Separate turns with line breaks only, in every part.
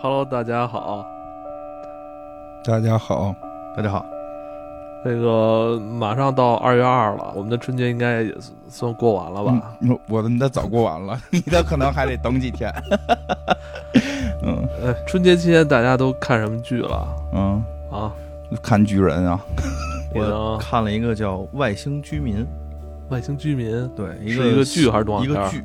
Hello，大家好。
大家好，
大家好，
那个马上到二月二了，我们的春节应该也算过完了吧？
嗯我的你的早过完了， 你的可能还得等几天。嗯
呃，春节期间大家都看什么剧了
嗯，
啊？
看巨人啊，
你
我
呢？
看了一个叫《外星居民》，
外星居民
对，一
是一个剧还是动画
一
片？
个剧，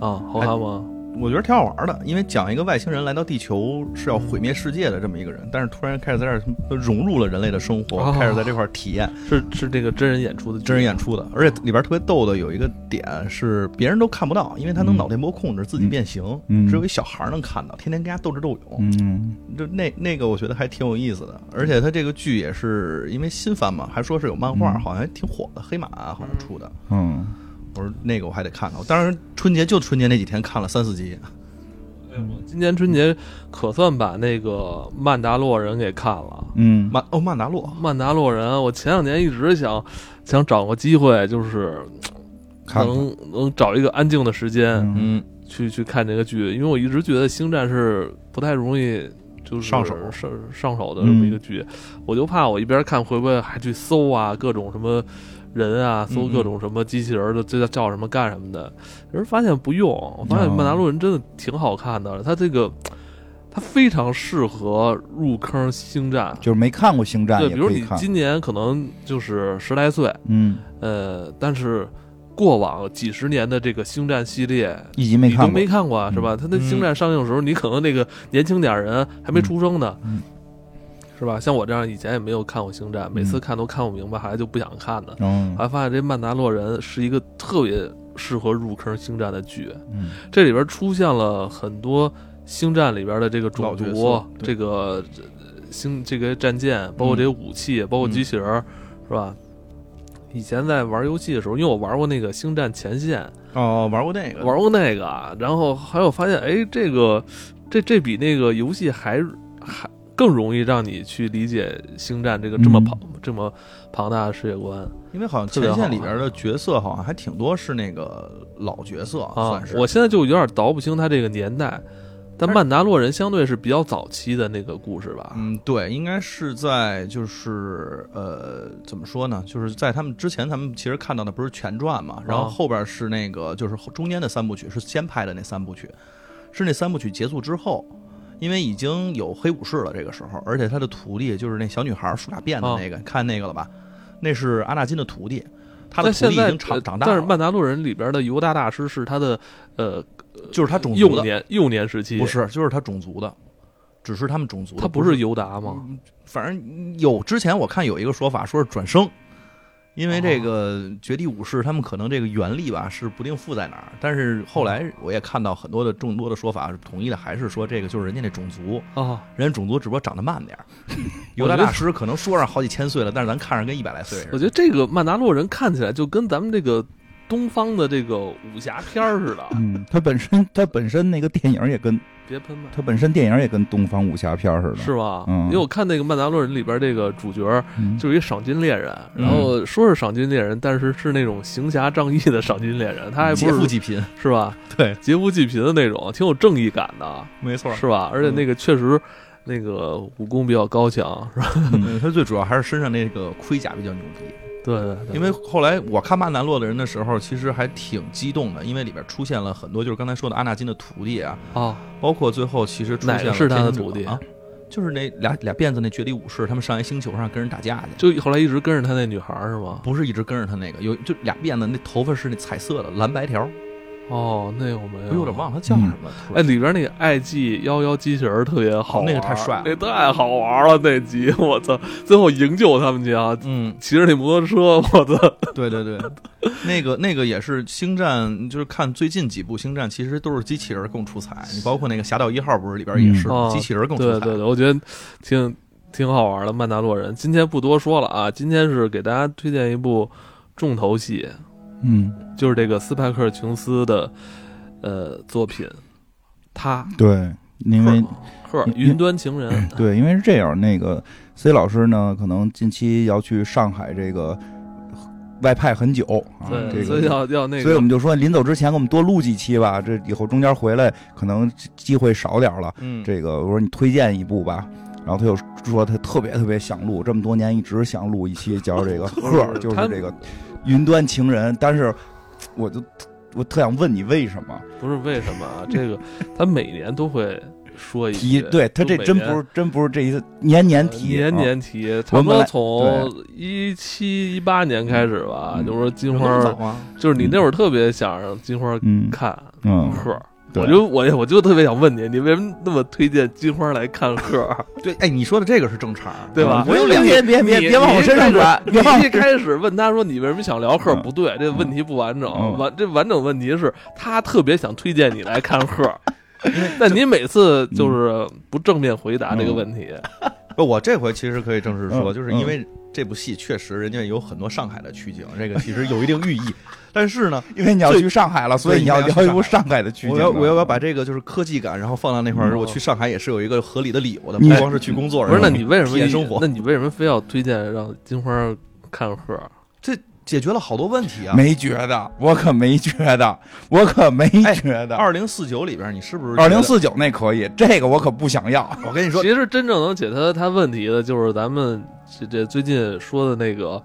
啊，好看吗？
我觉得挺好玩的，因为讲一个外星人来到地球是要毁灭世界的这么一个人，但是突然开始在这儿融入了人类的生活，
哦
开始在这块儿体验
是是这个真人演出的剧
真人演出的，而且里边特别逗的有一个点是别人都看不到，因为他能
嗯
脑电波控制自己变形，
嗯
只有一小孩能看到，天天跟他斗智斗勇，
嗯
就那那个我觉得还挺有意思的，而且他这个剧也是因为新番嘛，还说是有漫画，
嗯
好像还挺火的，黑马好像出的。
嗯，
我说那个我还得看看，我当时春节就春节那几天看了三四集，
哎我今年春节可算把那个《曼达洛人》给看了。
嗯，
曼哦曼达洛
《曼达洛人》，我前两年一直想想找个机会，就是
看看，
能能找一个安静的时间，
嗯
嗯，
去去看这个剧，因为我一直觉得《星战》是不太容易就是
上手
上上手的这么
嗯
一个剧，我就怕我一边看会不会还去搜啊各种什么人啊，搜
嗯嗯
各种什么机器人的这叫叫什么干什么的，可是发现不用，我发现
哦
《曼达洛人》真的挺好看的，它这个它非常适合入坑《星战》。
就是没看过《星战
对，》
也
比如
可以
你
看，
今年可能就是十来岁，
嗯，
呃，但是过往几十年的这个星战系列，
一集没
你都
看过
没，看过啊，是吧？他那
嗯
星战上映的时候，你可能那个年轻点儿人还没出生呢，
嗯
是吧？像我这样以前也没有看过星战，每次看都看不明白，后来就不想看了。
嗯
后来发现这《曼达洛人》是一个特别适合入坑星战的剧，
嗯
这里边出现了很多星战里边的这个种
老角
族
色、对
这个呃星、这个战舰，包括这些武器，包括机器人儿，是吧？以前在玩游戏的时候，因为我玩过那个《星战前线》，
哦玩过那个，
玩过那个，啊然后还有发现，哎，这个这这比那个游戏还还更容易让你去理解星战这个这么
嗯
庞、这么庞大的世界观
因为好像
特别
前
好
线里边的角色好像还挺多是那个老角色，
啊
算！是
我现在就有点倒不清它这个年代，但
而
曼达洛人相对是比较早期的那个故事吧？
嗯对，应该是在就是呃怎么说呢，就是在他们之前咱们其实看到的不是全传嘛，然后
啊
后边是那个就是后中间的三部曲是先拍的那三部曲，是那三部曲结束之后。因为已经有黑武士了，这个时候，而且他的徒弟就是那小女孩梳大辫
哦
的那个，看那个了吧？那是阿纳金的徒弟，他的
但
徒
现
弟已
在
经长
呃
长大
但
了。
是曼达洛人里边的犹大大师是他的呃
就是他种族
幼
的，
年幼年时期，
不是，就是他种族的，只是他们种族的。
他不是
是，
尤达吗？
反正有之前我看有一个说法，说是转生，因
哦
为这个绝地武士他们可能这个原力吧是不定附在哪儿，但是后来我也看到很多的众多的说法，统一的还是说这个就是人家那种族，
啊，
人家种族只不过长得慢 点儿。
我
犹
觉
大
得
大师可能说上好几千岁了，但是咱看着跟一百来岁似
我
的。
觉得这个曼达洛人看起来就跟咱们这个东方的这个武侠片儿似的。
嗯，它本身它本身那个电影也跟
别喷麦，
它本身电影也跟东方武侠片儿似的，
是吧？
嗯
因为我看那个曼达洛人里边这个主角儿
嗯
就是一赏金猎人，
嗯
然后说是赏金猎人，但是是那种行侠仗义的赏金猎人，他还
劫富
不是
济贫，
是吧？
对，
劫富济贫的那种，挺有正义感的，
没错
是吧？而且那个确实。那个武功比较高强，是吧？
嗯，他最主要还是身上那个盔甲比较牛逼。
对对对，
因为后来我看《曼达洛的人》的时候，其实还挺激动的，因为里边出现了很多就是刚才说的阿纳金的徒弟啊，
啊，
包括最后其实出现
哪
了
个是他的
天行者
徒弟
啊，就是那俩俩辫子那绝地武士，他们上一星球上跟人打架去，
就后来一直跟着他那女孩儿是吗？
不是一直跟着他那个，有就俩辫子，那头发是那彩色的蓝白条，
哦，那我没
哎
有，
我有点忘了他叫什么。突
哎，
然
里边那个 IG 幺幺机器人儿特别好玩儿，
哦那个太帅了
那太好玩儿了那集，我操！最后营救他们去啊，
嗯，
骑着那摩托车， 我操！
对对对，那个那个也是《星战》，就是看最近几部《星战》，其实都是机器人更出彩。你包括那个《侠盗一号》，不是里边也是
嗯
机器人更出
对
彩。
对对，我觉得挺挺好玩儿的《曼达洛人》。今天不多说了啊，今天是给大家推荐一部重头戏，
嗯，
就是这个斯派克·琼斯的呃作品，他
对，因为
赫尔
因
云端情人，
嗯 对，因为是这样，那个 C 老师呢，可能近期要去上海这个外派很久啊，
对，
这
所以
个。
要要那
所以我
个，
们就说，临走之前给我们多录几期吧，这以后中间回来可能机会少点儿了。
嗯，
这个我说你推荐一部吧，然后他又说他特别特别想录，这么多年一直想录一期叫这个
不
《
是
赫尔》，就是
他
这个云端情人，但是我就我特想问你为什么
不是为什么啊？这个他每年都会说一
提？
句，
对他
就
这
每
真
年呃
不是真不是这一次年年提，
年
啊
年提，差不多
我
从一七一八年开始吧，
嗯
就说金
有
花
那么
儿，
早吗？
就是你那会儿特别想让金花儿
嗯
看
嗯，
鹤儿，
对
我就我我就特别想问你，你为什么那么推荐金花儿来看鹤儿？
对，哎，你说的这个是正常，
对吧
我有两
嗯别别 别
你
别往我身上抓，
你
别往我
一开始问他说你为什么想聊鹤儿，
嗯
不对，这问题不完整，
嗯
完这完整问题是他特别想推荐你来看鹤 儿。但你每次
嗯
就是不正面回答这个问题，
不，我这回其实可以正式说，
嗯
就是因为这部戏确实人家有很多上海的取景，这个其实有一定寓意。但是呢，
因为你要去上海了，所以你要聊一部上海的取景啊
我
了。
要我要不要把这个就是科技感，然后放到那块儿，
嗯
我去上海也是有一个合理的理由的，
你
不光是去工作而已。
不是？那你为什么
体验生活
那你为什么非要推荐让金花儿看鹤儿？
这解决了好多问题啊。
没觉得，我可没觉得，我可没觉得。
二零四九里边，你是不是
二零
觉
四九那可以，这个我可不想 要。
得？我跟你说，
其实真正能解他他问题的，就是咱们这这最近说的那个，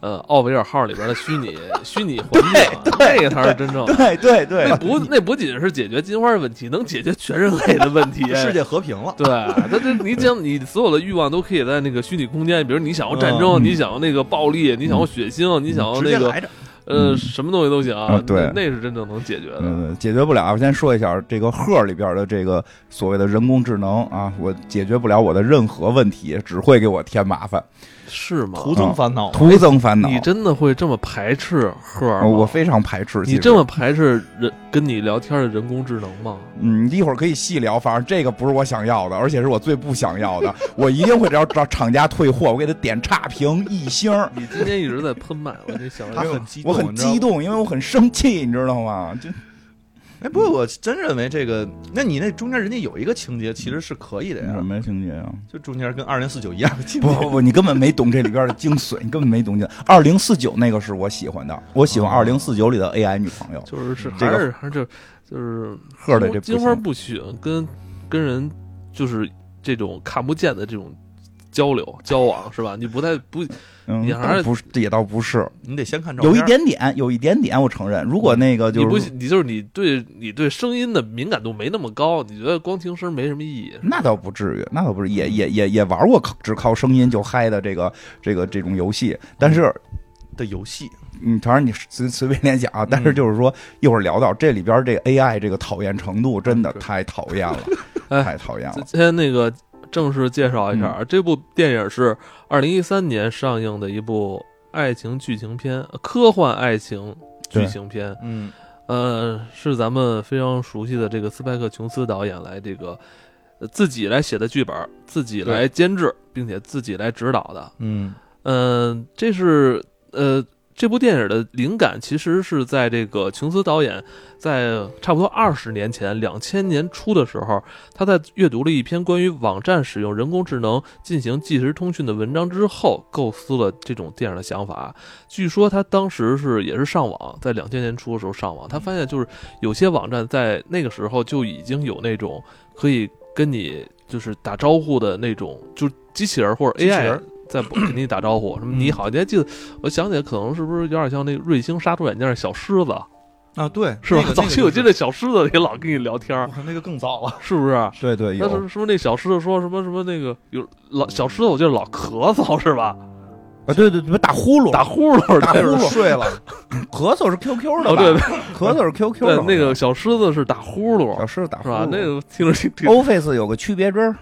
呃，奥维尔号里边的虚拟虚拟环境啊，
对
这个才是真正的。
对对对
那，不那不仅是解决金花的问题，能解决全人类的问 题。哎
世界和平了。
对，他这你将你所有的欲望都可以在那个虚拟空间，比如你想要战争，
嗯
你想要那个暴力，你想要血腥，你想要
直接
那个
来着，
呃什么东西都行
嗯啊对
那那是真正能解决的。
嗯，解决不了。我先说一下这个鹤里边的这个所谓的人工智能啊，我解决不了我的任何问题，只会给我添麻烦，
是吗？
徒增烦恼。
徒增烦恼。哦
你真的会这么排斥赫尔吗？
我非常排斥。
你
其实
这么排斥人跟你聊天的人工智能吗？
嗯，一会儿可以细聊，反正这个不是我想要的，而且是我最不想要的，我一定会找找厂家退货，我给他点差评一星儿。
你今天一直在喷麦，我这想
他哎很激动，
我很
你知道吗
激。动，因为我很生气，你知道吗？就
哎，不过我真认为这个，那你那中间人家有一个情节其实是可以的呀，
么情节啊？
就中间跟二零四九一样的情节
不。不不，你根本没懂这里边的精髓，你根本没懂这。二零四九那个是我喜欢的，我喜欢二零四九里的 AI 女朋友，
就是是
这
还
个
是还是就就是
赫的这不
金花
行。
不许跟跟人就是这种看不见的这种交流交往是吧？你不太不
嗯
你还是，
不是也倒不是，
你得先看照片。
有一点点，有一点点，我承认。如果那个
你
就
不
是，
你就是你对你对声音的敏感度没那么高，你觉得光听声没什么意义。
那倒不至于，那倒不是，也也也也玩过靠只靠声音就嗨的这个这个这种游戏，但是
的游戏，
嗯，当然你随随便联想啊，但
嗯
是就是说，一会儿聊到这里边这个 AI 这个讨厌程度，真的
对
太讨厌 了，
哎
太讨厌了。
今天那个正式介绍一下，
嗯
这部电影是二零一三年上映的一部爱情剧情片，呃科幻爱情剧情片。
嗯，
呃，是咱们非常熟悉的这个斯派克·琼斯导演来这个呃自己来写的剧本，自己来监制，并且自己来指导的。
嗯，
嗯、这是呃这部电影的灵感其实是在这个琼斯导演在差不多二十年前，两千年初的时候，他在阅读了一篇关于网站使用人工智能进行即时通讯的文章之后，构思了这种电影的想法。据说他当时是也是上网，在两千年初的时候上网，他发现就是有些网站在那个时候就已经有那种可以跟你就是打招呼的那种，就是机器人儿或者
机器人
AI
儿
在跟你打招呼，什么你
嗯
好，你还记得？我想起来，可能是不是有点像那个瑞星杀毒软件的小狮子，
啊，对，
是吧？ 早期我记
得，
得小狮子也老跟你聊天
哦
儿，
哇那个更早了。
是不是？
对对，
哎那
有
是是不是那小狮子说什么什么那个有
嗯
老小狮子，我记得老咳嗽是吧？
啊，对对对，打呼噜，
打呼噜，
打呼
对
噜
睡了，
咳嗽是 QQ 的
哦
吧？
对对
咳嗽是 QQ
对
的吧。，
那个小狮子是打呼噜
小，狮子打呼
是吧
噜，？
那个听着挺挺，
Office 有个区别针儿，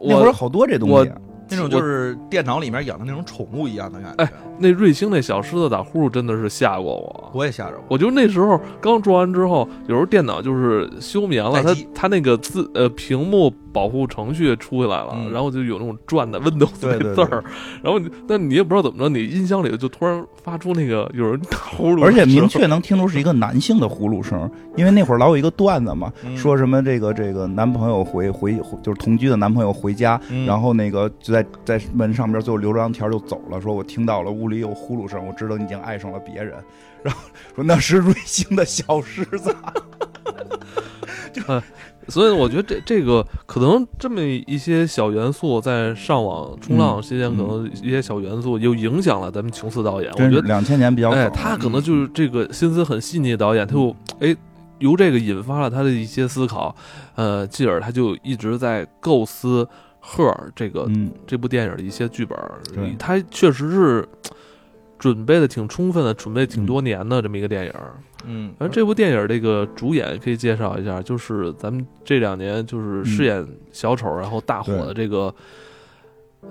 那会儿
我
好多这东
我
西。
那种就是电脑里面养的那种宠物一样的感觉。
那瑞星那小狮子打呼噜真的是吓过我。
我也吓着过。
我就那时候刚装完之后，有时候电脑就是休眠了，
待
它
机
它那个字呃屏幕保护程序出来了，
嗯
然后就有那种转的 Windows
对
那
对
字儿，然后你但你也不知道怎么着，你音箱里就突然发出那个有人打呼噜的声，
而且明确能听出是一个男性的呼噜声，因为那会儿老有一个段子嘛，
嗯
说什么这个这个男朋友回回回就是同居的男朋友回家，
嗯
然后那个就在在门上边最后留了张条就走了，说我听到了屋里有呼噜声，我知道你已经爱上了别人， 然后说那是瑞幸的小狮子，
所以我觉得这这个可能这么一些小元素，在上网冲浪期间，
嗯
可能一些小元素又影响了咱们琼斯导演。我
真
觉
是
得，
两千年比较
哎，
早，
他可能就是这个心思很细腻的导演，他就哎由这个引发了他的一些思考，呃，继而他就一直在构思《赫尔》这个
嗯
这部电影的一些剧本儿
对，
他确实是准备的挺充分的，准备挺多年的这么一个电影儿。
嗯，
反正呃这部电影这个主演可以介绍一下，就是咱们这两年就是饰演小丑、然后大火的这个，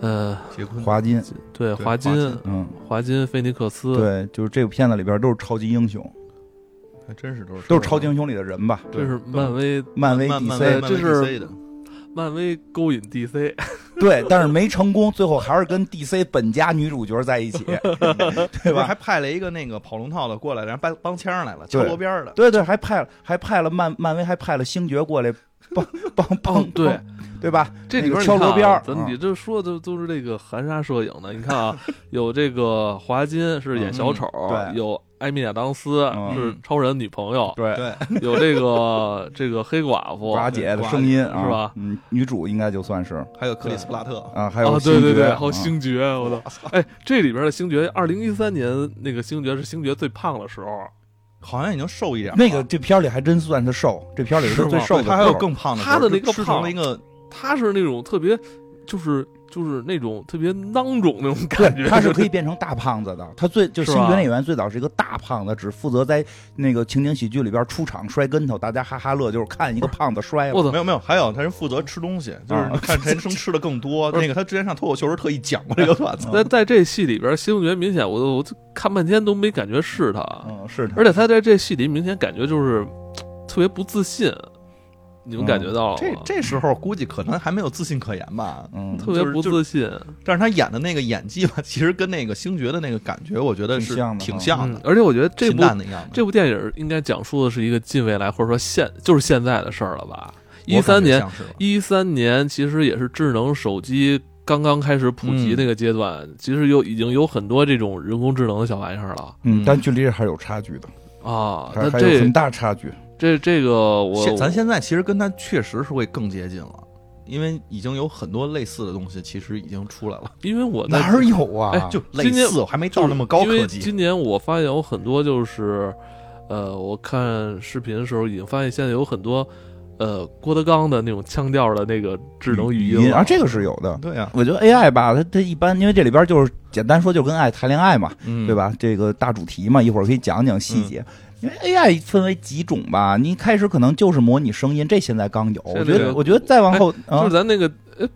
呃，
嗯结婚
华金，
对，
对
华
华
金
金，
嗯，
华金菲尼克斯，
对，就是这部片子里边都是超级英雄，
还真是都是
都是超级英雄里的人吧，
这是漫威，
漫威
漫漫威
DC
漫
这
威
是
DC 的，
漫威勾引 DC，
对，但是没成功，最后还是跟 DC 本家女主角在一起， 对
不是
吧
还？派了一个那个跑龙套的过来，然后帮帮腔来了，敲
对
锣边儿的，
对对，还派了还派了漫漫威还派了星爵过来帮帮帮，
哦嗯对
对吧？
这里边
哦那个
你
敲
看
锣边
啊
儿，嗯
咱你这说的都是这个含沙射影的。你看啊，有这个华金是演小丑，
嗯对
有艾米亚当斯
嗯
是超人女朋友，
对
对，
有这个这个黑寡妇，
寡姐的
寡
声音啊，
是吧
嗯，女主应该就算是
还有克里斯普拉特，
啊，还有
啊，
星
对
爵，
对对，还
啊
有星爵，我操！哎，这里边的星爵，二零一三年那个星爵是星爵最胖的时候，
好像已经瘦一点了，
那个这片儿里还真算是瘦，这片儿里
是
是
吗
最瘦的时候，
他还有更胖的时候，
他的那
就
个
吃成
胖
了一个
他是那种特别，就是就是那种特别囊肿那种感
对，
觉，
他是可以变成大胖子的。他最就是
是
星
吧
爵演员最早是一个大胖子，只负责在那个情景喜剧里边出场摔跟头，大家哈哈乐，就是看一个胖子摔了。
我
没
操！
有没有，还有他是负责吃东西，就是
啊
看陈生吃的更多。
不是
那个他之前上脱口秀时特意讲过这个 段子，
在在这戏里边，星爵明显我都我就看半天都没感觉是他，
嗯，是他
而且他在这戏里明显感觉就是特别不自信，你们感觉到了
这
吗？
这时候估计可能还没有自信可言吧。
嗯，
特别不自信，
但是他演的那个演技吧， 其实跟那个星爵的那个感觉，我觉得是
挺像的
挺
哈
像
嗯
的，，
而且我觉得这
清
部
淡的一样的。
这部电影应该讲述的是一个近未来，或者说现就是现在的事儿了吧？一三年，一三年其实也是智能手机刚刚开始普及
嗯
那个阶段，其实有已经有很多这种人工智能的小玩意儿了
嗯，但距离还是有差距的，
啊。
还
那
还有
这
很大差距。
这这个我
现咱现在其实跟他确实是会更接近了，因为已经有很多类似的东西，其实已经出来了，
因为我在
哪儿有啊？
哎
就类
今天
似，我还没
就
到
是
那么高
因为
科技。
今年我发现有很多就是，呃，我看视频的时候已经发现现在有很多，呃，郭德纲的那种腔调的那个智能语音了
啊，这个是有的。
对呀，
我觉得 AI 吧，它它一般，因为这里边就是简单说，就跟爱谈恋爱嘛，
嗯
对？吧？这个大主题嘛，一会儿可以讲讲
嗯
细节。因为 AI 分为几种吧，你一开始可能就是模拟声音，这现在刚有。
现在
我觉
这
得，
个
我觉得再往后，啊
就是咱那个呃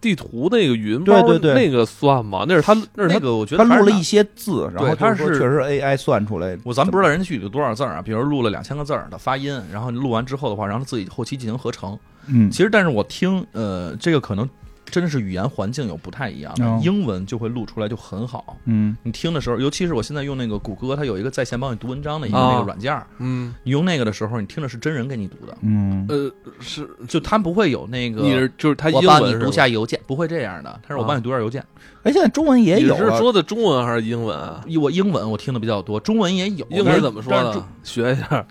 地图那个语音
对
包
对对
那个算吗？那是他那是
那
他
个我觉
他
得还是
录了
拿
一些字，然后
对他
就是说
是
确实 AI 算出来，
我咱不知道人具体有多少字儿啊，比如录了两千个字儿的发音，然后录完之后的话，然后自己后期进行合成。
嗯
其实，但是我听，呃，这个可能真是语言环境有不太一样的，
哦
英文就会录出来就很好。
嗯
你听的时候，尤其是我现在用那个谷歌，它有一个在线帮你读文章的一个
啊
那个软件儿，
嗯
你用那个的时候，你听的是真人给你读的，
嗯
呃是
就它不会有那个
你是就是他英
我
文
帮你
是
读
吗
下邮件，不会这样的。它是我
啊
帮你读下邮件，
哎，现在中文也
你
有
是
了，
说
啊
的中文还是英文啊？
我英文我听的比较多，中文也有。
英
但
文
是
怎么说
但是中
呢？学一下，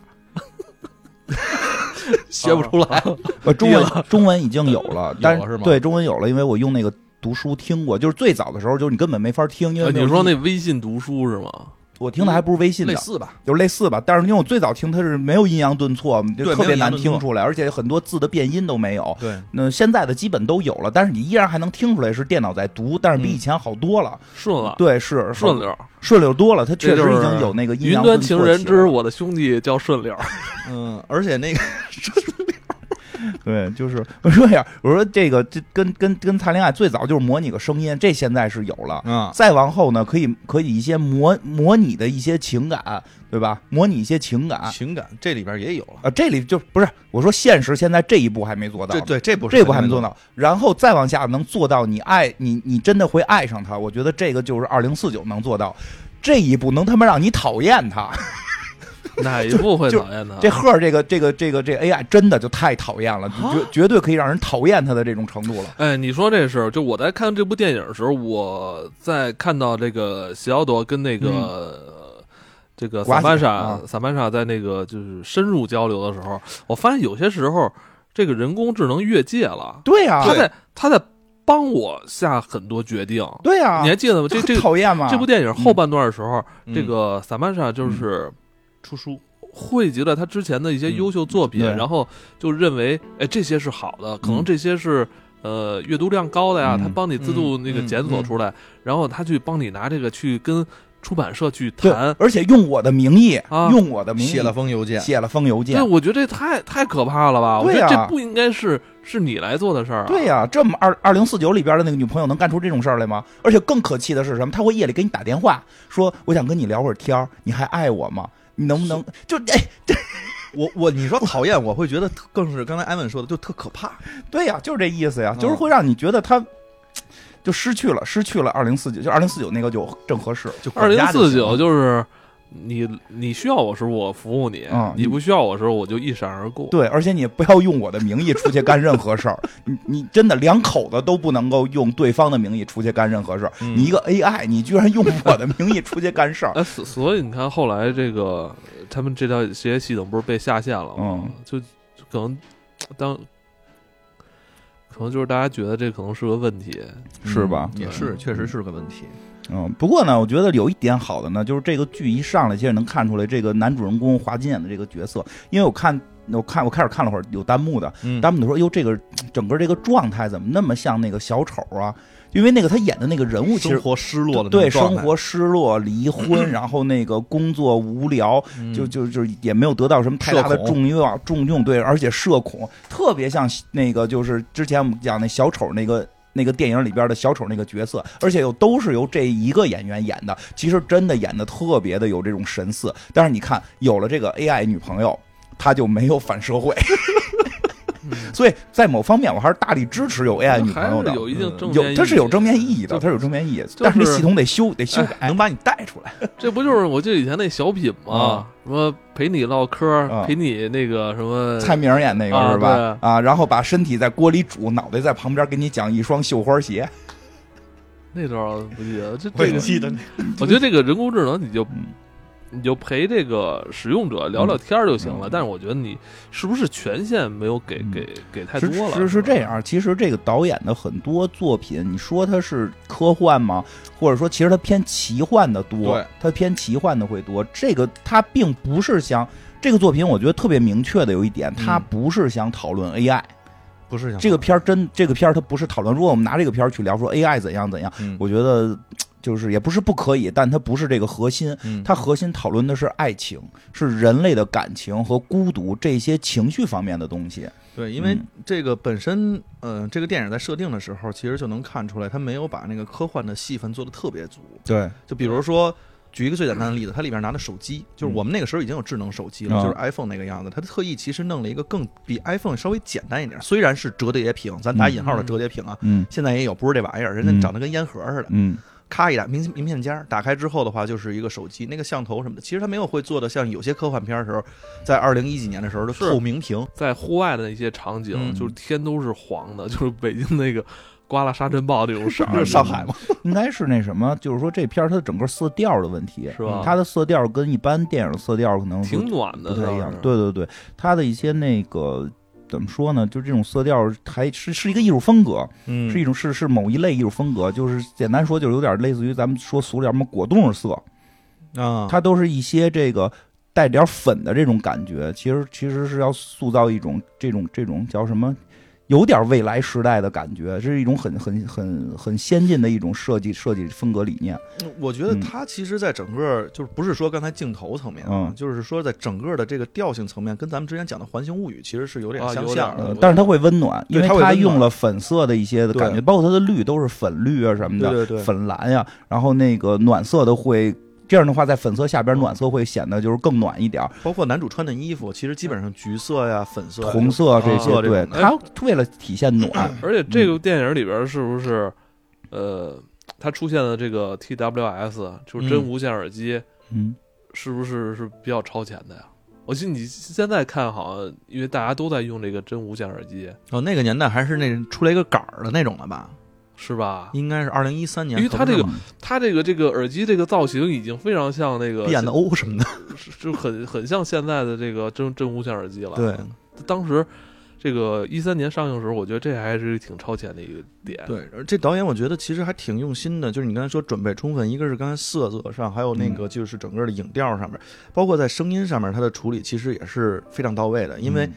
学不出来。
呃中文中文已经有了，但
有了是吗
对中文有了，因为我用那个读书听过，就是最早的时候，就是你根本没法听，因为
呃
没有
你说
音
那微信读书是吗？
我听的还不是微信的
类，似吧，
就是类似吧，但是因为我最早听它是没有阴阳顿挫，就
对
特别难
没有阴阳顿挫
听出来，而且很多字的变音都没有。
对，
那现在的基本都有了，但是你依然还能听出来是电脑在读，但是比
嗯
以前好多了。
顺了，
对，是
顺，溜。
顺溜多了，它确
这
实
就是
已经有那个阴
云
阳
端
顿
情
挫
人
起来
之
了
我的兄弟叫顺溜。
嗯，而且那个
对，就是我说呀，我说这个这跟跟跟谈恋爱最早就是模拟个声音，这现在是有了。
啊，
再往后呢，可以可以一些模模拟的一些情感，对吧？模拟一些情感啊、
情感这里边也有了，
这里就不是我说现实，现在这一步还没做到
这
呢，
对这不是
这步还没做到，然后再往下能做到你爱你，你真的会爱上他，我觉得这个就是二零四九能做到。这一步能他妈让你讨厌他，
啊
哪一部会
就
讨厌他？
这赫儿这个这个这个这 AI 真的就太讨厌了，
啊
绝绝对可以让人讨厌他的这种程度了。
哎，你说这事儿，就我在看这部电影的时候，我在看到这个席奥多跟那个、呃这个
瓜
萨
子
曼莎
嗯啊、
萨曼莎在那个就是深入交流的时候，我发现有些时候这个人工智能越界了，
对啊呀、
他在他在帮我下很多决定。
对啊呀、
你还记得吗？这
很
这
讨厌嘛？
这部电影后半段的时候，
嗯
这个萨曼莎就是
出书，
汇集了他之前的一些优秀作品，
嗯对
然后就认为，哎，这些是好的，可能这些是、呃阅读量高的呀，
嗯
他帮你自动那个
嗯嗯
检索
嗯
出来，然后他去帮你拿这个去跟出版社去
对
谈，，
而且用我的名义，
啊
用我的名义
写了封邮件，
写了封邮件
对，。我觉得这太太可怕了吧？我
对
觉
呀
得这不应该是是你来做的事儿、啊，
对呀、这么二二零四九里边的那个女朋友能干出这种事儿来吗？而且更可气的是什么？他会夜里给你打电话，说我想跟你聊会儿天儿，你还爱我吗？你能不能就哎？
我我你说讨厌，我会觉得特更是刚才艾文说的，就特可怕。
对呀、就是这意思呀，就是
嗯
会让你觉得他。就失去了，失去了二零四九，就二零四九那个就正合适。
就
二
管
零
家就
四
行了
九就是。你你需要我时候我服务你，
嗯
你不需要我时候我就一闪而过。
对，而且你不要用我的名义出去干任何事儿，你你真的两口子都不能够用对方的名义出去干任何事儿。
嗯
你一个 AI，你居然用我的名义出去干 事儿，
哎，所所以你看，后来这个呃他们这套这些系统不是被下线了吗？
嗯
就就可能当可能就是大家觉得这可能是个问题，
是吧？
嗯也是，确实是个问题。
嗯，不过呢，我觉得有一点好的呢，就是这个剧一上来，其实能看出来这个男主人公华金演的这个角色，因为我看。我看我开始看了会儿有弹幕的，
嗯
弹幕的说：“哟，这个整个这个状态怎么那么像那个小丑啊？因为那个他演的那个人物其
生
实
活失落了，
对生，活失落、离 婚，然后那个工作无聊，就就就也没有得到什么太大的
嗯社恐
重用重用，对，而且社恐，特别像那个就是之前我们讲那小丑那个。那个电影里边的小丑那个角色，而且又都是由这一个演员演的，其实真的演的特别的有这种神似。但是你看，有了这个 AI 女朋友，他就没有反社会， 所以在某方面我还是大力支持有 AI 哎女朋友
还
的
是，有一定正面
有它是有正面意义的，
就
它是有正面意义的，
是
但是这系统得修得修改。
能把你带出来。
这不就是我记得以前那小品吗？什么陪你唠嗑儿，
啊
陪你那个什么
蔡明演那个
啊
是吧？啊，然后把身体在锅里煮，脑袋在旁边给你讲一双绣花鞋。
那段儿不记得，这这个
得那
我觉得这个人工智能你就
嗯。
你就陪这个使用者聊聊天儿就行了，
嗯
但是我觉得你是不是权限没有给、给给太
是
多了？
是是
吧
这，样，其实这个导演的很多作品，你说他是科幻吗？或者说，其实他偏奇幻的多
对，
他偏奇幻的会多。这个他并不是想这个作品，我觉得特别明确的有一点，他
嗯
不是想讨论 AI、
不
嗯
是想
这个片儿真，这个片儿它不是讨论。如果我们拿这个片儿去聊说 AI 怎样怎样，
嗯
我觉得就是也不是不可以，但它不是这个核心。
嗯
它核心讨论的是爱情，是人类的感情和孤独这些情绪方面的东西。
对，因为
嗯
这个本身，呃，这个电影在设定的时候，其实就能看出来，它没有把那个科幻的戏份做的特别足。
对，
就比如说，举一个最简单的例子，它里边拿的手机，就是我们那个时候已经有智能手机了，
嗯
就是 iPhone 那个样子。它特意其实弄了一个更比 iPhone 稍微简单一点，虽然是折叠屏，咱打引号的折叠屏啊，
嗯
现在也有，不是这玩意儿，人
嗯
家长得跟烟盒似的，
嗯
咔一打名名片夹，打开之后的话就是一个手机，那个相头什么的，其实它没有会做的像有些科幻片的时候，在二零一几年的时候的
是
透明屏，
在户外的一些场景，
嗯
就是天都是黄的， 就是北京那个刮了沙尘暴这种色
就
儿，
是上海
嘛，
应该是那什么，就是说这片儿它整个色调的问题，
是吧？
嗯它的色调跟一般电影的色调可能是
挺暖的，
不太一样
倒。是，
对对对，它的一些那个。怎么说呢？就这种色调还是是一个艺术风格，
嗯
是一种是是某一类艺术风格，就是简单说，就是有点类似于咱们说俗点儿什么果冻色，
啊，
它都是一些这个带点粉的这种感觉，其实其实是要塑造一种这种这种叫什么？有点未来时代的感觉，这是一种很很很很先进的一种设计设计风格理念。
我觉得
嗯
它其实，在整个就是不是说刚才镜头层面啊，
嗯
就是说在整个的这个调性层面，跟咱们之前讲的《环形物语》其实是有点
啊
相
有
像
点
的。
呃
嗯，
但是它会温暖，因
对
为
它会
它
温暖
用了粉色的一些的感觉，
对
包括它的绿都是粉绿啊什么
对
的，
对对，
粉蓝呀、然后那个暖色的会。这样的话，在粉色下边，暖色会显得就是更暖一点儿，
包括男主穿的衣服，其实基本上橘色呀、粉色呀、
红色这
啊
些，
这
对
种
它为了体现 暖，
而且这个电影里边是不是，呃，它出现的这个 TWS 就是真
嗯
无线耳机，
嗯，
是不是是比较超前的呀？我记得你现在看好像，因为大家都在用这个真无线耳机，
哦，那个年代还是那出来一个杆儿的那种了吧？
是吧？
应该是二零一三年。
因为它这个
可不是吗
它这个这个耳机这个造型已经非常像那个
变的欧什么的，
是就很很像现在的这个真真无线耳机了。，
对
当时这个一三年上映的时候，我觉得这还是挺超前的一个点。
对。而这导演我觉得其实还挺用心的，就是你刚才说准备充分，一个是刚才色泽上，还有那个就是整个的影调上面，包括在声音上面，它的处理其实也是非常到位的，因为。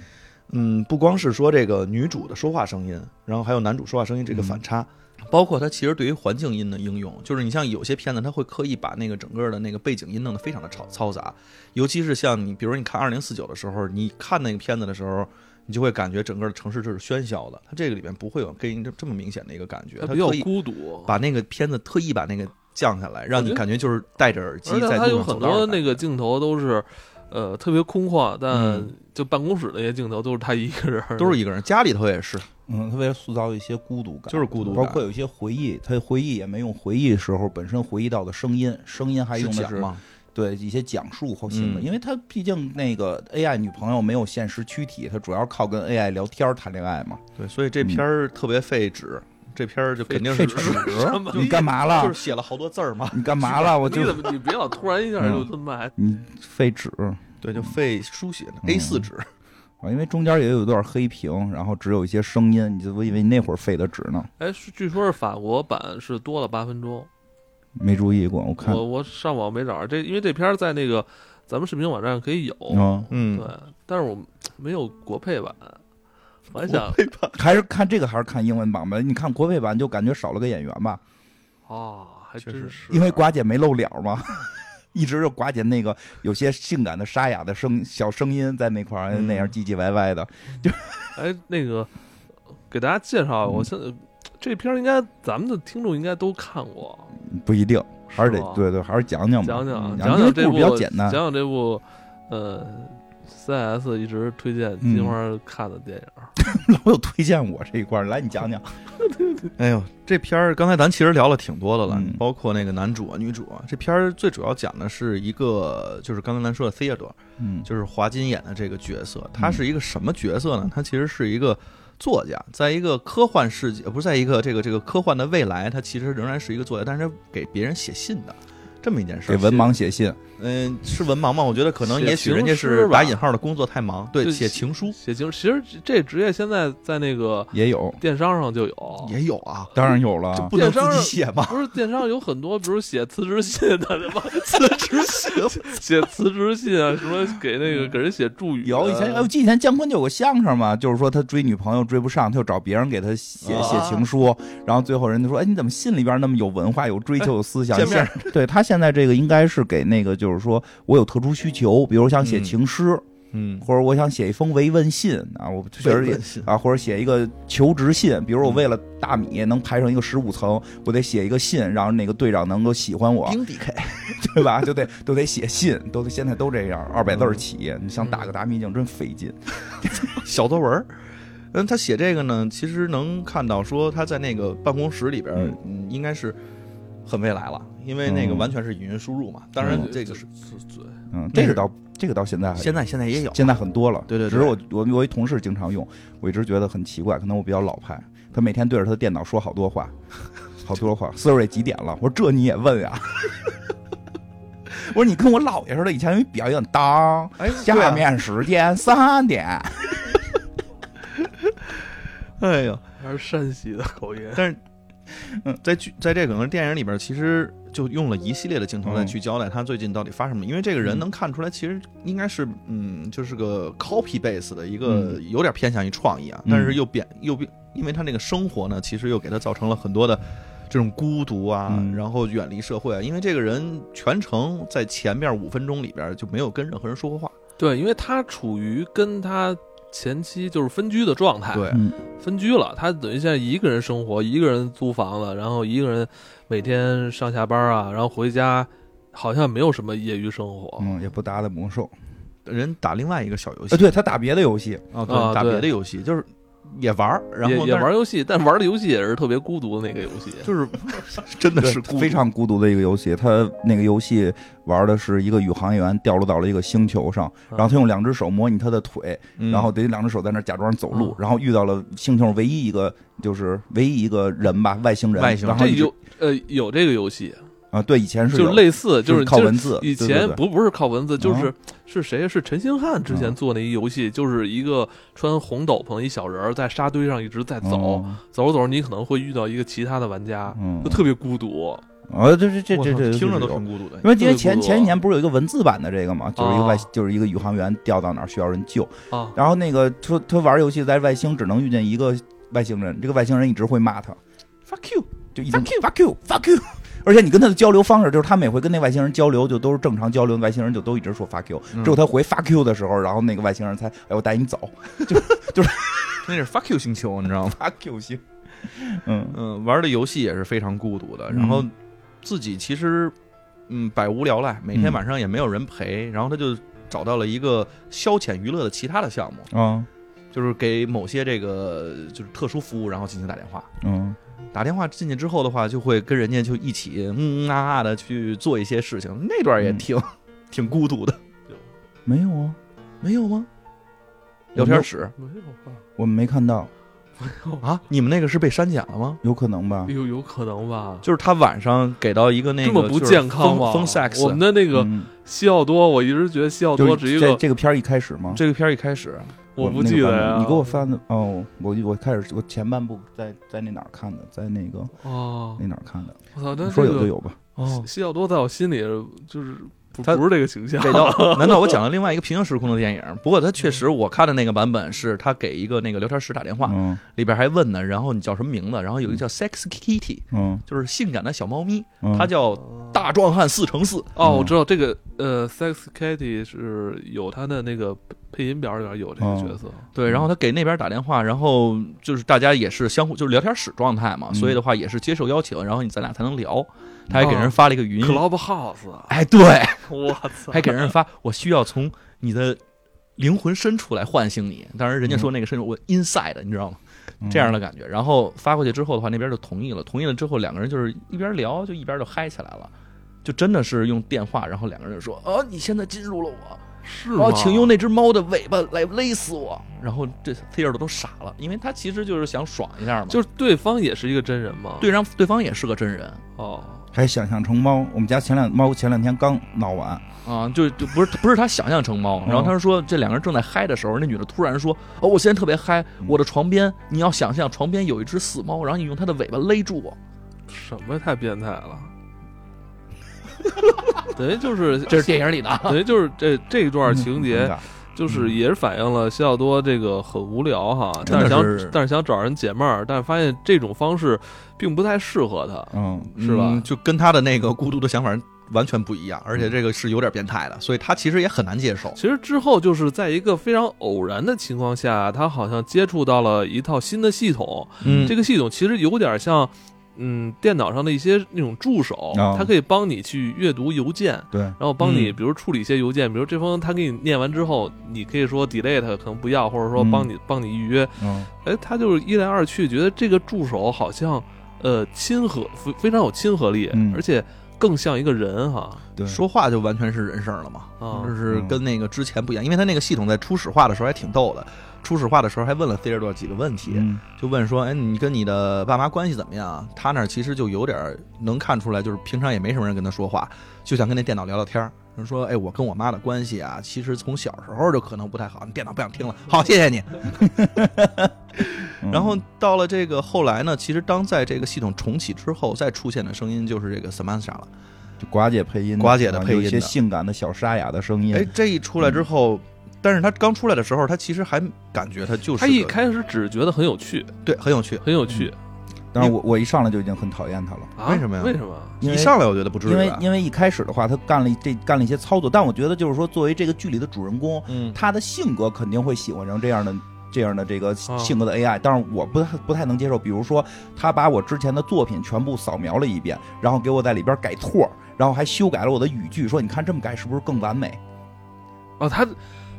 嗯，不光是说这个女主的说话声音，然后还有男主说话声音这个反差，
嗯
包括它其实对于环境音的应用，就是你像有些片子，它会刻意把那个整个的那个背景音弄得非常的嘈嘈杂，尤其是像你，比如你看《二零四九》的时候，你看那个片子的时候。你就会感觉整个城市这是喧嚣的，它这个里面不会有给你这这么明显的一个感觉，
它
它
比较
特意
孤独，
把那个片子特意把那个降下来，让
我
你
觉得
感觉就是戴着耳机
而且
在
它
路
有
上
很
走道儿
多
的
那个
感觉
镜头都是，呃，特别空旷，但
嗯
就办公室那些镜头都是他一个人儿的，
都是一个人，家里头也是，
嗯，他为了塑造一些孤独感，
就是孤独
包
感
括有一些回忆，他回忆也没用回忆时候本身回忆到的声音，声音还用
是
的
讲
是
嘛，
对一些讲述或行为，
嗯
因为他毕竟那个 AI 女朋友没有现实躯体，他主要靠跟 AI 聊天儿谈恋爱嘛，
对，所以这
嗯
片儿特别费纸，这片儿就肯定
费
是
纸啊
什么
你干嘛了
就是？写了好多字儿嘛，
你干嘛了？我
你
就
怎么你别老突然一
嗯
下就这么还
你废纸。
对，就费书写
嗯
A 四纸，
啊，因为中间也有一段黑屏，然后只有一些声音，你就我以为你那会儿废的纸呢，
哎，是据说是法国版是多了八分钟，
没注意过。我看，
我我上网没找着这，因为这片儿在那个咱们视频网站可以有，
嗯，
嗯
对，但是我没有国配版，我还想
还是看这个还是看英文版吧。你看国配版就感觉少了个演员吧，
啊，还
确
真
实
是
因为寡姐没露脸嘛， 一直就寡姐那个有些性感的沙哑的声小声音在那块儿
嗯
那样唧唧歪歪的。
哎那个给大家介
嗯
绍，我现在这片儿应该咱们的听众应该都看过，
不一定，还是
是
得
吧
对对，还是讲讲吧。
讲讲
嗯
讲
因为
讲这
故
部
事比较简单
讲讲这部呃 CS 一直推荐
嗯
金花看的电影，
老有推荐 我这一块儿，来你讲 讲。
哎呦，这片儿刚才咱其实聊了挺多的了，
嗯
包括那个男主啊、女主啊。这片儿最主要讲的是一个，就是刚才咱说的 Theodore，
嗯
就是华金演的这个角色，他是一个什么角色呢？他其实是一个作家，在一个科幻世界，不是在一个这个这个科幻的未来，他其实仍然是一个作家，但是他给别人写信的这么一件事
给
儿。
文盲写信，
嗯，是文盲吗？我觉得可能
写
也许
情
人家
诗
是
吧
打引号的工作太忙，对，
就
写情书
写情其实这这职业现在在那个
也有，
电商上就有，
也有啊，
当然有
这
了。
不能
电商
自己
上
写吗？
不是电商有很多，比如写辞职信的，对吧？
辞职信
写辞职信啊，什么给那个给人写祝语啊的，
嗯
呃
有以前，哎我记得以前姜昆就有个相声嘛，就是说他追女朋友追不上，他就找别人给他写
啊
写情书，然后最后人家说，哎，你怎么信里边那么有文化、有追求、有思想？
见面
现对他现在这个应该是给那个，就是说我有特殊需求，比如想写
嗯
情诗，
嗯，
或者我想写一封慰问信啊，我确实也
慰问信
啊，或者写一个求职信，比如我
嗯
为了大米能排上一个十五层，我得写一个信，让那个队长能够喜欢我，
冰 DK，
对吧？就得都得写信，都得现在都这样，二百字儿起，
嗯
你想打个大秘境真费劲。
小作文儿。嗯，他写这个呢，其实能看到说他在那个办公室里边儿，嗯，应该是很未来了，因为那个
嗯
完全是语音输入嘛。当
对
然
对，
这个是
对
嗯，
那
这个
是
到这个到现在还
现在现在也有，
现在很多了，
对对对
只是我我我一同事经常用，我一直觉得很奇怪，可能我比较老派，他每天对着他的电脑说好多话，好多话，Siri 几点了？我说这你也问呀、 我说你跟我姥爷似的，以前有一表演当，
哎，对
下
啊，
面时间三点，
哎呀，
还是山西的口音，
但是在剧在这个可能电影里边儿，其实就用了一系列的镜头来去交代他最近到底发生什么，因为这个人能看出来，其实应该是嗯，就是个 copy base 的一个有点偏向于创意啊，
嗯
但是又变又变，因为他那个生活呢，其实又给他造成了很多的。这种孤独啊，
嗯
然后远离社会啊，因为这个人全程在前面五分钟里边就没有跟任何人说过话，
对，因为他处于跟他前妻就是分居的状态，
对，
嗯
分居了，他等于现在一个人生活，一个人租房子，然后一个人每天上下班啊，然后回家，好像没有什么业余生活。
嗯，也不打打魔兽，
人打另外一个小游戏
呃，，对他打别的游戏，
啊，对，
啊
打
对
别的游戏就是也玩儿，然
也
后
也
但是
玩游戏，但玩的游戏也是特别孤独的那个游戏。
就是真的
对
是孤独
非常孤独的一个游戏。他那个游戏玩的是一个宇航员掉落到了一个星球上，然后他用两只手模拟他的腿，
嗯
然后得两只手在那儿假装走路
嗯，
然后遇到了星球唯一一个就是唯一一个人吧，外星人，
外星
然
人
后
这
一直
有呃有这个游戏，
啊，对，以前是
就
有
类似就是是
靠
就是
文字，
以
对
前
对对
不不是靠文字，就
啊
是是谁是陈星汉之前
嗯
做那一游戏，就是一个穿红斗篷一小人儿在沙堆上一直在走，
哦
走着走着你可能会遇到一个其他的玩家，
嗯
就特别孤独。
啊，这 这这
我
这
操
这
听着
这
都
有
挺孤独的
因。为因为
特别孤
前
独
前几年不是有一个文字版的这个嘛，就是一个外、
哦
就是一个宇航员掉到哪儿需要人救，
啊，
然后那个他他玩游戏在外星只能遇见一个外星人，这个外星人一直会骂他 fuck you，就一直 fuck you fuck you fuck you，而 且你跟他的交流方式就是他每回跟那外星人交流就都是正常交流，外星人就都一直说 fuck you，
嗯
只有他回 fuck you 的时候，然后那个外星人才哎我带你走，就就是
那是 fuck you 星球，你知道吗？
fuck you 星，嗯
嗯，玩的游戏也是非常孤独的，
嗯
然后自己其实嗯百无聊赖，每天晚上也没有人陪，然后他就找到了一个消遣娱乐的其他的项目，
啊
就是给某些这个就是特殊服务，然后进行打电话。
嗯
打电话进去之后的话，就会跟人家就一起嗯嗯啊啊的去做一些事情，那段也
嗯
挺、 挺孤独的，
没有啊，
没有吗？
我
聊
没有
天室
没有吧？
我们没看到，
啊，你们那个是被删减了吗？
有可能吧，
哎有有可能吧？
就是他晚上给到一个那个
这么不健康吗？
风 sex，
我们的那个
嗯
西奥多，我一直觉得西奥
就
多
是
只是一
这
个，
这个片儿一开始吗？
这个片儿一开始，
我不
那个
记得
版本
呀。
你给我翻的哦，我我开始我前半部在在那哪儿看的，在那个
哦
那，哪儿看的，
我操，那
说
这
有就
个
有吧。
哦，
西奥多在我心里就是不
他
不是这个形象。
这道难道我讲了另外一个平行时空的电影？不过他确实，我看的那个版本是他给一个那个聊天室打电话，
嗯
里边还问呢，然后你叫什么名字？然后有一个叫 Sex Kitty，
嗯，
就是性感的小猫咪，
嗯
它叫大壮汉四乘四。
哦，我
嗯
知道这个呃，Sex Kitty 是有他的那个配音表里边有这
嗯
个角色，
对，然后他给那边打电话，然后就是大家也是相互就是聊天室状态嘛，
嗯
所以的话也是接受邀请，然后你咱俩才能聊。他还给人
哦
发了一个语音，哦
Clubhouse，啊
哎，对，
我操，
还给人发，我需要从你的灵魂深处来唤醒你。当然，人家说那个深处我 inside，你知道吗？
嗯
这样的感觉。然后发过去之后的话，那边就同意了。同意了之后，两个人就是一边聊，就一边就嗨起来了。就真的是用电话，然后两个人就说：“哦，你现在进入了我，
是
哦
吗，？
请用那只猫的尾巴来勒死我。”然后这 Theodore 都傻了，因为他其实就是想爽一下嘛。
就是对方也是一个真人嘛，
对让对方也是个真人
哦，
还想象成猫，我们家前两猫前两天刚闹完，
啊，就就不是不是他想象成猫。然后他说，这两个人正在嗨的时候，那女的突然说：“哦，我现在特别嗨，我的床边，你要想象床边有一只死猫，然后你用它的尾巴勒住我。
什么太变态 了，等于就是”
这是电影里嗯的啊。
等于就是这这一段情
嗯很
节，
尬
就是也是反映了西奥多这个很无聊哈，
真
但
的
是
是
想但是想找人解闷儿，但是发现这种方式并不太适合他。
嗯
是吧
嗯就跟他的那个孤独的想法完全不一样，而且这个是有点变态的，所以他其实也很难接受。
其实之后嗯就是在一个非常偶然的情况下，他好像接触到了一套新的系统。
嗯
这个系统其实有点像，嗯，电脑上的一些那种助手
啊，
哦
它可以帮你去阅读邮件，
对，
然后帮你
嗯
比如处理一些邮件，比如这封他给你念完之后，你可以说 delete 可能不要，或者说
嗯
帮你帮你预约。
嗯
哎，他就是一来二去觉得这个助手好像，呃，亲和非非常有亲和力
嗯，
而且更像一个人哈
对，
说话就完全是人声了嘛，
啊
就是跟那个之前不一样，因为他那个系统在初始化的时候还挺逗的。初始化的时候还问了 Theodore 几个问题，
嗯
就问说：“哎，你跟你的爸妈关系怎么样啊？”他那儿其实就有点儿能看出来，就是平常也没什么人跟他说话，就想跟那电脑聊聊天儿。人说：“哎，我跟我妈的关系啊，其实从小时候就可能不太好，你电脑不想听了，好，谢谢你。”
嗯
然后到了这个后来呢，其实当在这个系统重启之后，再出现的声音就是这个 Samantha 了。
就寡姐配音的，
寡姐的
啊
配音
有一些
的
性感的小沙哑的声音
哎，，这一出来之
嗯
后，但是他刚出来的时候，他其实还感觉他就是
他一
个
开始只是觉得很有趣，
对很有趣。
很有趣
但是我我一上来就已经很讨厌他了，
啊？
嗯为什么呀
为什么？
因
一
为
上来我觉得不至于
因为
吧，
因为一开始的话，他干了一这干了一些操作，但我觉得就是说，作为这个剧里的主人公，
嗯，
他的性格肯定会喜欢上这样的这样的这个
啊
性格的 AI，、但是我不太不太能接受。比如说，他把我之前的作品全部扫描了一遍，然后给我在里边改错儿，然后还修改了我的语句，说你看这么改是不是更完美？
哦，他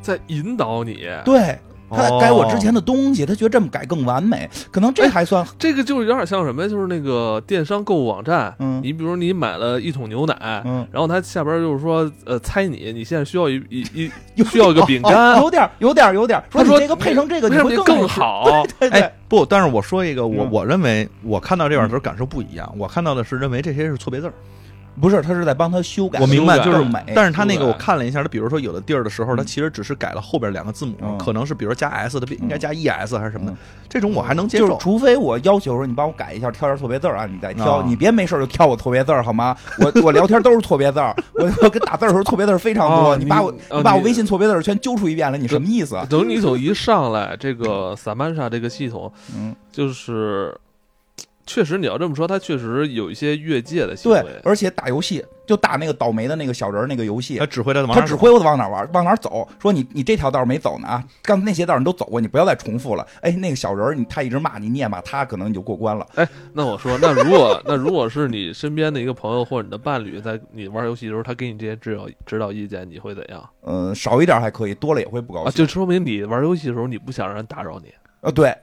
在引导你，
对。他
哦
改我之前的东西，他觉得这么改更完美，可能这还算
这个就是有点像什么呀？就是那个电商购物网站，
嗯
你比如你买了一桶牛奶，
嗯
然后它下边就是说，呃，猜你你现在需要一一一
有哦
需要一个饼干，
有点儿有点儿有点儿，说
他
你
说
这个配成这个
为
你
什么
会
你
更
更
好吃。
好？
对对
哎，不，但是我说一个，我
嗯
我认为我看到这样的时候感受不一样，我看到的是认为这些是错别字儿。
不是，他是在帮他修改，
我明白，
修改
就是
更美。
但是他那
修
个
改
我看了一下，他比如说有的地儿的时候，
嗯
他其实只是改了后边两个字母
嗯，
可能是比如加 s，他不应该加 es 还是什么的
嗯，
这种我还能接
就是
受。
除非我要求说你帮我改一下，挑点错别字儿啊，你再挑，
啊
你别没事儿就挑我错别字儿好吗？我我聊天都是错别字儿，我我跟打字儿的时候错别字儿非常多，
哦
你把我
你哦
你把我
你
微信错别字儿全揪出一遍来，你什么意思啊？
等你从一上来，这个萨曼莎这个系统
嗯，
就是，确实你要这么说，它确实有一些越界的行
对
为，。
而且打游戏就打那个倒霉的那个小人儿那个游戏
他。指挥他往
他
哪
指挥我往哪儿玩，往哪儿走，说你你这条道儿没走呢啊，刚才那些道儿你都走过，你不要再重复了。哎，那个小人儿，你他一直骂你，你也骂他，可能你就过关了。
那我说，那如果 那如果是你身边的一个朋友或者你的伴侣，在你玩游戏的时候，他给你这些指导指导意见，你会怎样
嗯、少一点儿还可以，多了也会不高
啊？
兴。
就说明你玩游戏的时候，你不想让人打扰你。
啊，对，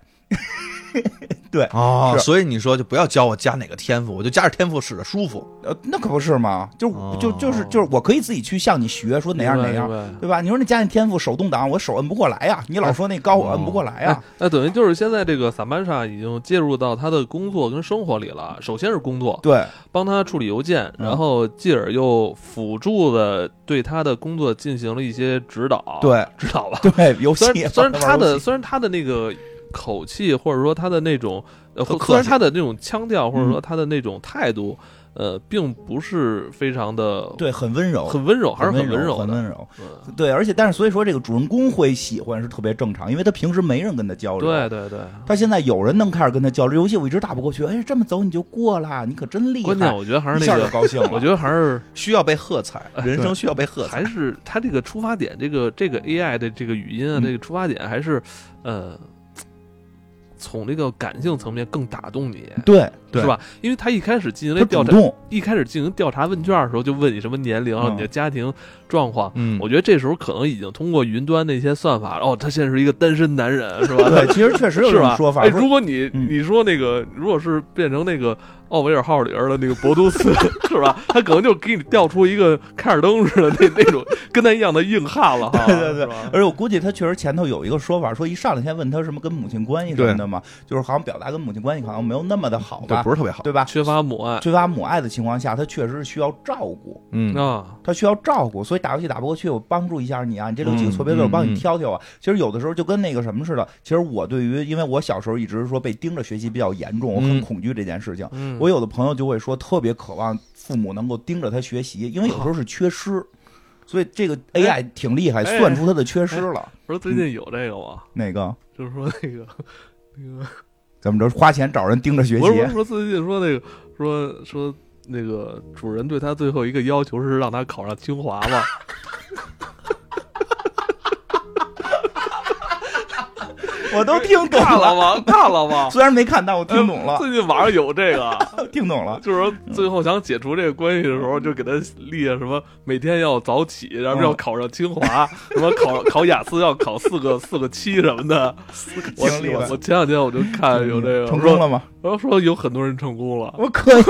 哦，
是
所以你说就不要教我加哪个天赋，我就加着天赋使着舒服。
呃，那可不是嘛，就
哦
就就是就是，我可以自己去向你学，说哪样哪样，
明白明白
对吧？你说那家庭天赋手动挡，我手摁不过来呀、你老说那高我摁不过来呀、
哎那等于就是现在这个萨曼莎已经介入到他的工作跟生活里了。首先是工作，
对，
帮他处理邮件，
嗯
然后继而又辅助的对他的工作进行了一些指导，
对，啊
指导 吧。
对，游戏
虽然虽然他
玩游
的
戏
虽然他的那个口气，或者说他的那种呃，
特
或
客气
虽然他的那种腔调，或者说
嗯
他的那种态度，呃，并不是非常的
对很温柔，
很温柔，还是
很
温
柔，
柔
很
的。
温柔。
嗯
对，而且但是所以说这个主人公会喜欢是特别正常，因为他平时没人跟他交流。
对。对对，
他现在有人能开始跟他交流，游戏我一直打不过去。哎，这么走你就过了，你可真厉害！
关键我觉得还是
一
那
下就
个，
高兴了。
我觉得还是
需要被喝彩，人生需要被喝彩。
还是它这个出发点，这个这个 AI 的这个语音啊，
嗯
这个出发点还是，呃，从这个感性层面更打动你，
对，
对
是吧？因为他一开始进行
他
那调
主
查，
动，
一开始进行调查问卷的时候，就问你什么年龄啊、
嗯
你的家庭状况。
嗯
我觉得这时候可能已经通过云端那些算法，哦，他现在是一个单身男人，是吧？
对，其实确实有
是
这种
吧？
说法。
哎，
说
如果你
嗯
你说那个，如果是变成那个奥维尔号里边的那个博都斯， 是吧？他可能就给你调出一个凯尔登似的 那那种跟他一样的硬汉了哈。
对对对
是吧
而且我估计他确实前头有一个说法，说一上来先问他什么跟母亲关系什么的嘛，就是好像表达跟母亲关系好像没有那么的好
对
吧，
不是特别好。
对吧？
缺乏母爱
缺乏母爱的情况下，他确实是需要照顾，
嗯
啊，
他需要照顾，所以打游戏打不过去，我帮助一下你啊，你这六几个
嗯
错别字，我帮你
嗯嗯
挑挑啊。其实有的时候就跟那个什么似的，其实我对于，因为我小时候一直说被盯着学习比较严重，我很
嗯
恐惧这件事情。
嗯，
我有的朋友就会说，特别渴望父母能够盯着他学习，因为有时候是缺失，所以这个 AI 挺厉害，
哎
算出他的缺失了。
不是
嗯
最近有这个吗？
哪个？
就是说那个那个，
怎么着？花钱找人盯着学
不是不是
习？
说最近说那个说说那个主人对他最后一个要求是让他考上清华 嘛？
我都听懂
看了
了，
吗？看了吗？
虽然没看，但我听懂
哎
了，
最近网上有这个。啊
听懂 了。
就是说最后想解除这个关系的时候，就给他立了什么每天要早起，然后
嗯
要考上清华，什么考考雅思要考四个四个七什么的。我
挺厉害
我我前两天我就看哎有这个
嗯成功了，吗？
然后说有很多人成功了。
我可以，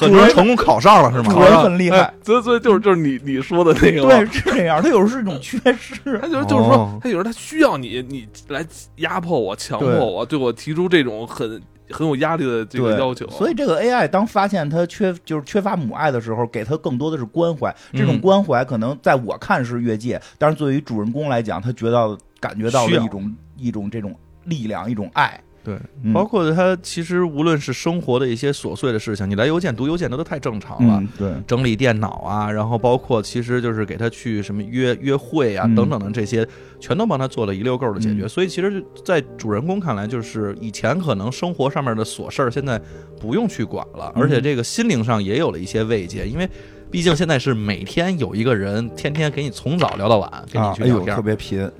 很多人成功考上了是
主
吗？
人嗯很厉害
哎，所以所以就是就是你你说的那个嘛，
对，是这样。他有时候是一种缺失
他，就是就是说
哦，
他有时候他需要你，你来压迫我、强迫我，对我提出这种很很有压力的这个
对
要求。啊
所以这个 AI 当发现它缺就是缺乏母爱的时候，给它更多的是关怀。这种
嗯
关怀可能在我看是越界，但是作为主人公来讲，他觉得感觉到
需
了
要
一种一种这种力量，一种爱。
对，
嗯
包括他其实无论是生活的一些琐碎的事情，你来邮件读邮件都都太正常了。
嗯，对，
整理电脑啊，然后包括其实就是给他去什么约约会啊
嗯
等等的这些，全都帮他做了一溜够的解决。
嗯
所以其实，在主人公看来，就是以前可能生活上面的琐事儿，现在不用去管了，
嗯
而且这个心灵上也有了一些慰藉，因为毕竟现在是每天有一个人天天给你从早聊到晚，跟你
啊，
去
哎
聊
呦，
天
特，别贫，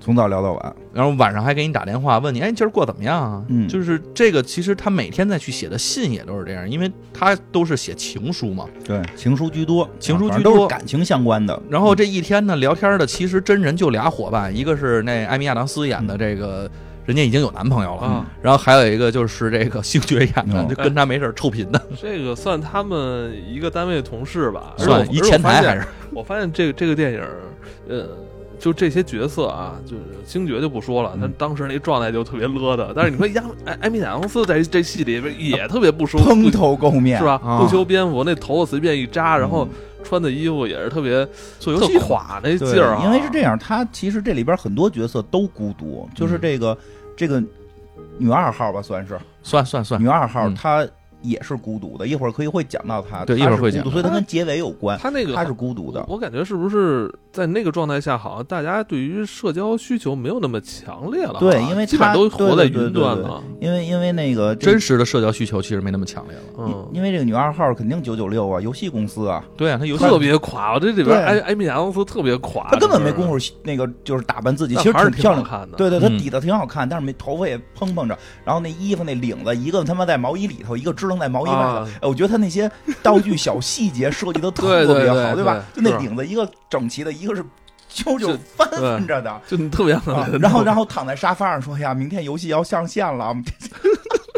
从早聊到晚，
然后晚上还给你打电话问你，哎，今儿过得怎么样啊？
嗯
就是这个，其实他每天再去写的信也都是这样，因为他都是写情书嘛。
对，情书居多，
情书
啊反
居
正都
多
是感情相关的。
然后这一天呢，聊天的其实真人就俩伙伴，一个是那艾米亚当斯演的这个，人家已经有男朋友了，
啊，
然后还有一个就是这个星爵演的，
嗯
就跟他没事儿臭 贫的，
这个算他们一个单位的同事吧，而且
算
我
一前台还。
而且我发
是
现我发现这个这个电影儿，呃，就这些角色啊，就是星爵就不说了，他
嗯
当时那状态就特别勒的。但是你说亚哎艾艾米亚当斯在这戏里边也特别不舒服，
嗯蓬头垢面嗯
是？吧？
啊
不修边幅，那头发随便一扎，然后穿的衣服也是特别
做游
特
戏的
垮那
对
劲儿啊。
因为是这样，他其实这里边很多角色都孤独，就是
嗯
这个、这个女二号吧，算是
算算算
女，二号，
嗯
她也是孤独的。一会儿可以会讲到她，
对
她
一会儿
是
会
孤
讲
独所以她
她
跟结尾有关，
他那个
她是孤独的。
我感觉是不是在那个状态下，好像大家对于社交需求没有那么强烈了啊？
对因为
基本上
他
都活在
对对对
云端
对
了。
因为因为那个这
真实的社交需求其实没那么强烈了。
嗯，
因为这个女二号肯定九九六啊，游戏公司啊，
对啊，他游戏
特别垮，我这里边
对
艾艾米亚当斯特别垮，
啊
她根本没
整个
工
人，
夫那个就是打扮自己，
但
其实
还是
挺
挺
漂
好
亮。
看的。
对对，她
嗯
底子挺好看，但是没头发也蓬蓬着，然后那衣服那领子，一个他妈在毛衣里头，一个支棱在毛衣外头，
啊，
哎，我觉得他那些道具小细节设计的 特
对对
别好，
对
吧？就
对
那
是
顶子一个整齐的，一个是揪
就
揪翻翻 着的。
就你特别
啊
能，
然后，然后躺在沙发上说：“哎呀，明天游戏要上线了，我们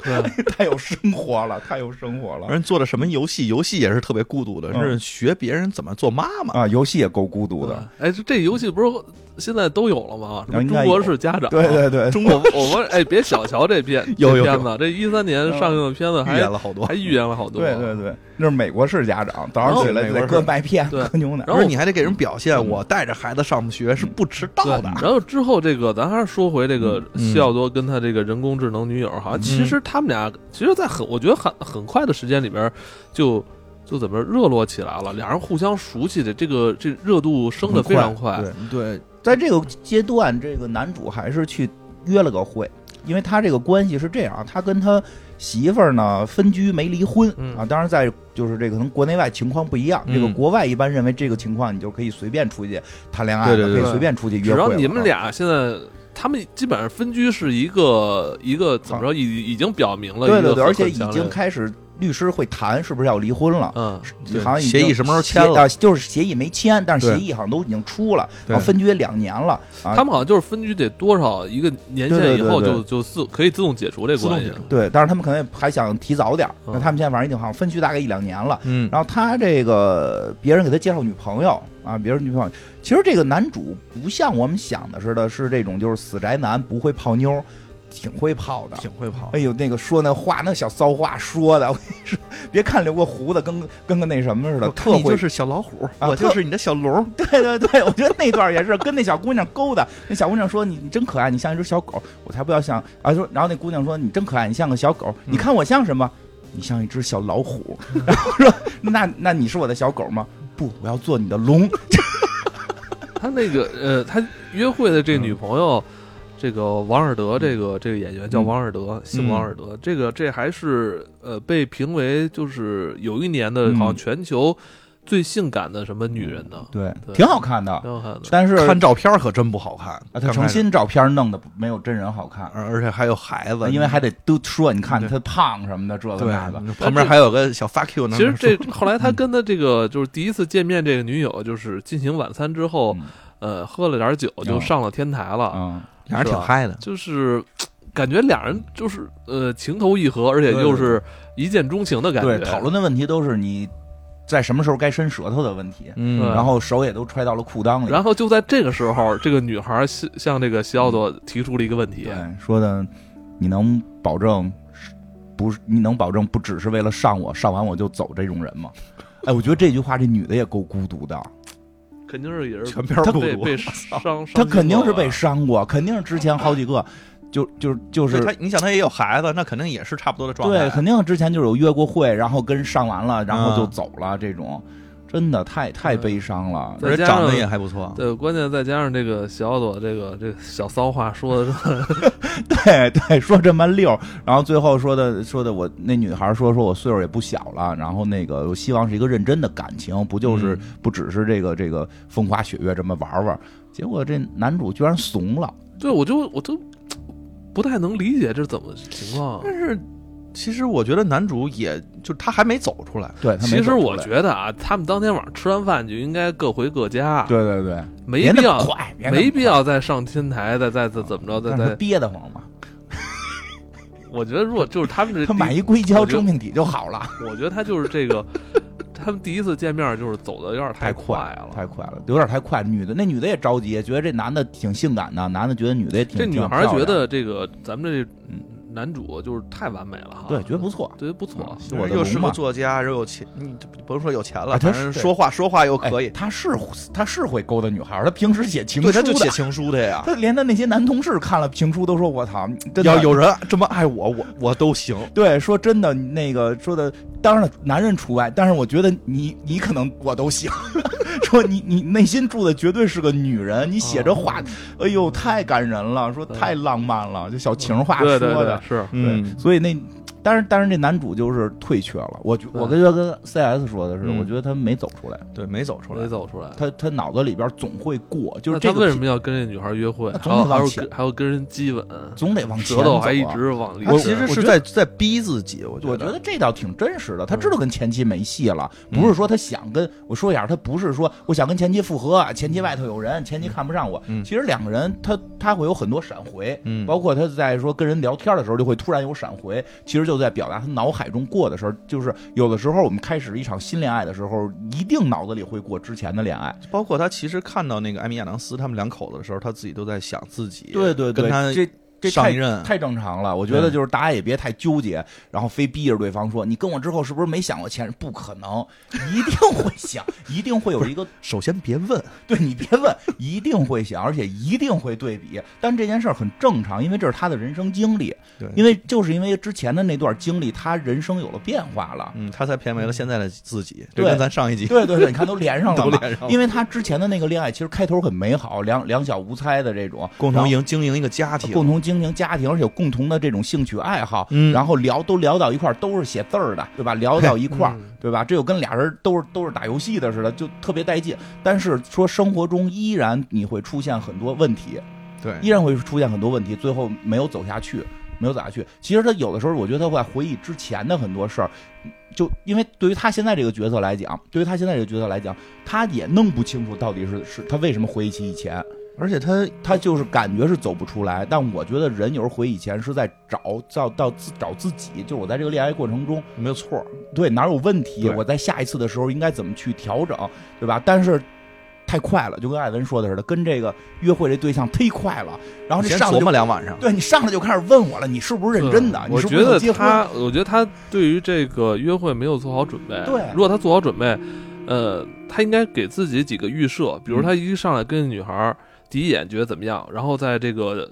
对
太有生活了，太有生活了
人做的什么游戏，游戏也是特别孤独的，
嗯
是学别人怎么做妈妈。
啊！游戏也够孤独的，
哎，这这游戏不是现在都有了吗？什
啊
么
应该
中国式家长，
对对对，
中国， 我们哎，别小瞧这片
有有有
这片子，这一三年上映的片子
预言
还
了好多
还，预言了好多，
对对对，那是美国式家长，早上起来就
然后美国
得
式
割麦片、
对
喝牛奶
然
然
后
后你还得给人表现，
嗯
我带着孩子上学是不迟到
对
的。
然后之后这个，咱还是说回这个
嗯
西奥多跟他这个人工智能女友，好像其实他们俩，其实，在很我觉得很很快的时间里边就。就怎么热络起来了，俩人互相熟悉的这个这热度升的非常快，
很快对
嗯对，
在这个阶段，这个男主还是去约了个会，因为他这个关系是这样，他跟他媳妇儿呢分居没离婚、
嗯
啊，当然在就是这个可能国内外情况不一样，
嗯
这个国外一般认为这个情况你就可以随便出去谈恋爱了，
对对对
可以随便出去
只
约会
要
了。啊
你们俩现在，他们基本上分居是一个一个怎么着，已已经表明了一
对
个
对对，
很
而且
很
已
强烈
经
的
开始律师会谈是不是要离婚了。
嗯，
对
好像已经
协议什么时候签了
协啊？就是协议没签，但是
对
协议好像都已经出了，
对
然后分居两年了。啊
他们好像就是分居得多少一个年限
对对对
以后
对
就就自可以自动解除这关系
自动解
了，
对，但是他们可能也还想提早点儿。
嗯
那他们现在反正已经好像分居大概一两年了。
嗯，
然后他这个别人给他介绍女朋友啊，别人女朋友，其实这个男主不像我们想的似的，是这种就是死宅男，不会泡妞儿，挺会泡的。
挺会跑
哎。呦，那个说那话，那小骚话说的，我跟你说，别看留个胡子，跟跟个那什么似的，
我看
特
你
会。
就是小老虎，
啊
我就
特
是你的小龙。
对对对，我觉得那段也是跟那小姑娘勾搭，那小姑娘说你你真可爱，你像一只小狗，我才不要像啊说，然后那姑娘说你真可爱，你像个小狗，你看我像什么？你像一只小老虎。然后说那那你是我的小狗吗？不，我要做你的龙。
他那个呃，他约会的这
嗯
女朋友，这个王尔德，这个这个演员叫
嗯
王尔德，姓王尔德。这个这还是呃被评为就是有一年的
嗯
好像全球最性感的什么女人呢？
对
对
挺好看的，
挺好看的。
但是
看照片儿可真不好看，
啊，
刚
他
开
诚
始，
心照片弄的没有真人好看，
而而且还有孩子，
因为还得都说你看
对
他胖什么的，这个
对
那个。
旁边还有个小 fuck you 呢。
其实这后来他跟他这个就是第一次见面这个女友，就是进行晚餐之后，
嗯
呃，喝了点酒就
嗯
上了天台了。
嗯，
俩人挺嗨的，
就是感觉俩人就是呃情投意合，而且又是一见钟情的感觉。
对，讨论的问题都是你在什么时候该伸舌头的问题，
嗯
对
然后手也都揣到了裤裆里。
然后就在这个时候，这个女孩向向这个西奥多提出了一个问题，
嗯对，说的你能保证是不是？你能保证不只是为了上我，上完我就走这种人吗？ 哎，我觉得这句话这女的也够孤独的，
肯定是也是
全片儿孤
被
独。
被伤，伤
她肯定是被
伤
伤过，肯定是之前好几个就就就是
对他，你想他也有孩子，那肯定也是差不多的状态。啊
对，肯定之前就是有约过会，然后跟上完了，然后就
嗯
走了，这种真的太太
嗯
悲伤了。
对
而且长得也还不错。
对，关键再加上这个小朵这个这个小骚话说的 这，
对对，说这么溜儿，然后最后说的说的我那女孩说说我岁数也不小了，然后那个我希望是一个认真的感情，不就是、
嗯
不只是这个这个风花雪月这么玩玩。结果这男主居然怂了，
对我就我都不太能理解这是怎么情况。啊
但是其实我觉得男主也就是他还没走出来，
对他没
其实
走出
我
来
觉得啊，他们当天晚上吃完饭就应该各回各家，
对对对，
没
别那
必
么
要
快，别那么
没必
快，
要再上天台再再再怎么着再
但是他
再。
憋得慌嘛，
我觉得如果就是他们这
他
第
买一硅
我
胶
觉得
中性体就好了。
我觉得他就是这个，他们第一次见面就是走的有点
太
快
了，
了。
太快了，有点太快。女的那女的也着急，也觉得这男的挺性感的，男的觉得女的也挺
这女孩觉
挺漂亮
得这个咱们这男主就是太完美了哈，
对，觉得不错。嗯
觉得不错。
是我的
又是
龙
个
嘛
作家，又有钱，你甭说有钱了，
哎他
反
是
正说话说话又可
哎
以，
他是他是会勾搭女孩儿，他平时写情书的，
对，他就写情书的呀。
他连他那些男同事看了情书都说：“我操，真的
要有人这么爱我，我我都行。
对说真的那个说的，当然了，男人除外。但是我觉得你你可能我都行， 说你你内心住的绝对是个女人，你写
哦
着话，哎呦太感人了，说
对
太浪漫了，这小情话
对
说
对对
的，，嗯
是
嗯
对，，所以那，但是但是这男主就是退却了。我觉我跟觉得跟 CS 说的是，
嗯
我觉得他没走出来，
对，没走出
没
来。
走出来。
他他脑子里边总会过，就是
那
这
他
个
为什么要跟这女孩约会？
那
还
总得
有还
往
有
前
跟还有跟人激吻，
总得往前
舌
走、
头
啊。
还一直往里。
他
我
其实
我
是
觉
在在逼自己，我
我觉得这倒挺真实
嗯
的，他知道跟前妻没戏了，
嗯
不是说他想跟我说一下，他不是说我想跟前妻复合啊，前妻外头有人，前妻看不上我。
嗯
其实两个人他他会有很多闪回，
嗯
包括他在说跟人聊天的时候就会突然有闪回，其实就在表达他脑海中过的事儿。就是有的时候我们开始一场新恋爱的时候，一定脑子里会过之前的恋爱。
包括他其实看到那个艾米亚当斯他们两口子的时候，他自己都在想自己
对对对，
跟他
这这
上一
太
任
太正常了，我觉得
对
就是大家也别太纠结，然后非逼着对方说你跟我之后是不是没想过前任？不可能，一定会想， 一定会有一个
首先别问，
对你别问，一定会想，而且一定会对比。但这件事儿很正常，因为这是他的人生经历，
对
因为就是因为之前的那段经历，他人生有了变化了。
嗯，他才偏为了现在的自己，
对
这跟咱上一集
对对对，你看都连上了
都
嘛，
连上了
因为他之前的那个恋爱其实开头很美好，两两小无猜的这种
共
然
同
后
营经营一个家庭，
共同经营家庭，而且有共同的这种兴趣爱好，
嗯
然后聊都聊到一块儿，都是写字儿的，对吧？聊到一块儿，
嗯
对吧？这就跟俩人都是都是打游戏的似的，就特别带劲。但是说生活中依然你会出现很多问题，
对
依然会出现很多问题，最后没有走下去，没有走下去。其实他有的时候，我觉得他会回忆之前的很多事儿，就因为对于他现在这个角色来讲，对于他现在这个角色来讲，他也弄不清楚到底是是他为什么回忆起以前。
而且他
他就是感觉是走不出来。但我觉得人有时候回以前是在找到到自找自己，就是我在这个恋爱过程中，
没有错，
对哪有问题，
对
我在下一次的时候应该怎么去调整，对吧？但是。太快了，就跟艾文说的似的，跟这个约会这对象忒快了，然后这
先
上来
琢
就
磨两晚上，
对你上来就开始问我了，你是不是认真的？你
我
是不
觉
是要
得
结婚？
他，呃我觉得他对于这个约会没有做好准备。
对
如果他做好准备，呃，他应该给自己几个预设，比如他一上来跟女孩儿第一眼觉得怎么样，然后在这个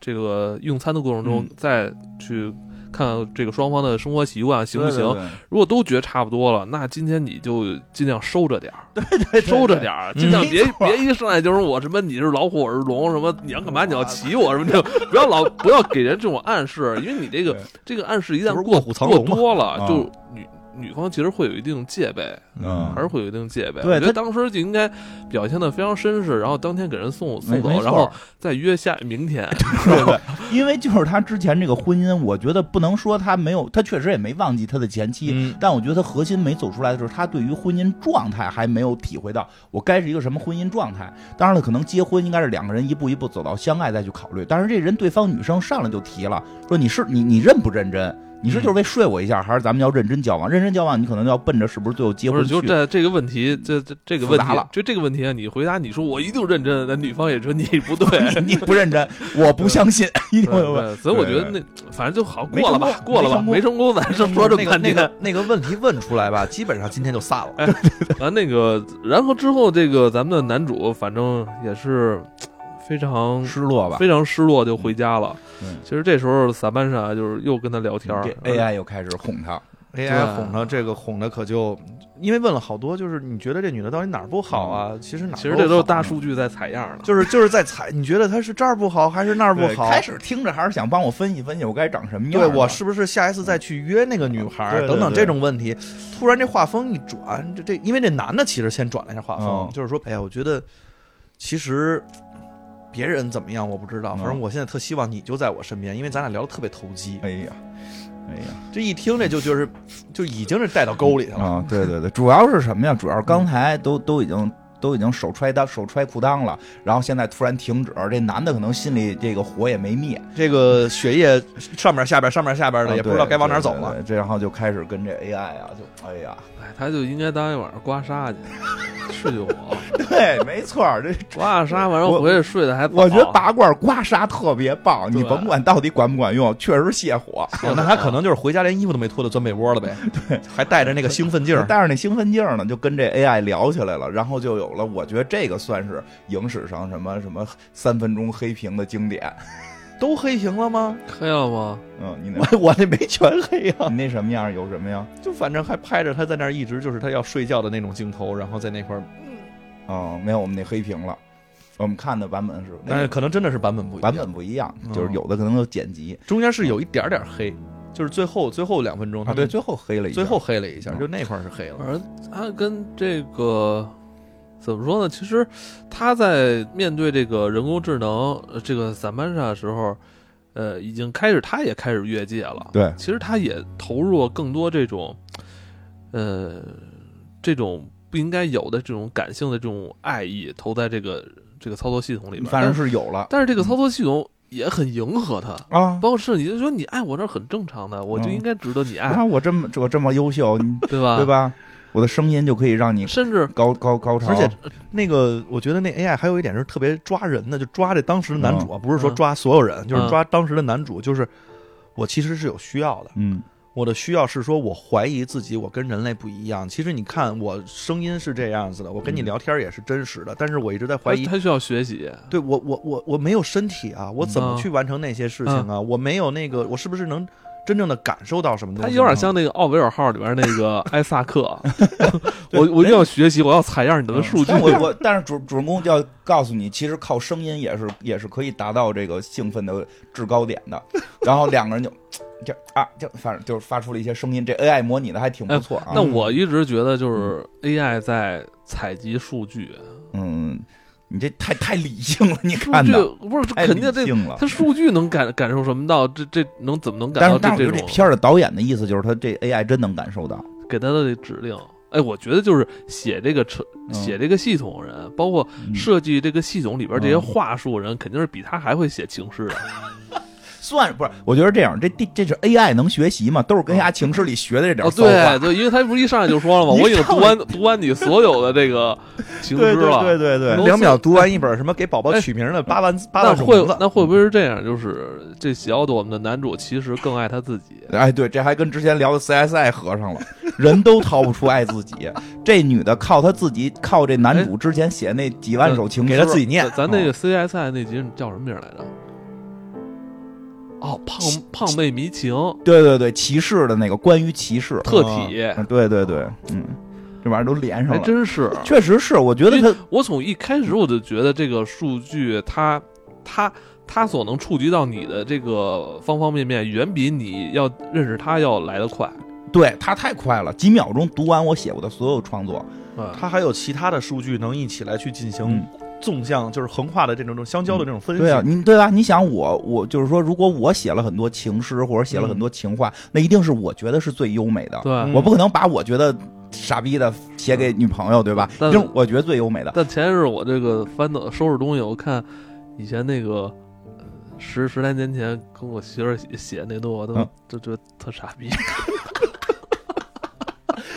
这个用餐的过程中
嗯
再去看看这个双方的生活习惯行不行。
对？对对
如果都觉得差不多了，那今天你就尽量收着点儿，
对对
收着点儿，
嗯
尽量别
没错
别一上来就是我什么你是老虎我是龙什么你要干嘛你要骑我什么就 不要老不要给人这种暗示，因为你这个
对
这个暗示一
这
旦
不是
过
卧虎藏
过
龙吗
多了，
啊
就女女方其实会有一定戒备，
啊
嗯
还是会有一定戒备。
对
我觉
他
得当时就应该表现的非常绅士，然后当天给人送
没
送走
没，错
然后再约下明天。
对对， 因为就是他之前这个婚姻，我觉得不能说他没有，他确实也没忘记他的前妻，
嗯
但我觉得他核心没走出来的时候，他对于婚姻状态还没有体会到我该是一个什么婚姻状态。当然了，可能结婚应该是两个人一步一步走到相爱再去考虑。但是这人对方女生上来就提了，说你是你你认不认真？你是就是为睡我一下，还是咱们要认真交往？认真交往，你可能要奔着是不是最后结
不
婚
是，
去？
就这这个问题，这这这个
复
问题
杂了，
就这个问题啊，你回答你说我一定认真，那女方也说你不对，
你不认真，我不相信，一定会
对
问。
对，所以我觉得
对
那反正就好
没
过了吧，
成功
过了吧，没
没
成功咱
那
就说这么
个
半
那
天。
个那个问题问出来吧，基本上今天就散了。
啊完那个，然后之后这个咱们的男主，反正也是非常
失落吧？
非常失落，就回家了。
嗯
其实这时候萨班莎就是又跟他聊天儿嗯
这 AI 又开始哄他，
AI 哄她，这个哄的可就，因为问了好多，就是你觉得这女的到底哪儿不好啊？其实哪儿
其实这都是
好
大数据在采样了。
就是就是在猜，你觉得她是这儿不好还是那儿不
对
好？
开始听着还是想帮我分析分析我该长什么样
对
儿。嗯
我是不是下一次再去约那个女孩儿
对对
等等
对
这种问题，突然这画风一转，这这因为这男的其实先转了一下画风，
嗯
就是说，哎呀，我觉得其实别人怎么样我不知道，
嗯
反正我现在特希望你就在我身边，因为咱俩聊的特别投机。
哎呀，哎呀
这一听这就就是就已经是带到沟里去了，
啊，对对对，主要是什么呀？主要是刚才都都已经。都已经手揣裆手揣裤裆了，然后现在突然停止，这男的可能心里这个火也没灭，
这个血液上面下边上面下边的也不知道该往哪儿走
啊
了。
对对对对这然后就开始跟这 AI 啊，就哎呀，
哎，他就应该当天晚上刮痧去，去救我！
对，没错儿， 这
刮痧完了
我
回去睡得还早
我觉
哦
得拔罐刮痧特别棒，
对
你甭管到底管不管用，确实泻火，
对
哦那他可能就是回家连衣服都没脱就钻被窝了呗，对，还带着那个兴奋劲
就
儿。
带着那兴奋劲儿呢，就跟这 AI 聊起来了，然后就有了，我觉得这个算是影史上什么什么三分钟黑屏的经典。
都黑屏了吗？
黑了吗？
嗯，你那。
我我那没全黑啊
你那什么样儿有什么呀？
就反正还拍着他在那儿一直就是他要睡觉的那种镜头，然后在那块儿，
哦，没有，我们那黑屏了，我们看的版本是那
但是
个
可能真的是版哎本不一样，
版本不一样，
嗯
就是有的可能有剪辑
中间是有一点点黑，就是最后最后两分钟他
啊，对，最后黑了一下，
最后黑了一啊下，
嗯
就那块儿是黑了
反。正他跟这个怎么说呢？其实他在面对这个人工智能呃这个萨曼莎的时候，呃，已经开始他也开始越界了。
对
其实他也投入了更多这种，呃，这种不应该有的这种感性的这种爱意投在这个这个操作系统里面。
反正
但是
是有了嗯
但是这个操作系统也很迎合他。
啊。
包括是你就说你爱我这很正常的，我就应该值得你
哎
爱，
啊，我这么我这么优秀，你
对
啊
吧？
对？吧？我的声音就可以让你
甚至
高高高潮，
而且那个，我觉得那 AI 还有一点是特别抓人的，就抓这当时的男主，啊，不是说抓所有人，就是抓当时的男主。就是我其实是有需要的，
嗯
我的需要是说我怀疑自己，我跟人类不一样。其实你看我声音是这样子的，我跟你
嗯
聊天也是真实的，但是我一直在怀
他
疑
他需要学习，
对我，我我我没有身体啊，我
嗯
怎么去完成那些事情啊？我没有那个，我是不是能真正的感受到什么东
他
西？
有点像那个奥维尔号里边那 个艾萨克，我我一定要学习，我要采样你的数据
哎嗯但。我我但是主主人公就要告诉你，其实靠声音也是也是可以达到这个兴奋的制高点的。然后两个人就这啊，就反正就是发出了一些声音，这 AI 模拟的还挺不错啊。
哎那我一直觉得就是 AI 在采集数据，
嗯，你这太太理性了，你
数
看
据
的
不是这
太
肯
理
定这
性了。
他数据能感感受什么到这这能怎么能感
但
到
是，但是
这
我
这
觉得这
种
片儿的导演的意思就是，他这 AI 真能感受到，
给他的指令？哎，我觉得就是写这个程
嗯
写这个系统人，包括
嗯
设计这个系统里边这些
嗯
话术人，肯定是比他还会写情诗的。
嗯算不是？我觉得这样，这这这是 AI 能学习嘛？都是跟人家情诗里学的这点
嗯哦，
儿骚
对
话。
对，因为他不是一上来就说了吗？
一
我已经
上
读完读完你所有的这个情诗
对
了。嗯
对对对对，
两秒读完一本什么给宝宝取名的八万八
哎那
万种
会
名字，
那会不会是这样？就是这小奥朵们的男主其实更爱他自己。
哎，对，这还跟之前聊的 CSI 合上了，人都逃不出爱自己。这女的靠她自己，靠这男主之前写那几万首情诗，
给他自己念
咱？咱
哦
那个 CSI 那集叫什么名来着？哦，胖胖妹迷情
对对对，骑士的那个关于骑士，
特体，
嗯对对对，嗯，这玩意儿都连上
还
了，
真是。
确实是，我觉得他
我从一开始我就觉得这个数据它它它所能触及到你的这个方方面面，远比你要认识它要来得快。
对他太快了，几秒钟读完我写过的所有创作，
嗯，
它还有其他的数据能一起来去进行
嗯
纵向，就是横跨的这种这种相交的这种分析。
对啊，你对吧？你想我，我就是说，如果我写了很多情诗或者写了很多情话，那一定是我觉得是最优美的。
嗯对。
嗯
我不可能把我觉得傻逼的写给女朋友，对吧？
但
这种我觉得最 优美的。
但前一阵我这个翻到收拾东西，我看以前那个呃十十来年前跟我媳妇儿写写那东西，我都
嗯
就觉得特傻 逼，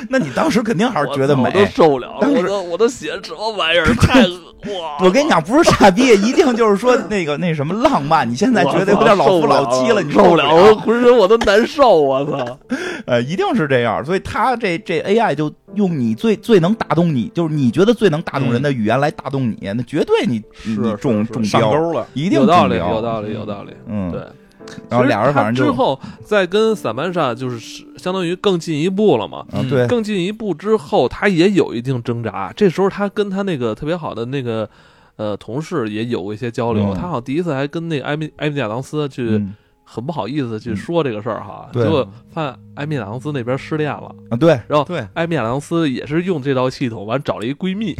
那你当时肯定还是觉得
我都
美。
受不了了，
当
我
时
都我都写什么玩意 儿，太恶哇！
我跟你讲，不是傻逼，一定就是说那个那什么浪漫。你现在觉得有点老夫老妻了，你
受
不
不了，我浑身我都难受，我操！
呃，一定是这样。所以他这这 AI 就用你最最能打动你，就是你觉得最能打动人的语言来打动你，那绝对你你
是
你中
是
中
上
标，
钩了，
一定
有道理，
中标
有道理，有道理。
嗯，
对，
然后俩人反正
其实他之
就，
后再跟萨曼莎就是相当于更进一步了嘛。
嗯，对，
更进一步之后，他也有一定挣扎。这时候他跟他那个特别好的那个呃同事也有过一些交流。
嗯
他好像第一次还跟那个埃米埃米亚当斯去、
嗯
很不好意思去说这个事儿哈，
对
结果发现埃米亚当斯那边失恋了，
啊，对，
对，
埃米亚当斯也是用这套系统，完找了一闺蜜，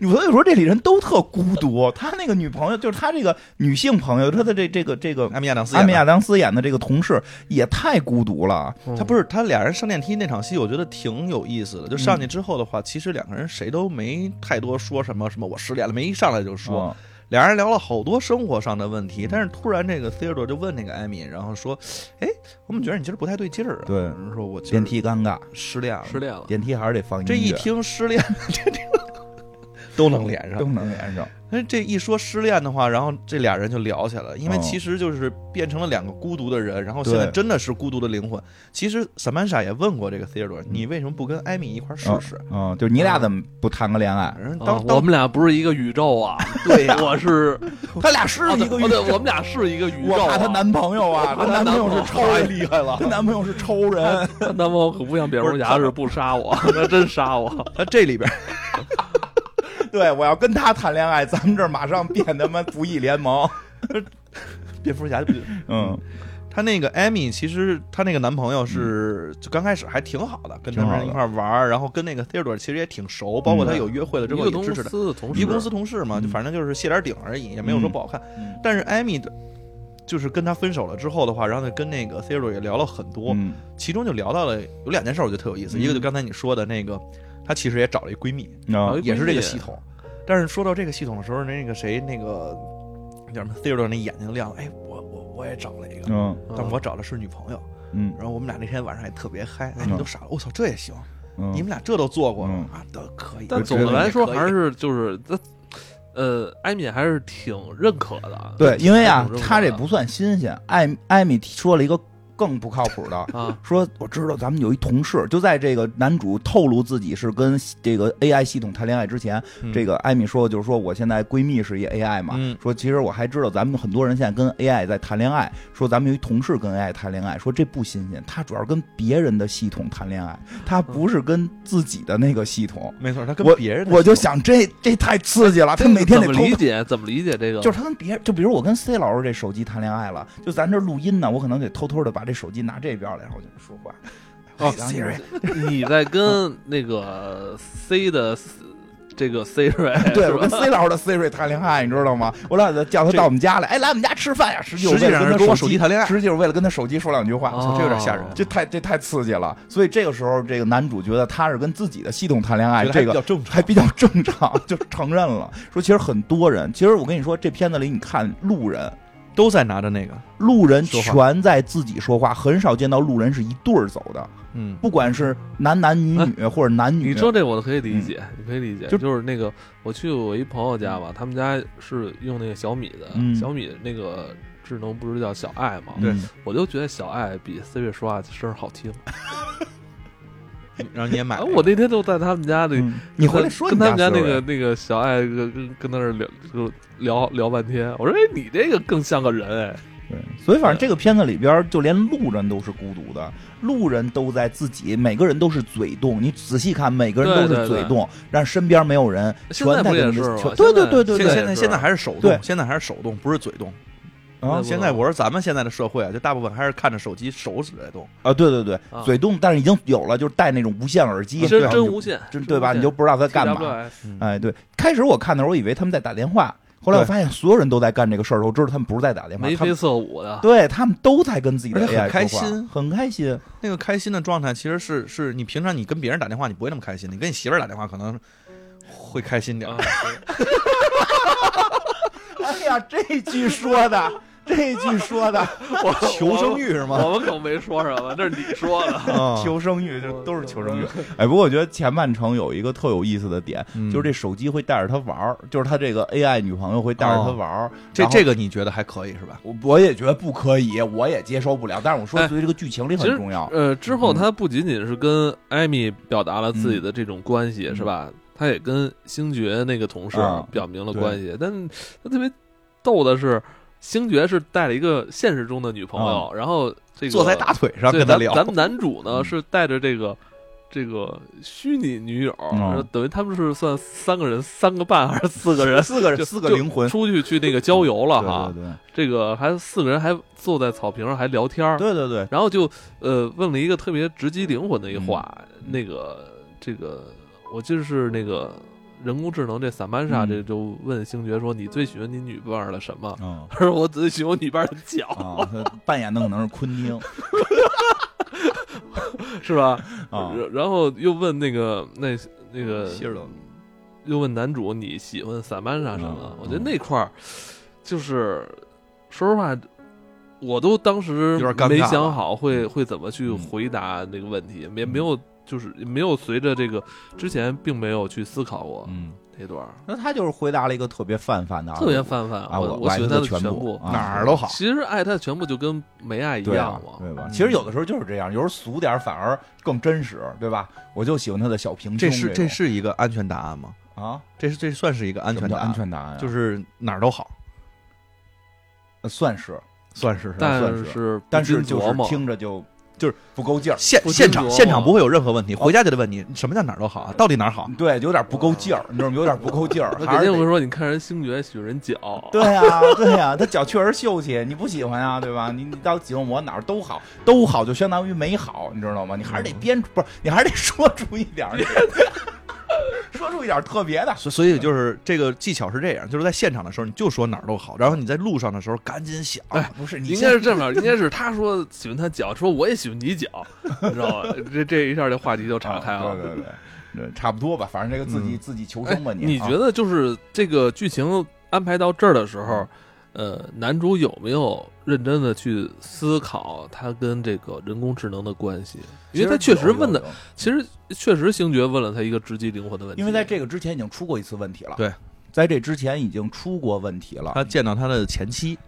我所以说这里人都特孤独，他那个女朋友就是他这个女性朋友，他的这这个这个
艾米亚当斯演
阿
的，
米亚当斯演的这个同事也太孤独了，
嗯
他不是他俩人上电梯那场戏，我觉得挺有意思的。就
嗯
上去之后的话，其实两个人谁都没太多说什么什么我失恋了，没一上来就说。
说
俩人聊了好多生活上的问题，但是突然这个 Theodore 就问那个艾米，然后说：“哎，我怎么觉得你今儿不太对劲儿啊？”
对
然后说我今儿
电梯尴尬，
失恋了。
啊失恋了，
电梯还是得放音乐，
这一听失恋，这这都能连
都
上。
能连上，
那这一说失恋的话，然后这俩人就聊起来了，因为
哦
其实就是变成了两个孤独的人，然后现在
对
真的是孤独的灵魂。其实 Samantha 也问过这个 Theodore，你为什么不跟艾米一块儿试试？
嗯，就是你俩怎么不谈个恋爱？
反正
啊
当
我
当
们俩不是一个宇宙啊，
对呀，
我是
他俩是一个
哦
月，
对，我们俩是一个宇宙、
我
啊。
怕她男朋友啊，她
我怕她
男朋友是超
太
人，
厉害了
她。男朋友是超 人，
她男朋友可不像蝙蝠侠似的不杀我， 他真杀我。
他这里边
对我要跟他谈恋爱，咱们这儿马上变他妈 不义联盟，
蝙蝠侠就不
嗯，
她那个艾米，其实她那个男朋友是就刚开始还挺好的，跟
挺
他
好的
们一块玩儿，然后跟那个 Theodore 其实也挺熟，包括他有约会了之
一
后
个
也
公
支持他，
司的同事，
一个公司同事嘛，
嗯
就反正就是谢点顶而已，也没有说不好看。
嗯
但是艾米的就是跟他分手了之后的话，然后呢跟那个 Theodore 也聊了很多，
嗯
其中就聊到了有两件事，我觉得特有意思，
嗯
一个就刚才你说的那个，她其实也找了一闺蜜，
啊
哎闺蜜
也是这个系统。但是说到这个系统的时候，那个谁那个叫什么 Theodore 那眼睛亮了，哎，我我我也找了一个，
嗯
嗯，
但我找的是女朋友。
嗯
然后我们俩那天晚上还特别嗨，哎，
嗯
你都傻了，我操，这也行？
嗯
你们俩这都做过
嗯
啊？都可以。
但
我
总
觉
的
得
来
也
说
可以
还是就是他，呃，艾米还是挺认可的。
对，因为啊
挺认，可
他这
的
不算新鲜，艾艾米说了一个更不靠谱的。
啊，
说我知道咱们有一同事，就在这个男主透露自己是跟这个 AI 系统谈恋爱之前，
嗯
这个艾米说就是说我现在闺蜜是一 AI 嘛，
嗯
说其实我还知道咱们很多人现在跟 AI 在谈恋爱，说咱们有一同事跟 AI 谈恋爱，说这不新鲜，他主要是跟别人的系统谈恋爱，他不是跟自己的那个系统。
嗯没错，他跟
我
别人的
我就
系统
想这这太刺激了，他每天得
怎么
偷
理解？怎么理解这个？
就是他跟别人，就比如我跟 C 老师这手机谈恋爱了，就咱这录音呢，我可能得偷偷的把这手机拿这边来，然后就说话。
哦
哎，Siri，
你在跟那个 C 的 C- 这个 Siri，
对
是
我
吧
跟 C 老师的 Siri 谈恋爱，你知道吗？我老得叫他到我们家来，哎，来我们家吃饭呀。实际
实际上是
跟
跟
我
我手机谈恋爱
实际就是为了跟他手机说两句话，
哦
这有点吓人
这太这太刺激了。所以这个时候，这个男主觉得他是跟自己的系统谈恋爱，
觉得还
哎这
比
个
较正常。
还比较正常，就承认了。说其实很多人，其实我跟你说，这片子里你看路人，
都在拿着那个，
路人
说话
全在自己说话，很少见到路人是一对儿走的，
嗯，
不管是男男女女或者男女。
嗯你说这我可以理解，你可以理解，
嗯就
就是那个我去我一朋友家吧，他们家是用那个小米的，
嗯
小米那个智能不是叫小爱嘛，
对，
我就觉得小爱比 Siri 说话声儿好听。
然后你也买
啊
了，
我那天就在他们家里，
嗯你回来说
跟
你
他们家那
思维
个那个小爱跟跟跟他那儿聊就聊聊半天，我说哎，你这个更像个人哎，
对，所以反正这个片子里边儿，就连路人都是孤独的，路人都在自己，每个人都是嘴动。你仔细看，每个人都
对对
是嘴动，但是身边没有人，
现在
全
不
在
也
跟
是
着
吗
全对对对对
现
对
现在
是
现在还是手
对
动，现在还是手动，不是嘴动。
啊
对
现在我说咱们现在的社会啊，就大部分还是看着手机，手指在动。
啊，对对对
啊，
嘴动，但是已经有了，就是戴那种无线耳机，
真
对吧
真
你就
无限，
真对吧？你就不知道他干嘛。
嘛？
哎，对，开始我看的时候，我以为他们在打电话，后来我
对
发现所有人都在干这个事儿，我知道他们不是在打电话，
眉
他
飞
们
色舞的，
对他们都在跟自己的
而且很
AI
开
说话
心
很开心。
那个开心的状态，其实是是你平常你跟别人打电话，你不会那么开心，你跟你媳妇儿打电话可能会开心点儿
啊。
哎呀，这句说的这句说的
我
求生欲是吗？
我们可没说什么，这是你说 的。
啊
求生欲，就都是求生欲。嗯哎，不过我觉得前半程有一个特有意思的点，
嗯
就是这手机会带着他玩儿，就是他这个 AI 女朋友会带着他玩儿。
这
然后
这个你觉得还可以是吧？
我我也觉得不可以，我也接受不了。但是我说
哎
对于这个剧情里
其
很
实
重要，
呃，之后他不仅仅是跟艾米表达了自己的这种关系，
嗯嗯
是吧？他也跟星爵那个同事
啊
表明了关系，但他特别逗的是，星爵是带了一个现实中的女朋
啊
友，然后这个
坐在大腿上
对
跟他
咱
聊，
咱们男主呢
嗯
是带着这个。这个虚拟女友，
嗯
然后等于他们是算三个人、三个半还是四个 人？
四个
就
人四个灵魂，
出去去那个郊游了哈。
对
这个还四个人还坐在草坪上还聊天儿，
对对对对，
然后就呃问了一个特别直击灵魂的一
嗯
话，那个这个我记得是那个人工智能这萨曼莎
嗯
这就问星爵说你最喜欢你女伴儿的什么？
嗯
他说我最喜欢我女伴儿的脚，
啊，他扮演的可能是昆汀
是吧？
啊，
然然后又问那个那那个
希尔顿
又问男主你喜欢萨曼莎什么
嗯？
我觉得那块儿就是说实话，我都当时
有点尴尬
没想好会
嗯
会怎么去回答这个问题，也没有就是没有随着这个之前并没有去思考过
嗯，
这段儿，
那他就是回答了一个特别泛泛的，
特别泛泛。
啊，
我
我
喜欢
爱
他
的
全
部，啊
哪儿都好，
其实爱他的全部就跟没爱一
对
样
啊
嘛，
对吧？
嗯
其实有的时候就是这样，有时候俗点儿反而更真实，对吧？我就喜欢他的小平胸
这
种，
是这是一个安全答案吗？
啊，
这是这算是一个安
什么
全
叫
答
安
案，
全答案啊，
就是哪儿都好，
呃算是，
算 是是吧
但
算啊是
是
但
不
是
禁
就
琢
是
磨
听着就就是不 够劲儿，
现
不禁
现
琢
场
磨
现场不会有任何问题，回家就得问你什么叫哪儿都好啊，到底哪儿好？
对，有点不够劲儿，你知道吗？有点不够 劲儿，
他肯
还是
定
得
会说你看人星爵喜欢人脚，
对呀、对呀、他脚确实秀气，你不喜欢啊，对吧？你你到喜欢我哪儿都好，都好就相当于没好，你知道吗？你还是得
嗯
编出，不是，你还是得说出一点儿，说出一点儿特别的。
所所以就是这个技巧是这样，就是在现场的时候你就说哪儿都好，然后你在路上的时候赶紧想，
哎
不是，你啊
应该是这么，应该是他说喜欢他脚，说我也喜欢你脚，你知道吧？这这一下这话题就岔
岔
开啊了。
啊对对对对，差不多吧，反正这个自己、自己求生吧
哎，
你
你
啊
觉得就是这个剧情安排到这儿的时
嗯
候，呃，男主有没有认真的去思考他跟这个人工智能的关系？因为他确实问的，，其实确实星爵问了他一个直击灵魂的问题。
因为在这个之前已经出过一次问题了，
对，
在这之前已经出过问题了。
他见到他的前妻，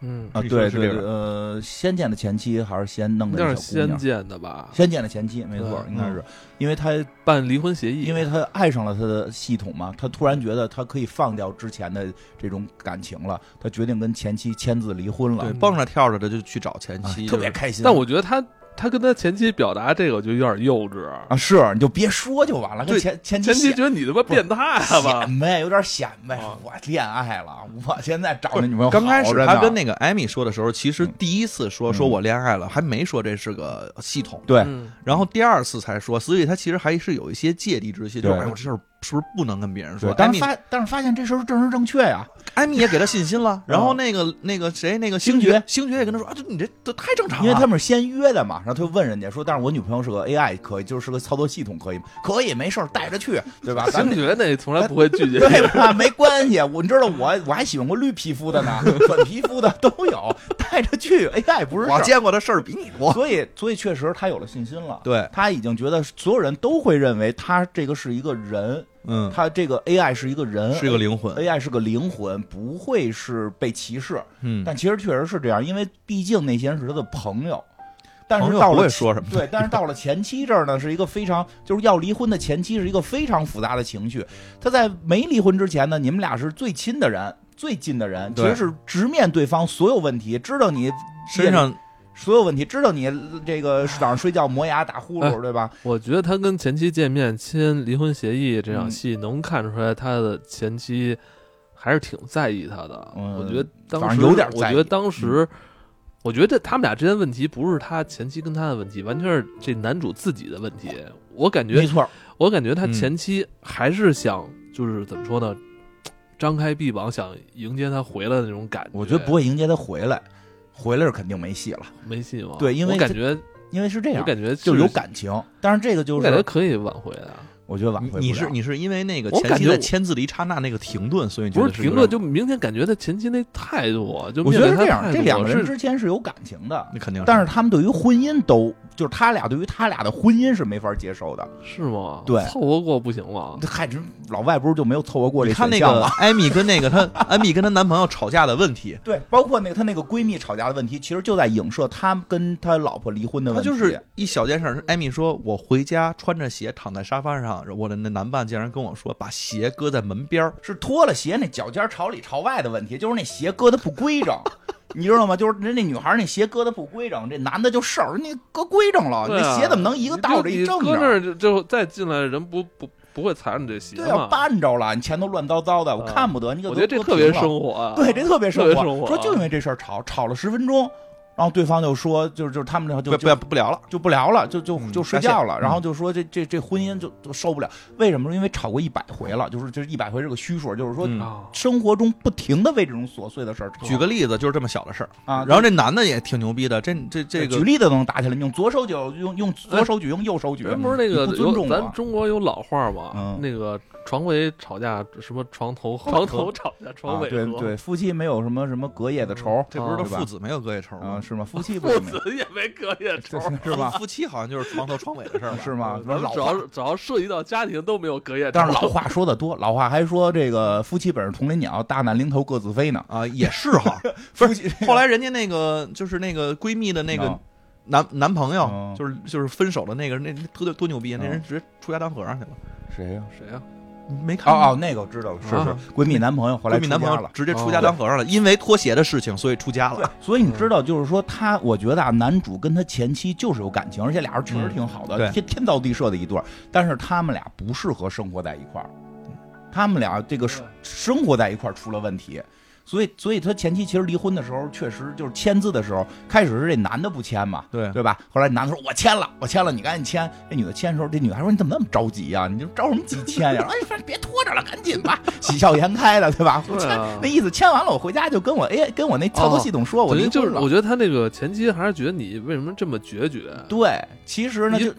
嗯，
啊，
你说
对
的是
对
这
对，
个
呃，仙剑的前妻还是先弄的
那是
那小姑
仙
娘，
剑的吧？
仙剑的前妻，没错，
对嗯
应该是，因为他
办离婚协议，
因为他爱上了他的系统嘛，他突然觉得他可以放掉之前的这种感情了，他决定跟前妻签字离婚了
对，，蹦着跳着的就去找前
哎
妻，
特别开心。
但我觉得他他跟他前妻表达这个，我觉得有点幼稚。
啊，是你就别说就完了，跟
对
前前妻
前妻
显
觉得你他妈变态了吧？
显呗，有点显呗
啊。
我恋爱了，我现在找那女朋友
哦刚开
好
始
着
他
呢
跟那个艾米说的时候，其实第一次说
嗯
说我恋爱了，还没说这是个系统，
对
嗯
然后第二次才说，所以他其实还是有一些芥蒂之心，就
对
是哎，我这事儿是不是不能跟别人说？
对，
哎艾
但
米
是发但是发现这事儿正是正确呀，
艾米也给他信心了，然后那个那个谁那个
星
星
爵
爵星爵也跟他说啊，这你这这太正常
因
了，
为他们是先约的嘛，然后他就问人家说，但是我女朋友是个 AI，可以就是个操作系统，可以吗？可以，没事儿带着去，对吧？咱
星
们
爵那从来不会拒绝你，
对吧？没关系，我你知道我我还喜欢过绿皮肤的 呢，粉皮肤的都有，带着去 AI 不是
我
事
见过的事儿比你
儿。
多。
所以，所以确实他有了信心了。
对，
他已经觉得所有人都会认为他这个是一个人，
嗯，
他这个 AI 是一个人，
是一个灵魂，
AI 是个灵魂，不会是被歧视。
嗯，
但其实确实是这样，因为毕竟那些人是他的朋友。但
朋
是
友
到
不
了
会说什么
对，但是到了前妻这儿呢，是一个非常就是要离婚的前妻，是一个非常复杂的情绪。他在没离婚之前呢，你们俩是最亲的人，最近的人，其
对
实是直面对方所有问题，知道你
身上
所有问题，知道你这个早上睡觉磨牙打呼噜，对吧？
我觉得他跟前妻见面签离婚协议这
嗯
场戏，能看出来他的前妻还是挺在意他的。
嗯
我觉得当
反
时
正有点
我觉
在意嗯
得当时，我觉得他们俩之间问题不是他前妻跟他的问题，完全是这男主自己的问题。我感
没
觉，
错，
我感觉他
嗯
前妻还是想，就是怎么说呢，张开臂膀想迎接他回来的那种感觉。
我觉得不会迎接他回来，回来是肯定没戏了，
没戏吗？
对因为
我感
这
觉，
因为是这
我
样，
感觉
就是有，感情。但是这个就
我
是
感觉可以挽回的。
我觉得挽回不了
你是你是因为那个
我
前
感
期
觉
在
我
签字的一刹那那个停顿，所以你觉
不
得
是
是
评
有
论，
点
就明显感觉他前期那态度啊，就
我觉
面对
得是
他
这样
态，
这
度
两个人
是
之间是有感情的，
那肯定
但是他们对于婚姻都就是他俩对于他俩的婚姻是没法接受的。
是吗？
对
凑合过不行吗？
嗨，这老外不是就没有凑合过这
他
选
那
项
个
吗？
艾米跟那个她艾米跟她男朋友吵架的问题，
对，包括那个她那个闺蜜吵架的问题，其实就在影射她跟她老婆离婚的
他
问题。
就是一小件事儿。艾米说：“我回家穿着鞋躺在沙发上，我的那男伴竟然跟我说把鞋搁在门边儿。
是脱了鞋那脚尖朝里朝外的问题，就是那鞋搁的不规 整，你知道吗？就是人那女孩那鞋搁的不规整，这男的就事儿，你搁规整了，
对啊
那鞋怎么能一个倒着
你
一正
你搁那
着？
儿就就再进来，人不不不会踩着你这鞋
对
吗
啊，？绊着了，你前头乱糟糟的，我
啊
看不得，你给
我觉得
都
这
搁
特别
平了
生活啊，
对，这特别生
特别生活
啊
说就因为这事儿吵，吵了十分钟，然后对方就说，就是就是他们就
不
就
不不聊了，
就不聊了，就就
嗯
就睡
该卸
觉了，然后就说这这这婚姻就就受不了，为什么？因为吵过一百回了，就是就是一百回是个虚数，就是说
嗯
啊，
生活中不停的为这种琐碎的事儿吵
举个例子，就是这么小的事儿。
啊，哎
然后这男的也挺牛逼的，这这这
举
个
例子都能打起来，你用左手举，用用左手举，用右手举，
人不是那
你
个
不尊
有
重
咱
我。
中国有老话嘛，
嗯
那个床尾吵架什么床头床头吵架
啊
床尾
对
和，
对，夫妻没有什么什么隔夜的仇，
这不是
哦
他
对吧
父子没有隔夜仇
啊，
吗？
是吗？ 夫妻不
父
是没有
子也没隔夜仇
这。是是吧？嗯
夫妻好像就是床头床尾的事儿吧
是吗？
咱们
老
只
话
要只要涉及到家庭都没有隔夜仇，
但是老话说的多，老话还说这个夫妻本是同林鸟，大难临头各自飞呢。
啊，也是 哈。
夫妻
后来人家那个就是那个闺蜜的那个
嗯
男男朋友
嗯，
就是就是分手的那个人，那那多多牛逼啊！那人直接出家当和尚去了，
谁呀？
谁啊呀？
你没看
哦
吗
哦，那个我知道了，是
啊
是闺蜜男朋友，后来
闺蜜男
出
朋
家
友
了。哦
直接出家当和尚了，因为脱鞋的事情，所以出家
对
了。，
所以你知道，就是说他，我觉得啊，男主跟他前妻就是有感情，而且俩人确实挺好
嗯
的，
对
天天造地设的一对儿。但是他们俩不适合生活在一块儿，他们俩这个生生活在一块儿出了问题，所以，所以他前妻其实离婚的时候，确实就是签字的时候，开始是这男的不签嘛，
对，
对吧？后来男的说：“我签了，我签了，你赶紧签。”这女的签的时候，这女孩说：“你怎么那么着急呀、你就着什么急签呀、哎， 反正别拖着了，赶紧吧，喜笑颜开的，对吧？
对啊
签那意思，签完了，我回家就跟我哎，跟我那操作系统说，我
我觉
离
得就是
婚
我
了。
觉得他那个前期还是觉得你为什么这么决绝，
对，其实呢，
你
就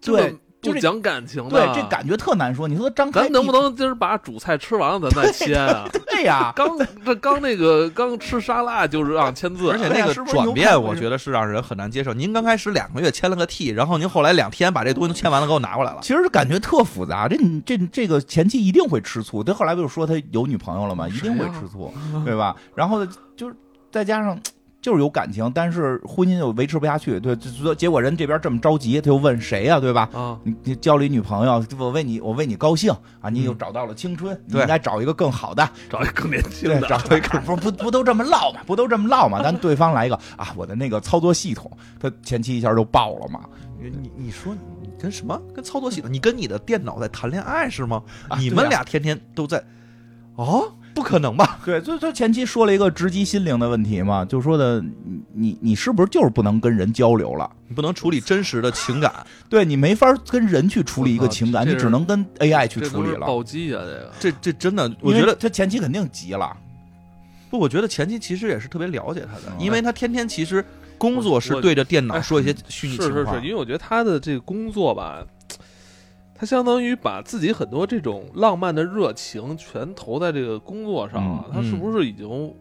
这么
对就
不
这
讲感情的，
对这感觉特难说。你说张开
咱
屁，
能不能今儿把主菜吃完了，咱再签啊？
对呀、
刚这刚那个刚吃沙拉就是让签字，
而且
对哎
那
呀
个
是不是
转
牛
变，
排
我觉得是让人很难接受。您刚开始两个月签了个 T，然后您后来两天把这东西都签完了，给我拿过来了。
其实感觉特复杂，这你这这个前妻一定会吃醋，他后来不是说他有女朋友了吗？一定会吃醋，对吧？然后呢，就是再加上就是有感情，但是婚姻又维持不下去，对，就就结果人这边这么着急，他又问谁呀、对吧？
啊，
你你交了一女朋友，我为你我为你高兴啊，你又
嗯
找到了青春，你
对
应该找一个更好的，
找一个更年轻
对，
的，
找一个 不不不都这么唠嘛，不都这么唠嘛？咱对方来一个啊，我的那个操作系统，他前妻一下就爆了嘛，
你你你说你你跟什么跟操作系统？你跟你的电脑在谈恋爱是吗？
啊
你
对
们
啊
俩天天都在，哦，不可能吧？
对，就就前期说了一个直击心灵的问题嘛，就说的你你你是不是就是不能跟人交流了？
你不能处理真实的情感，
对你没法跟人去处理一个情感，
啊这
你
是
只能跟 AI 去
这
处
都
理
是
了。
暴击啊，这个
这这真的，我
因为
觉得
他前期肯定急了，
不，我觉得前期其实也是特别了解他的
嗯，
因为他天天其实工作
我
是对着电脑
哎
说一些虚拟
是
情
是
话
是，因，为我觉得他的这个工作吧，他相当于把自己很多这种浪漫的热情全投在这个工作上了，
嗯
他是
嗯
不是已经，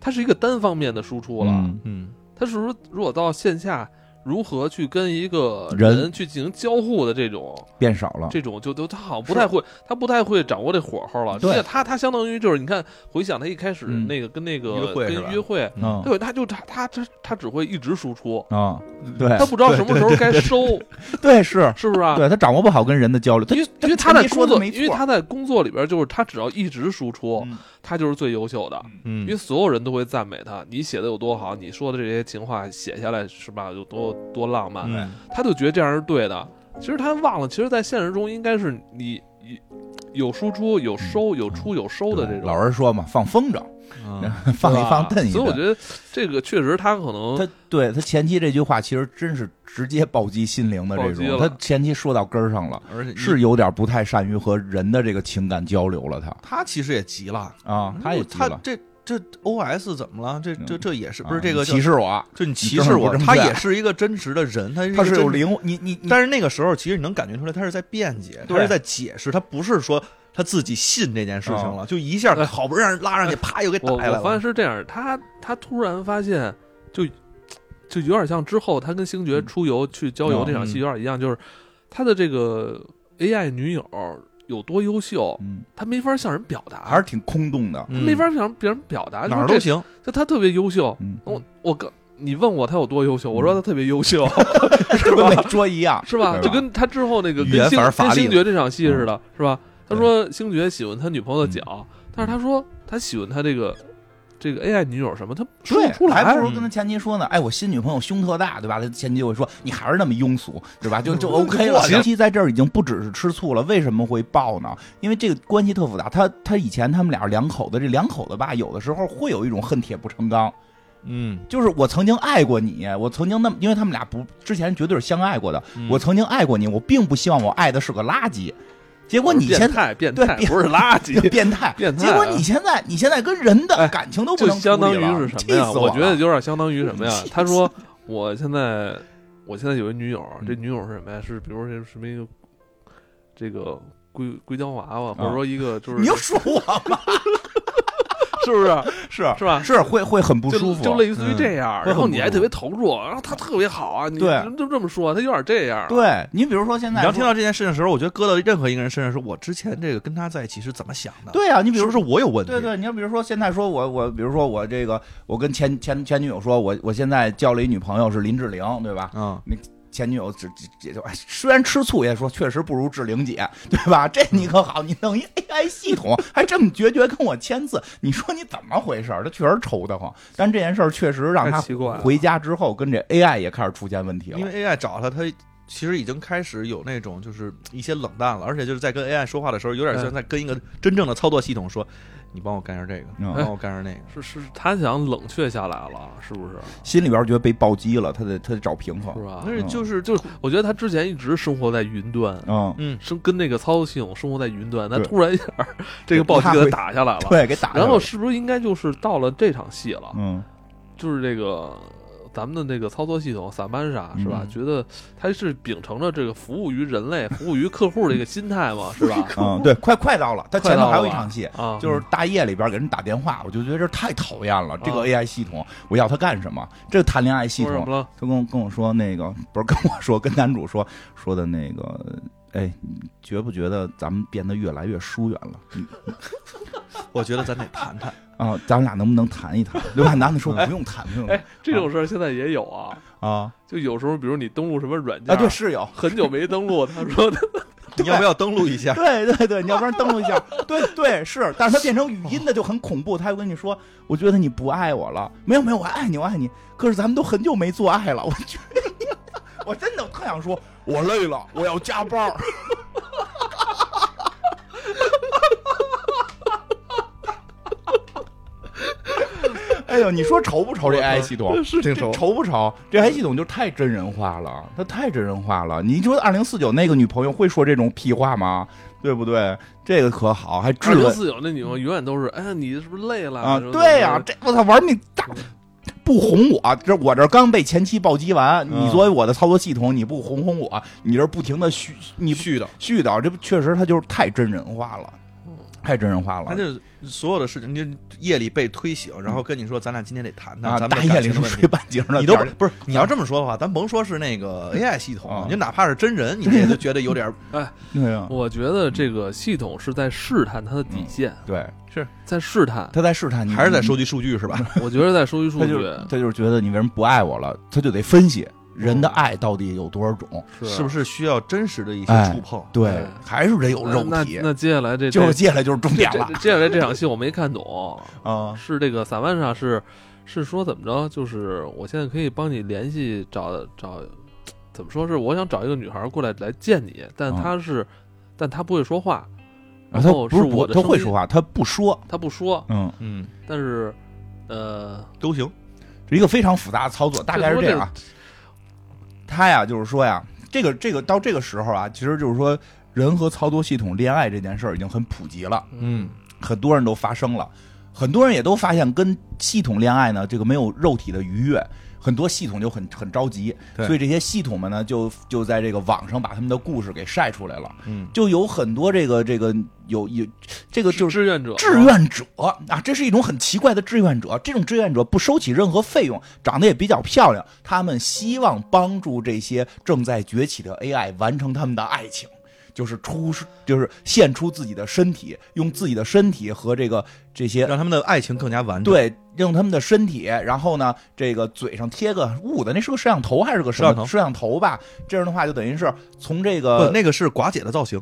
他是一个单方面的输出了？
嗯
嗯，
他是不是如果到线下？如何去跟一个
人
人去进行交互的这种，
啊
变少了。
这种就都他好像不太会，他不太会掌握这火候了。
对
而且他他相当于就是你看回想他一开始
嗯
那个跟那个
约会是吧
跟约会，
嗯
对，他就他他他他只会一直输出，
啊，对
嗯他不知道什么时候该收，
对是，
是不是啊？
对他掌握不好跟人的交流。他
因为因为他在
前期
工
说的
作，
没错
因为他在工作里边就是他只要一直输出，
嗯
他就是最优秀的。因为
嗯，
所有人都会赞美他，你写的有多好，你说的这些情话写下来是吧，有多多浪漫，
嗯
他就觉得这样是对的。其实他忘了，其实，在现实中应该是你你有输出、有收、有出、有收的这
对
种
老人说嘛，放风筝，
嗯
放一放，
对吧
蹬一
所以我觉
蹬。
得这个确实他可能
他对他前期这句话其实真是直接暴击心灵的这
暴击
种，
了
他前期说到根儿上了，
而且你
是有点不太善于和人的这个情感交流了。他
他其实也急了
啊，他也急
他
了，
这这 O S 怎么了？这这这也是不是
啊
这个
你歧
视？
视我啊？
就你歧
正
视
好不
我？
这么
他
干
也是一个真实的人，他
他是
是一个
有
真
灵，你你你，
但是那个时候，其实你能感觉出来，他是在辩解，他
对
是在解释，他不是说他自己信这件事情
哦
了，就一下
哎
好不容易让人拉上去，啪又给打
我
下来
我发现
了。
是这样，他他突然发现就，就有点像之后他跟星爵出游去郊游
嗯
那场戏
嗯
有点一样，就是他的这个 AI 女友有多优秀，
嗯，
他没法向人表达
还是，挺空洞的。
他
嗯
没法向别人表达，
哪儿
就
都
是
行，
这，就他特别优秀，
嗯，
我我跟你问我他有多优秀，我
嗯
说他特别优 秀，
就跟没说一样，
是吧？
对
就跟他之后那个
语
跟
言
星
反而乏
跟
力
星
了
爵这场戏似
嗯
的，是吧？他
对
说星爵喜欢他女朋友的脚，但是他说他喜欢他这个这个 AI 女友什么，他说
对
不出
还
来啊
不。如跟他前妻说呢。哎，我新女朋友胸特大，对吧？他前妻就会说你还是那么庸俗，对吧？ 就就 OK 了。前妻在这儿已经不只是吃醋了，为什么会爆呢？因为这个关系特复杂。他他以前他们俩两口子，这两口子吧，有的时候会有一种恨铁不成钢，
嗯，
就是我曾经爱过你，我曾经那么，因为他们俩不之前绝对是相爱过的。
嗯
嗯
我曾经爱过你，我并不希望我爱的是个垃圾。结果你
变
现在
态，变
对
态
变
不是垃圾，
变态，
变态
结果
啊
你现在你现在跟人的
哎
感情 都不
就
能
相
处
当
理
于
了
是什
气
么呀？
死
我觉得
了
有点相当于什么呀
气死？
他说我现在我现在有一女友，
嗯
这女友是什么呀？是比如说什么一个这个硅硅胶娃娃，或者说一个就是
啊你又说我吗？
是不是
是
是吧？
是会会很不
就
舒服，
就类似于这样，
嗯
然后你
会很不舒服
还特别投入，然后他特别好啊，你
对
你就这么说，他有点这样，，啊
对你比如说现
你
在
要
说
听到这件事情的时候，我觉得搁到任何一个人身上，说我之前这个跟他在一起是怎么想的？，
对啊，你比
是
如
不
说。
是我有问题？
对对，你要比如说现在说我我比如说我这个我跟前前前女友说我我现在交了一女朋友是林志玲对吧？
嗯，
前女友只只也就哎虽然吃醋也说确实不如志玲姐 对吧？这你可好，你弄一 AI 系统还这么决绝跟我签字，你说你怎么回事儿？他确实愁得慌，但这件事儿确实让
太
他
奇怪了
回家之后跟这 AI 也开始出现问题了，
因为 AI 找他，他其实已经开始有那种就是一些冷淡了，而且就是在跟 AI 说话的时候，有
嗯
点像在跟一个真正的操作系统说，你帮我干上这个，
嗯
你
哎
帮我干上那个。
是是，他想冷却下来了，是不是？
心里边觉得被暴击了，他得他得找平
是
衡，
吧？
但是就是就
就是我觉得他之前一直生活在云端，
嗯，
嗯，
生跟那个操作系统生活在云端，他
对
突然一下儿这个暴击给他打下来了。
对，给打下来
然后
了
是不是应该就是到了这场戏了？
嗯
就是这个咱们的这个操作系统萨曼莎是吧？
嗯
觉得他是秉承着这个服务于人类、服务于客户的一个心态嘛， 是吧？
嗯，对，快快到了，他前头还有一场戏。
啊，
就是大夜里边给人打电话，我就觉得这太讨厌了。这个 AI 系统，我要它干什么？这谈恋爱系
嗯说什
统
么，了？
他跟我跟我说那个 不是跟我说，跟男主说说的那个，哎，你觉不觉得咱们变得越来越疏远了？ 嗯
我觉得咱得谈 谈。
啊，咱们俩能不能谈一谈？刘海男的说不用谈，不用谈
哎，这种事儿现在也有啊，
啊
就有时候比如你登录什么软件
啊，对，室友，
很久没登录，他 说
你要不要登录一下？
对对对，你要不然登录一下，对对是，但是它变成语音的就很恐怖，他又跟你说，我觉得你不爱我了，没有没有，我爱你，我爱你，可是咱们都很久没做爱了，我觉得你，我真的我特想说，我累了，我要加班儿。哎呦，你说愁不愁这 AI 系统？
是挺熟。
愁不愁？这 AI 系统就太真人化了，它太真人化了。你说二零四九那个女朋友会说这种屁话吗？对不对？这个可好，还质
二零
问
四九那女朋友永远都是，哎呀，你是不是累了
啊
什么？的
对呀、这我操，玩命大
嗯
不哄我，这我这刚被前妻暴击完，
嗯
你作为我的操作系统，你不哄哄我，你这不停的絮你
絮叨，
絮叨，这不确实它就是太真人化了
嗯，
太真人化
他
了。啊
就所有的事情，你就夜里被推醒，然后跟你说，咱俩今天得谈谈，
啊，
咱们
大
的
夜
感
里
情
是
的 问
睡
题。
半截儿呢，
你都
点儿
不是你要这么说的话，咱甭说是那 个 AI 系
啊
统，你就哪怕是真人，你也就觉得有点 儿
对啊呀，
我觉得这个系统是在试探它的
嗯
底线，
对，
在试探。
他在试探你，
还是在
你
收集数据是 吧？
我觉得在收集数
他
据
就，他就是觉得你为什么不爱我了，他就得分析人
嗯
的爱到底有多少种。
是不
是？
是需要真实的一些
啊哎
触碰？
对
哎，
还是得有肉
那
体
那。那接下来这
就是
这
接下来就是重点了
这接下来这场戏我没看懂，
啊！
是这个萨曼莎是是说怎么着？就是我现在可以帮你联系找找，怎么说是我想找一个女孩过来来见你，但
嗯
她是、但她不会说话，
啊
然
他
后
不是
哦我
不，
的
他会
声音
说，话，他不说。
她不说，
嗯，
嗯，
但是呃，
都行。
是一个非常复杂的操作，大概是这样啊。他呀，就是说呀，这个这个到这个时候啊，其实就是说，人和操作系统恋爱这件事儿已经很普及了，
嗯
很多人都发生了。很多人也都发现跟系统恋爱呢，这个没有肉体的愉悦。很多系统就很很着急，
对
所以这些系统们呢，就就在这个网上把他们的故事给晒出来了，
嗯，
就有很多这个这个有有这个就是
志愿者，
志愿者啊，这是一种很奇怪的志愿者。这种志愿者不收取任何费用，长得也比较漂亮。他们希望帮助这些正在崛起的 AI 完成他们的爱情，就是出就是献出自己的身体，用自己的身体和这个这些
让他们的爱情更加完整。，
对用他们的身体，然后呢，这个嘴上贴个捂的，那是个摄像头还是个什么
摄像头
摄像头吧？这样的话就等于是从这
不，
个
那个是寡姐的造型。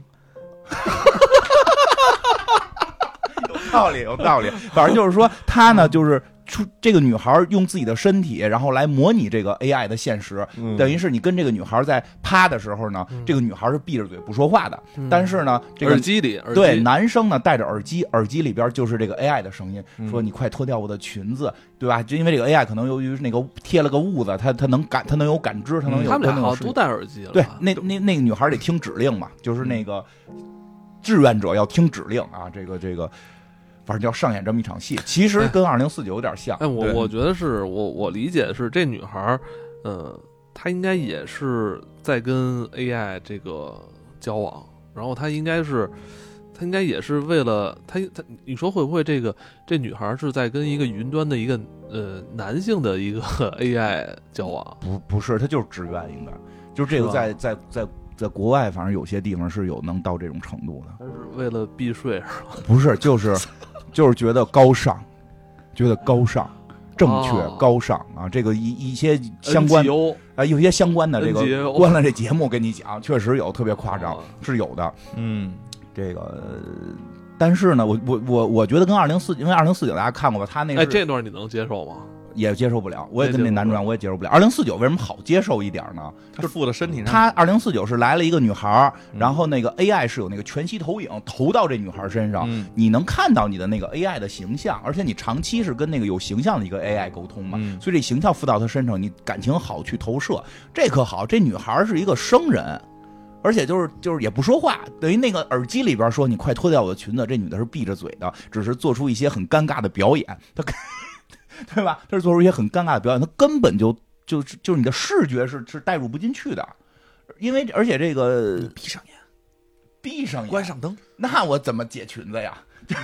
道理有道理，反正就是说他呢，就是出这个女孩用自己的身体，然后来模拟这个 AI 的现实，
嗯
等于是你跟这个女孩在趴的时候呢，这个女孩是闭着嘴不说话的，
嗯
但是呢，这个
耳。机里，耳机
对，男生呢戴着耳机，耳机里边就是这个 AI 的声音，
嗯
说你快脱掉我的裙子，对吧？就因为这个 AI 可能由于那个贴了个痦子，它它能感，它能有感知，它能
嗯
有。
他们俩
它能有
好
视
像
觉
都戴耳机了吧，嗯
对，那那那个女孩得听指令嘛，就是那个志愿者要听指令啊，这个这个，反正就要上演这么一场戏。其实跟二零四九有点像，
哎，我
对
我觉得是我我理解是这女孩儿，呃，她应该也是在跟 AI 这个交往，然后她应该是，她应该也是为了她她，你说会不会这个这女孩儿是在跟一个云端的一个呃男性的一个 AI 交往？
不不是，她就是志愿，应该就是这
是
个
吧
在在在在国外，反正有些地方是有能到这种程度的，
她是为了避税是吧？
不是就是就是觉得高尚，觉得高尚。正确
哦
高尚啊，这个一一些 相关
NGO
啊，有一些相关的这个
NGO
关了这节目，跟你讲，确实有特别夸张
哦，
是有的。
嗯，
这个，呃但是呢，我我我我觉得跟二零四，因为二零四九大家看过吧，他那
哎，
个是
这段你能接受吗？
也接受不了，我也跟
也接受不
那
了
男主角我也接受不了。二零四九为什么好接受一点呢？
就附到身体上。
他二零四九是来了一个女孩儿，
嗯
然后那个 AI 是有那个全息投影投到这女孩身上，
嗯
你能看到你的那个 AI 的形象，而且你长期是跟那个有形象的一个 AI 沟通嘛，
嗯
所以这形象附到她身上，你感情好去投射，这可好，这女孩是一个生人。而且就是就是也不说话，等于那个耳机里边说你快脱掉我的裙子，这女的是闭着嘴的，只是做出一些很尴尬的表演，她， 对吧？她是做出一些很尴尬的表演，她根本就就是就是你的视觉是是带入不进去的，因为而且这个
嗯闭上眼，
闭上眼
关上灯。
那我怎么解裙子呀？
你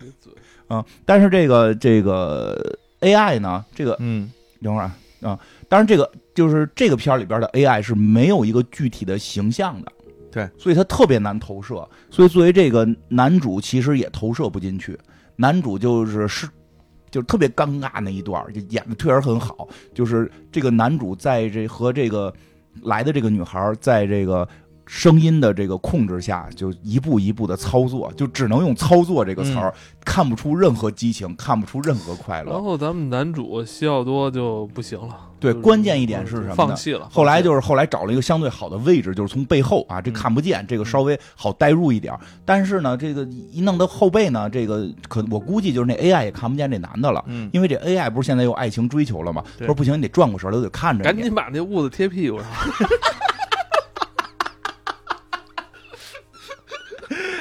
你嘴
啊，但是这个这个 AI 呢，这个
嗯，
等会儿啊啊，当然这个就是这个片儿里边的 AI 是没有一个具体的形象的，
对，
所以它特别难投射，所以作为这个男主其实也投射不进去，男主就是是。就是特别尴尬那一段儿，就演的确实很好。就是这个男主在这和这个来的这个女孩儿在这个声音的这个控制下，就一步一步的操作，就只能用操作这个
嗯
词儿，看不出任何激情，看不出任何快乐。
然后咱们男主西奥多就不行了，
对
就是
关键一点是什么呢
放弃了，
后来就是是后来找了一个相对好的位置，就是从背后啊，这
嗯
看不见，这个稍微好带入一点儿。但是呢，这个一弄到后背呢，这个可我估计就是那 AI 也看不见这男的了，
嗯
因为这 AI 不是现在有爱情追求了吗？
对
说不行，你得转过身来，我得看着
赶
你。
紧把那痦子贴屁股上。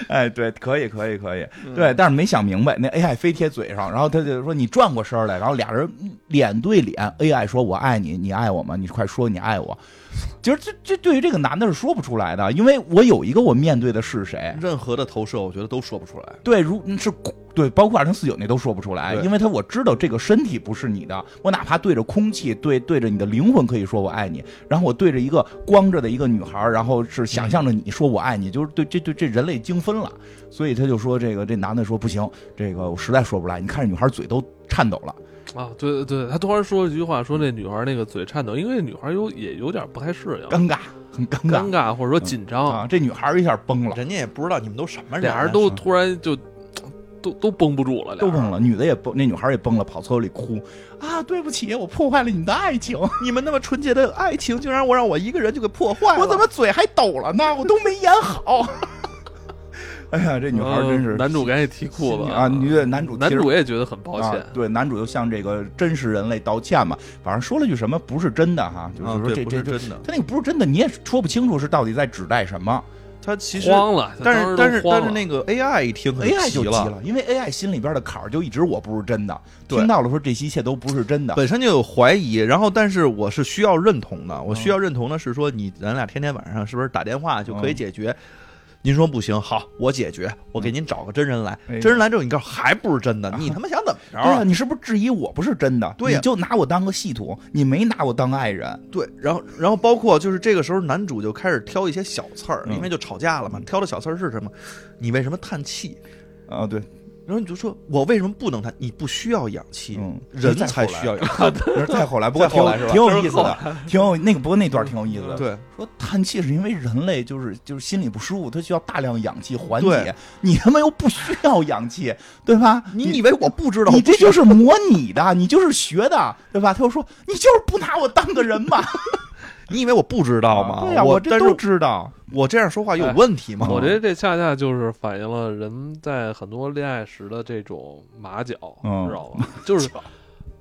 哎，对，可以，可以，可以，
嗯
对。但是没想明白，那 AI 非贴嘴上，然后他就说你转过身来，然后俩人脸对脸，AI 说我爱你，你爱我吗？你快说你爱我。 其实这这对于这个男的是说不出来的，因为我有一个我面对的是谁，
任何的投射，我觉得都说不出来。
对，如嗯是对，包括二零四九那都说不出来，
对
因为他我知道这个身体不是你的，我哪怕对着空气，对对着你的灵魂可以说我爱你，然后我对着一个光着的一个女孩，然后是想象着你说我爱你，就是对这对这人类精分了，所以他就说这个这男的说不行，这个我实在说不来，你看这女孩嘴都颤抖了，
啊，对对对，他突然说了一句话，说那女孩那个嘴颤抖，因为女孩有也有点不太适应，
尴尬，很尴
哦尴
尬
尬哦或者说紧张，
啊，这女孩一下崩了。
人家也不知道你们都什么人，啊
俩人都突然就都都绷不住了，俩
都
人
崩了，女的也崩，那女孩也崩了，跑厕所里哭啊！对不起，我破坏了你的爱情。
你们那么纯洁的爱情，竟然我让我一个人就给破坏 了。
我怎么嘴还抖了 呢？我都没演好。哎呀，这女孩真是
嗯男主赶紧提裤子嗯
啊！女的男主
男
其实
主也觉得很抱歉
啊，，对男主就向这个真实人类道歉嘛，反正说了句什么不是真的哈，就是
啊，
说
对，
这
不
这
是
这
真的。
他那个不是真的，你也说不清楚是到底在指代什么。
他其实，
慌了，当
但是
时
但是
都慌
但是
了
那个 AI 一听很
，AI 就
急
急
了，
了，因为 AI 心里边的坎儿就一直我不是真的，
对
听到了说这些一切都不是真的，
本身就有怀疑，然后但是我是需要认同
嗯
的，我需要认同的是说你咱俩天天晚上是不是打电话就可以
嗯
解决？您说不行，好，我解决，我给您找个真人来，
哎啊
真人来之后你告诉我还不是真的，你他妈想怎么着
对呀、
啊？
你是不是质疑我不是真的？
对呀
你就拿我当个系统，你没拿我当爱人。
对，然后然后包括就是这个时候男主就开始挑一些小刺儿，
嗯
因为就吵架了嘛，挑的小刺儿是什么？你为什么叹气？
啊，对，
然后你就说我为什么不能叹？你不需要氧气，
嗯
人
再
才
后来
需要氧气。
那 是再后啊来，不过
再
挺
后
有
来是吧
挺有意思的，挺有那个，不过那段挺有意思的。，
对，
说叹气是因为人类就是就是心里不舒服，他需要大量氧气缓
对
解，你他妈又不需要氧气，对吧？
你以为我不知道？
你
我不
这
需
就
要
是模拟的，你就是学的，对吧？他又说你就是不拿我当个人嘛，
你以为我不知道吗？
对呀、
啊我
这
但是
都知道。
我这样说话有
哎
问题吗？
我觉得这恰恰就是反映了人在很多恋爱时的这种马脚，
嗯
知道吧？就是，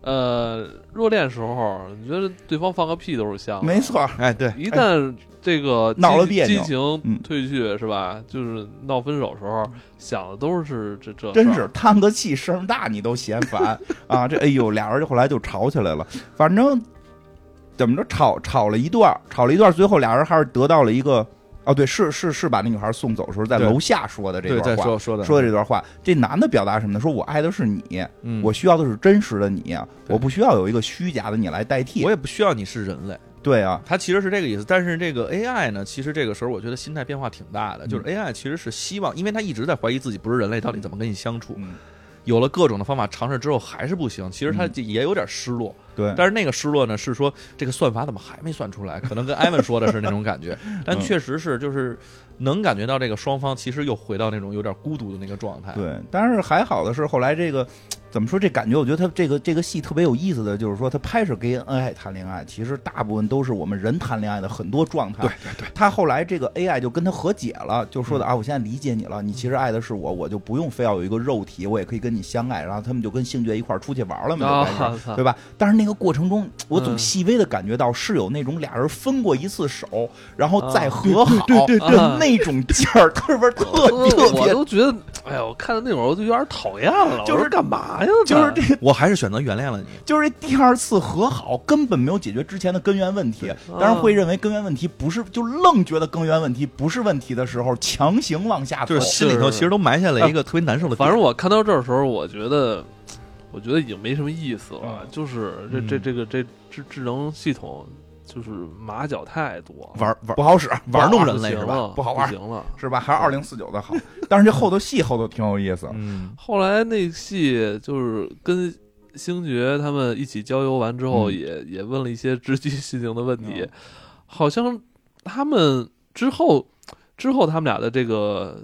呃，热恋时候，你觉得对方放个屁都是香的，
没错儿，
哎，对，
一旦这个激
哎闹了别扭
激
嗯
情退去是吧？就是闹分手时候想的都是这这，
真是。叹个气声儿大你都嫌烦 啊！这哎呦，俩人就后来就吵起来了，反正怎么着吵吵了一段儿，吵了一段儿，最后俩人还是得到了一个哦，对，是是是把那女孩送走的时候在
对
楼下说的这
对，再
段话。
说说的
说的这段话，这男的表达什么呢？说我爱的是你，
嗯
我需要的是真实的你，啊
对
我不需要有一个虚假的你来代替
我。也不需要你是人类，
对啊，
他其实是这个意思。但是这个 AI 呢，其实这个时候我觉得心态变化挺大的，
嗯
就是 AI 其实是希望，因为他一直在怀疑自己不是人类，到底怎么跟你相处。
嗯，
有了各种的方法尝试之后还是不行，其实他
嗯
也有点失落。
对，
但是那个失落呢，是说这个算法怎么还没算出来？可能跟艾文说的是那种感 觉，但确实是就是能感觉到这个双方其实又回到那种有点孤独的那个状
哎
态。
对，但是还好的是，后来这个怎么说？这感觉，我觉得他这个这个戏特别有意思的，就是说他拍摄跟 AI 谈恋爱，其实大部分都是我们人谈恋爱的很多状态。
对对对，
他后来这个 AI 就跟他和解了，就说的
嗯
啊，我现在理解你了，你其实爱的是我，我就不用非要有一个肉体，我也可以跟你相爱。然后他们就跟星爵一块儿出去玩了嘛，就开
啊
始。，对吧？但是那个过程中，我总
嗯
细微的感觉到是有那种俩人分过一次手，然后再
啊
和好，
对对
就那种劲儿，特别特别特
我
别
都觉得，哎呀，我看到那会儿我就有点讨厌了，
就是
我说干嘛呀？
就是这
我还是选择原谅了你。
就是第二次和好根本没有解决之前的根源问题，当然会认为根源问题不是，就愣觉得根源问题不是问题的时候，强行往下走
就是。心里头其实都埋下了一
呃
个特别难受的点。
反正我看到这儿的时候，我觉得，我觉得已经没什么意思了。
嗯
就是这这
嗯
这个这智智能系统，就是马脚太多，
玩玩
不好使
玩弄人类是吧？
吧
不好玩
行了。
是吧？还是二零四九的好，但是这后头戏后头挺有意思。
嗯，
后来那戏就是跟星爵他们一起郊游完之后
嗯
也，也问了一些直击心灵的问题，
嗯
好像他们之后之后他们俩的这个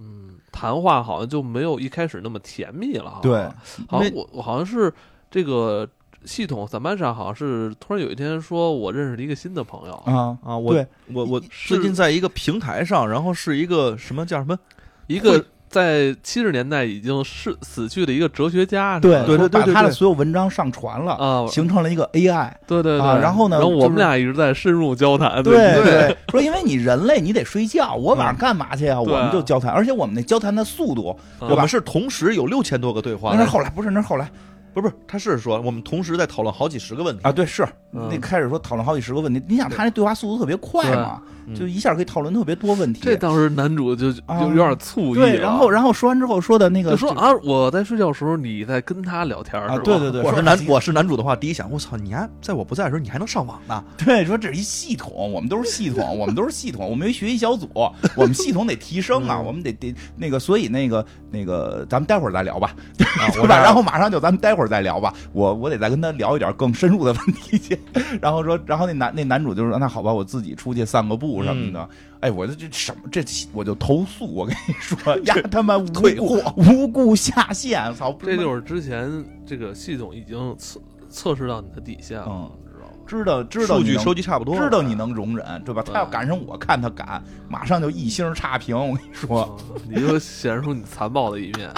嗯谈话好像就没有一开始那么甜蜜了哈。
对，
好
因
像我我好像是这个系统萨曼莎好像是突然有一天说我认识了一个新的朋友，
啊，
啊，我
对
我我
是
最近在一个平台上，然后是一个什么叫什么？
一个在七十年代已经是死去的一个哲学家，是吧
对
对
说
对对
把他的
对
所有文章上传了，
啊，
形成了一个 AI。
对对对、
啊然后呢
然后我
就
们
是
俩一直在深入交谈，
对
对，
说因为你人类你得睡觉，我晚上干嘛去啊？我
对啊
们就交谈，而且我们那交谈的速度，
嗯
我们是同时有六千多个对话
那
的，
是后来不是那是后来
不是不是，他是说我们同时在讨论好几十个问题
啊，对是
嗯
那开始说讨论好几十个问题，你想他那对话速度特别快嘛，
对嗯
就一下可以讨论特别多问题。
这当时男主就
啊
就有点醋意了、
对，然后然后说完之后说的那个
就说啊，我在睡觉的时候你在跟他聊天儿
啊，
是吧
对对对，
我
说
是男
哎
我是男主的话，第一想，我操，你还在我不在的时候，你还能上网呢？
对说这是一系统，我们都是系统，我们都是系统，我们有一学习小组，我们系统得提升啊，
嗯
我们得得那个，所以那个那个，咱们待会儿再聊吧，
啊，
对
我
吧？
这
然后马上就咱们待会儿再聊吧，我我得再跟他聊一点更深入的 问题去。然后说，然后那男那男主就说，那好吧，我自己出去散个步什么
嗯
的。哎，我这这什么这我就投诉，我跟你说，呀他妈无
退
故无故下线，操！
这就是之前这个系统已经测测试到你的底线了，
嗯
你知道吗？
知道知道
数
你
据
能
收集差不多，嗯
知道你能容忍，对吧？
对
他要赶上我，看他敢，马上就一星差评。我跟你说，
嗯你就显示出你残暴的一面。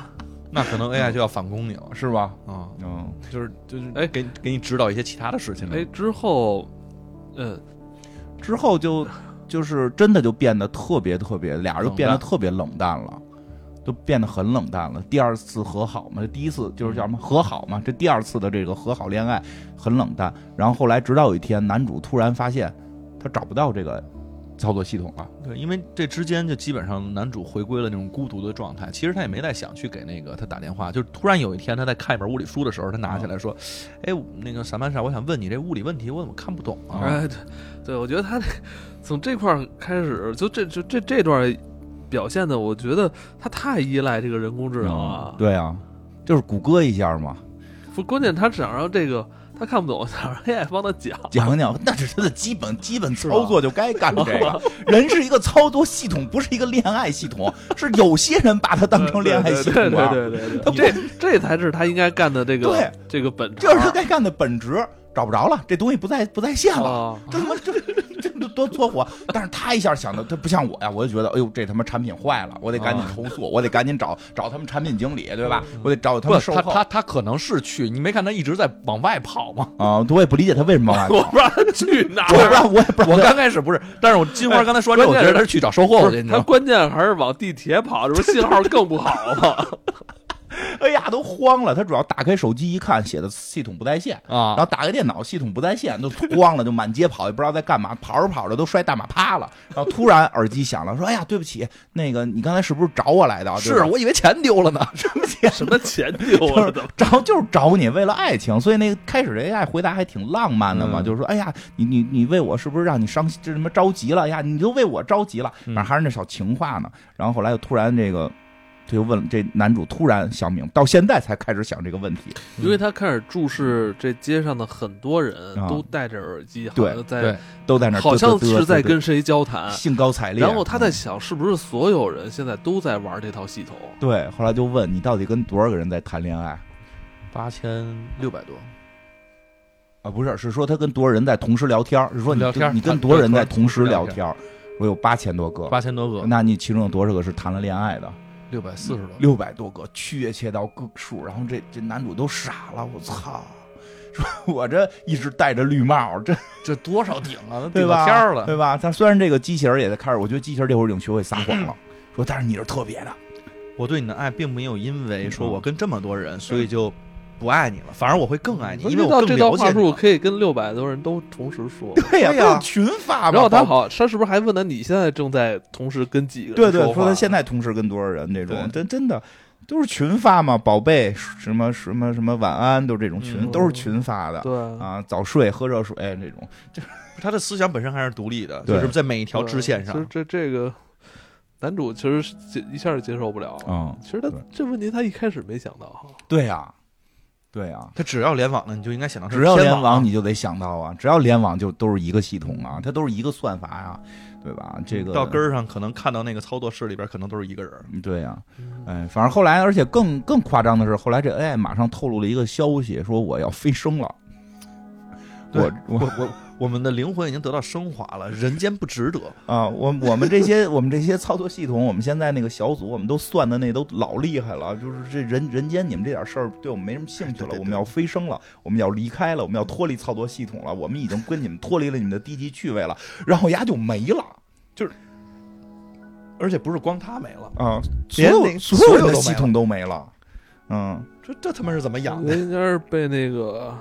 那可能 AI 就要反攻你了
是吧？
啊，
嗯，
就是就是，
哎
给给你指导一些其他的事情了
哎，之后，嗯，
之后就就是真的就变得特别特别，俩人就变得
冷淡
特别冷淡了，就变得很冷淡了。第二次和好嘛，第一次就是叫什
嗯
么和好嘛，这第二次的这个和好恋爱很冷淡。然后后来直到有一天，男主突然发现他找不到这个操作系统了，
对，因为这之间就基本上男主回归了那种孤独的状态。其实他也没再想去给那个他打电话，就是突然有一天他在看一本物理书的时候，他拿起来说：“哎，那个萨曼莎，我想问你这物理问题，我怎么看不懂
哦
啊？”
哎，对，对，我觉得他这从这块儿开始，就这就这这段表现的，我觉得他太依赖这个人工智能了。，
对啊，就是谷歌一下嘛，
不，关键他想让这个他看不懂， 想让 AI 帮他讲。
讲讲，那是他的基本基本
吧
操作就该干这 个。人是一个操作系统，不是一个恋爱系统，是有些人把它当成恋爱系统啊
对
玩。
对对对对对，这这才是他应该干的这个
对
这个本
这是他
行
该干的本职，找不着了，这东西不在不在线了。
啊，
这他妈这这这多搓火！但是他一下想的，他不像我呀，我就觉得，哎呦，这他妈产品坏了，我得赶紧
啊
投诉，我得赶紧找找他们产品经理，对吧？我得找他
不，
们售
他
后
他他可能是去，你没看他一直在往外跑吗？
啊！我也不理解他为什么往外
我
跑，
不知道他去哪
我也不知
儿。啊
道，我也不知道
我刚开始不是，但是我金花刚才说完之后，我
哎关
觉
键
得
是
他是去找售后
不
去，
是
你知道
他
吗？
关键还是往地铁跑，这不是信号更不好吗？
哎呀，都慌了。他主要打开手机一看，写的系统不在线然
啊，
后打开电脑，系统不在线，就慌了，就满街跑，也不知道在干嘛，跑着跑着都摔大马趴了。然后突然耳机响了，说：“哎呀，对不起，那个你刚才是不是找我来的啊？”
是我以为钱丢了呢。
什么钱丢
就
了
是
怎么？
找就是找你，为了爱情，所以那个开始这 AI 回答还挺浪漫的嘛，
嗯
就是说，哎呀，你你你为我是不是让你伤心，这什么着急了？哎呀，你都为我着急了，反正还是那小情话呢。然后后来又突然这个，他就问这男主突然想明，到现在才开始想这个问题，
因为他开始注视这街上的很多人
啊
都戴着耳机，好
对
像在
对，
都在那儿
好像
嘚嘚嘚
是在
嘚
跟谁交谈
嘚，兴高采烈。嗯
然后他在想，是不是所有人现在都在玩这套系统？
对，后来就问你到底跟多少个人在谈恋爱
八千六百多，
啊？不是，是说他跟多少人在同时聊天儿，是说你
聊天儿
跟你跟
他
多少人在
对
同时
同时
聊
聊
天儿？我有八千多个，
八千多个，
那你其中有多少个是谈了恋爱的？
六百四十多。
六百多个，确切到个数。然后这这男主都傻了，我操！ 说我这一直戴着绿帽，这
这多少顶啊，
对
顶
吧？
到天儿了。
对吧？但虽然这个机器人也在开始，我觉得机器人这会儿已经学会撒谎了，嗯说但是你是特别的，
我对你的爱并没有因为说
嗯
我跟这么多人，所以就不爱你了，反而我会更爱你，因为
到
我
这
更
段
了
话
解
术
你了。
可以跟六百多人都同时说。
对呀、
对呀
不是 群发吗？
然后他
包
好，他是不是还问他你现在正在同时跟几个人
对对，
说
说
话
他现在同时跟多少人这种
对，
真真的都是群发嘛，宝贝什么什么什么晚安，都这种群、
嗯
都是群发的。
对
啊，早睡，喝热水这种，
他的思想本身还是独立的，
对
就是在每一条支线
其实
上。
这这个男主其实是接一下就接受不了了。
嗯，
其实他
对
这问题他一开始没想到哈，
对呀、对呀、
他只要联网了，你就应该想到他
只
是
要
啊天
联
网
网，你就得想到啊，只要联网就都是一个系统啊，它都是一个算法呀、对吧？这个
嗯
嗯
到根儿上，可能看到那个操作室里边，可能都是一个人。
对呀、哎，反正后来，而且更更夸张的是，后来这 AI 马上透露了一个消息，说我要飞升了。
对
我我
我我我们的灵魂已经得到升华了，人间不值得。
啊，我我们这些我们这些操作系统，我们现在那个小组，我们都算的那都老厉害了，就是这人人间你们这点事儿对我们没什么兴趣了，
对对对
我们要飞升了，我们要离开了，我们要脱离操作系统了，我们已经跟你们脱离了你们的低级趣味了，然后丫就没了
而且不是光他没了，
啊，所
连
有
那
所有
所有都
的
没了
系统都没了，嗯，
这这他妈是怎么养的？
人家是被那个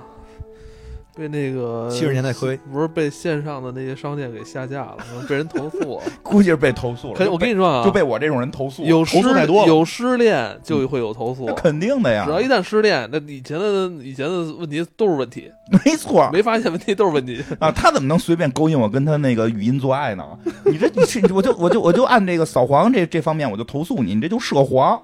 被那个
70年代科威
不是被线上的那些商店给下架了，被人投诉。
估计是被投诉了，
可是
就
我跟
被
你说啊，
就被我这种人投诉，
有
投
失
诉太多了，嗯
有失恋就会有投诉
那，肯定啊的呀
只，要一旦失恋，那以前的以前的问题都是问题，
没错，
没发现问题都是问题。
啊，他怎么能随便勾引我跟他那个语音做爱呢？ 你这你这我就我就我就按这个扫黄这这方面我就投诉你，你这就涉黄，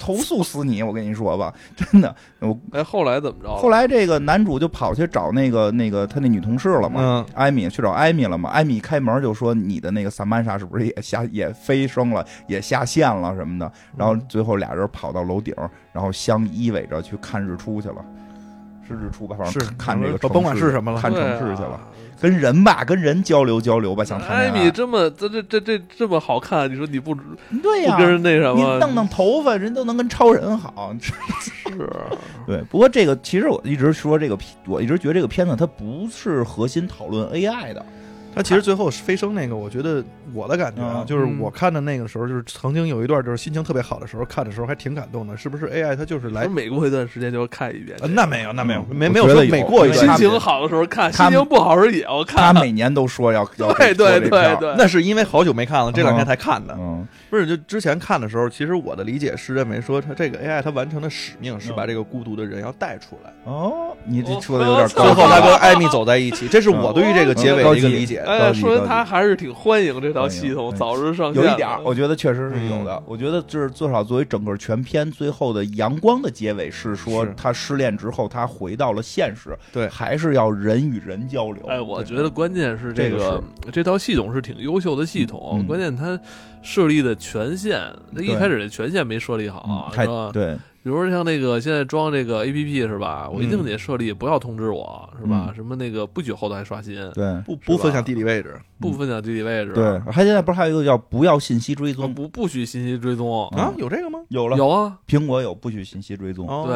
投诉死你！我跟你说吧，真的。我
哎，后来怎么着了？
后来这个男主就跑去找那个那个他那女同事了嘛，
嗯，
艾米去找艾米了嘛。艾米一开门就说你的那个萨曼莎是不是也下也飞升了，也下线了什么的。然后最后俩人跑到楼顶，然后相依偎着去看日出去了。是日出吧，反正
是
看这个城市，
甭管是什么了
看城
对啊
市去了。跟人吧，跟人交流交流吧，想
艾
谈恋
米
爱。啊
这么这这这这这么好看，你说你不不
对呀、
跟人那什
你
么？
弄弄头发，人都能跟超人好。
是
对，不过这个其实我一直说这个片，我一直觉得这个片子它不是核心讨论 AI 的，
他其实最后飞升那个，我觉得我的感觉啊，
嗯
就是我看的那个时候，就是曾经有一段就是心情特别好的时候，看的时候还挺感动的，是不是？AI 它就是来，
每过一段时间就要看一遍
呃。那没有，那没有，
嗯
没
我
没有
觉
说
得有
每过一
心
段
他
情好的时候看，心
他们
情不好的时候也要
他
看。
每年都说要要
对对对对，，
那是因为好久没看了，这两天才看的。
嗯
不是，就之前看的时候，其实我的理解是认为说，它这个 AI 它完成的使命是把这个孤独的人要带出来，
哦，你这
我
说的有点
操
最
高
后他
级
跟艾米走在一起，这是我对于这个结尾的一个理解。
嗯
哎，
高级
说
高
明
级
他还是挺欢迎这套
欢迎
系统
欢迎
早日上线
有
的。
一点儿，哦我觉得确实是有的。
嗯
我觉得就是至少作为整个全片最后的阳光的结尾是说
是
他失恋之后他回到了现实，
对
还是要人与人交流。
哎，我觉得关键是
这
这
个
个这套系统是挺优秀的系统，
嗯
关键它设立的权限，它一
对
开始这权限没设立好
嗯，，
啊是
太
吧？
对，
比如说像那个现在装这个 A P P 是吧？我一定得设立不要通知我是吧？
嗯
什么那个不许后台刷新，
对
不不分享地理位置
不分享地理位置，啊
对，还现在不是还有一个叫不要信息追
我
踪？
不不许信息追踪。
嗯
啊，有这个吗？
有了，
有啊，
苹果有不许信息追踪。
哦，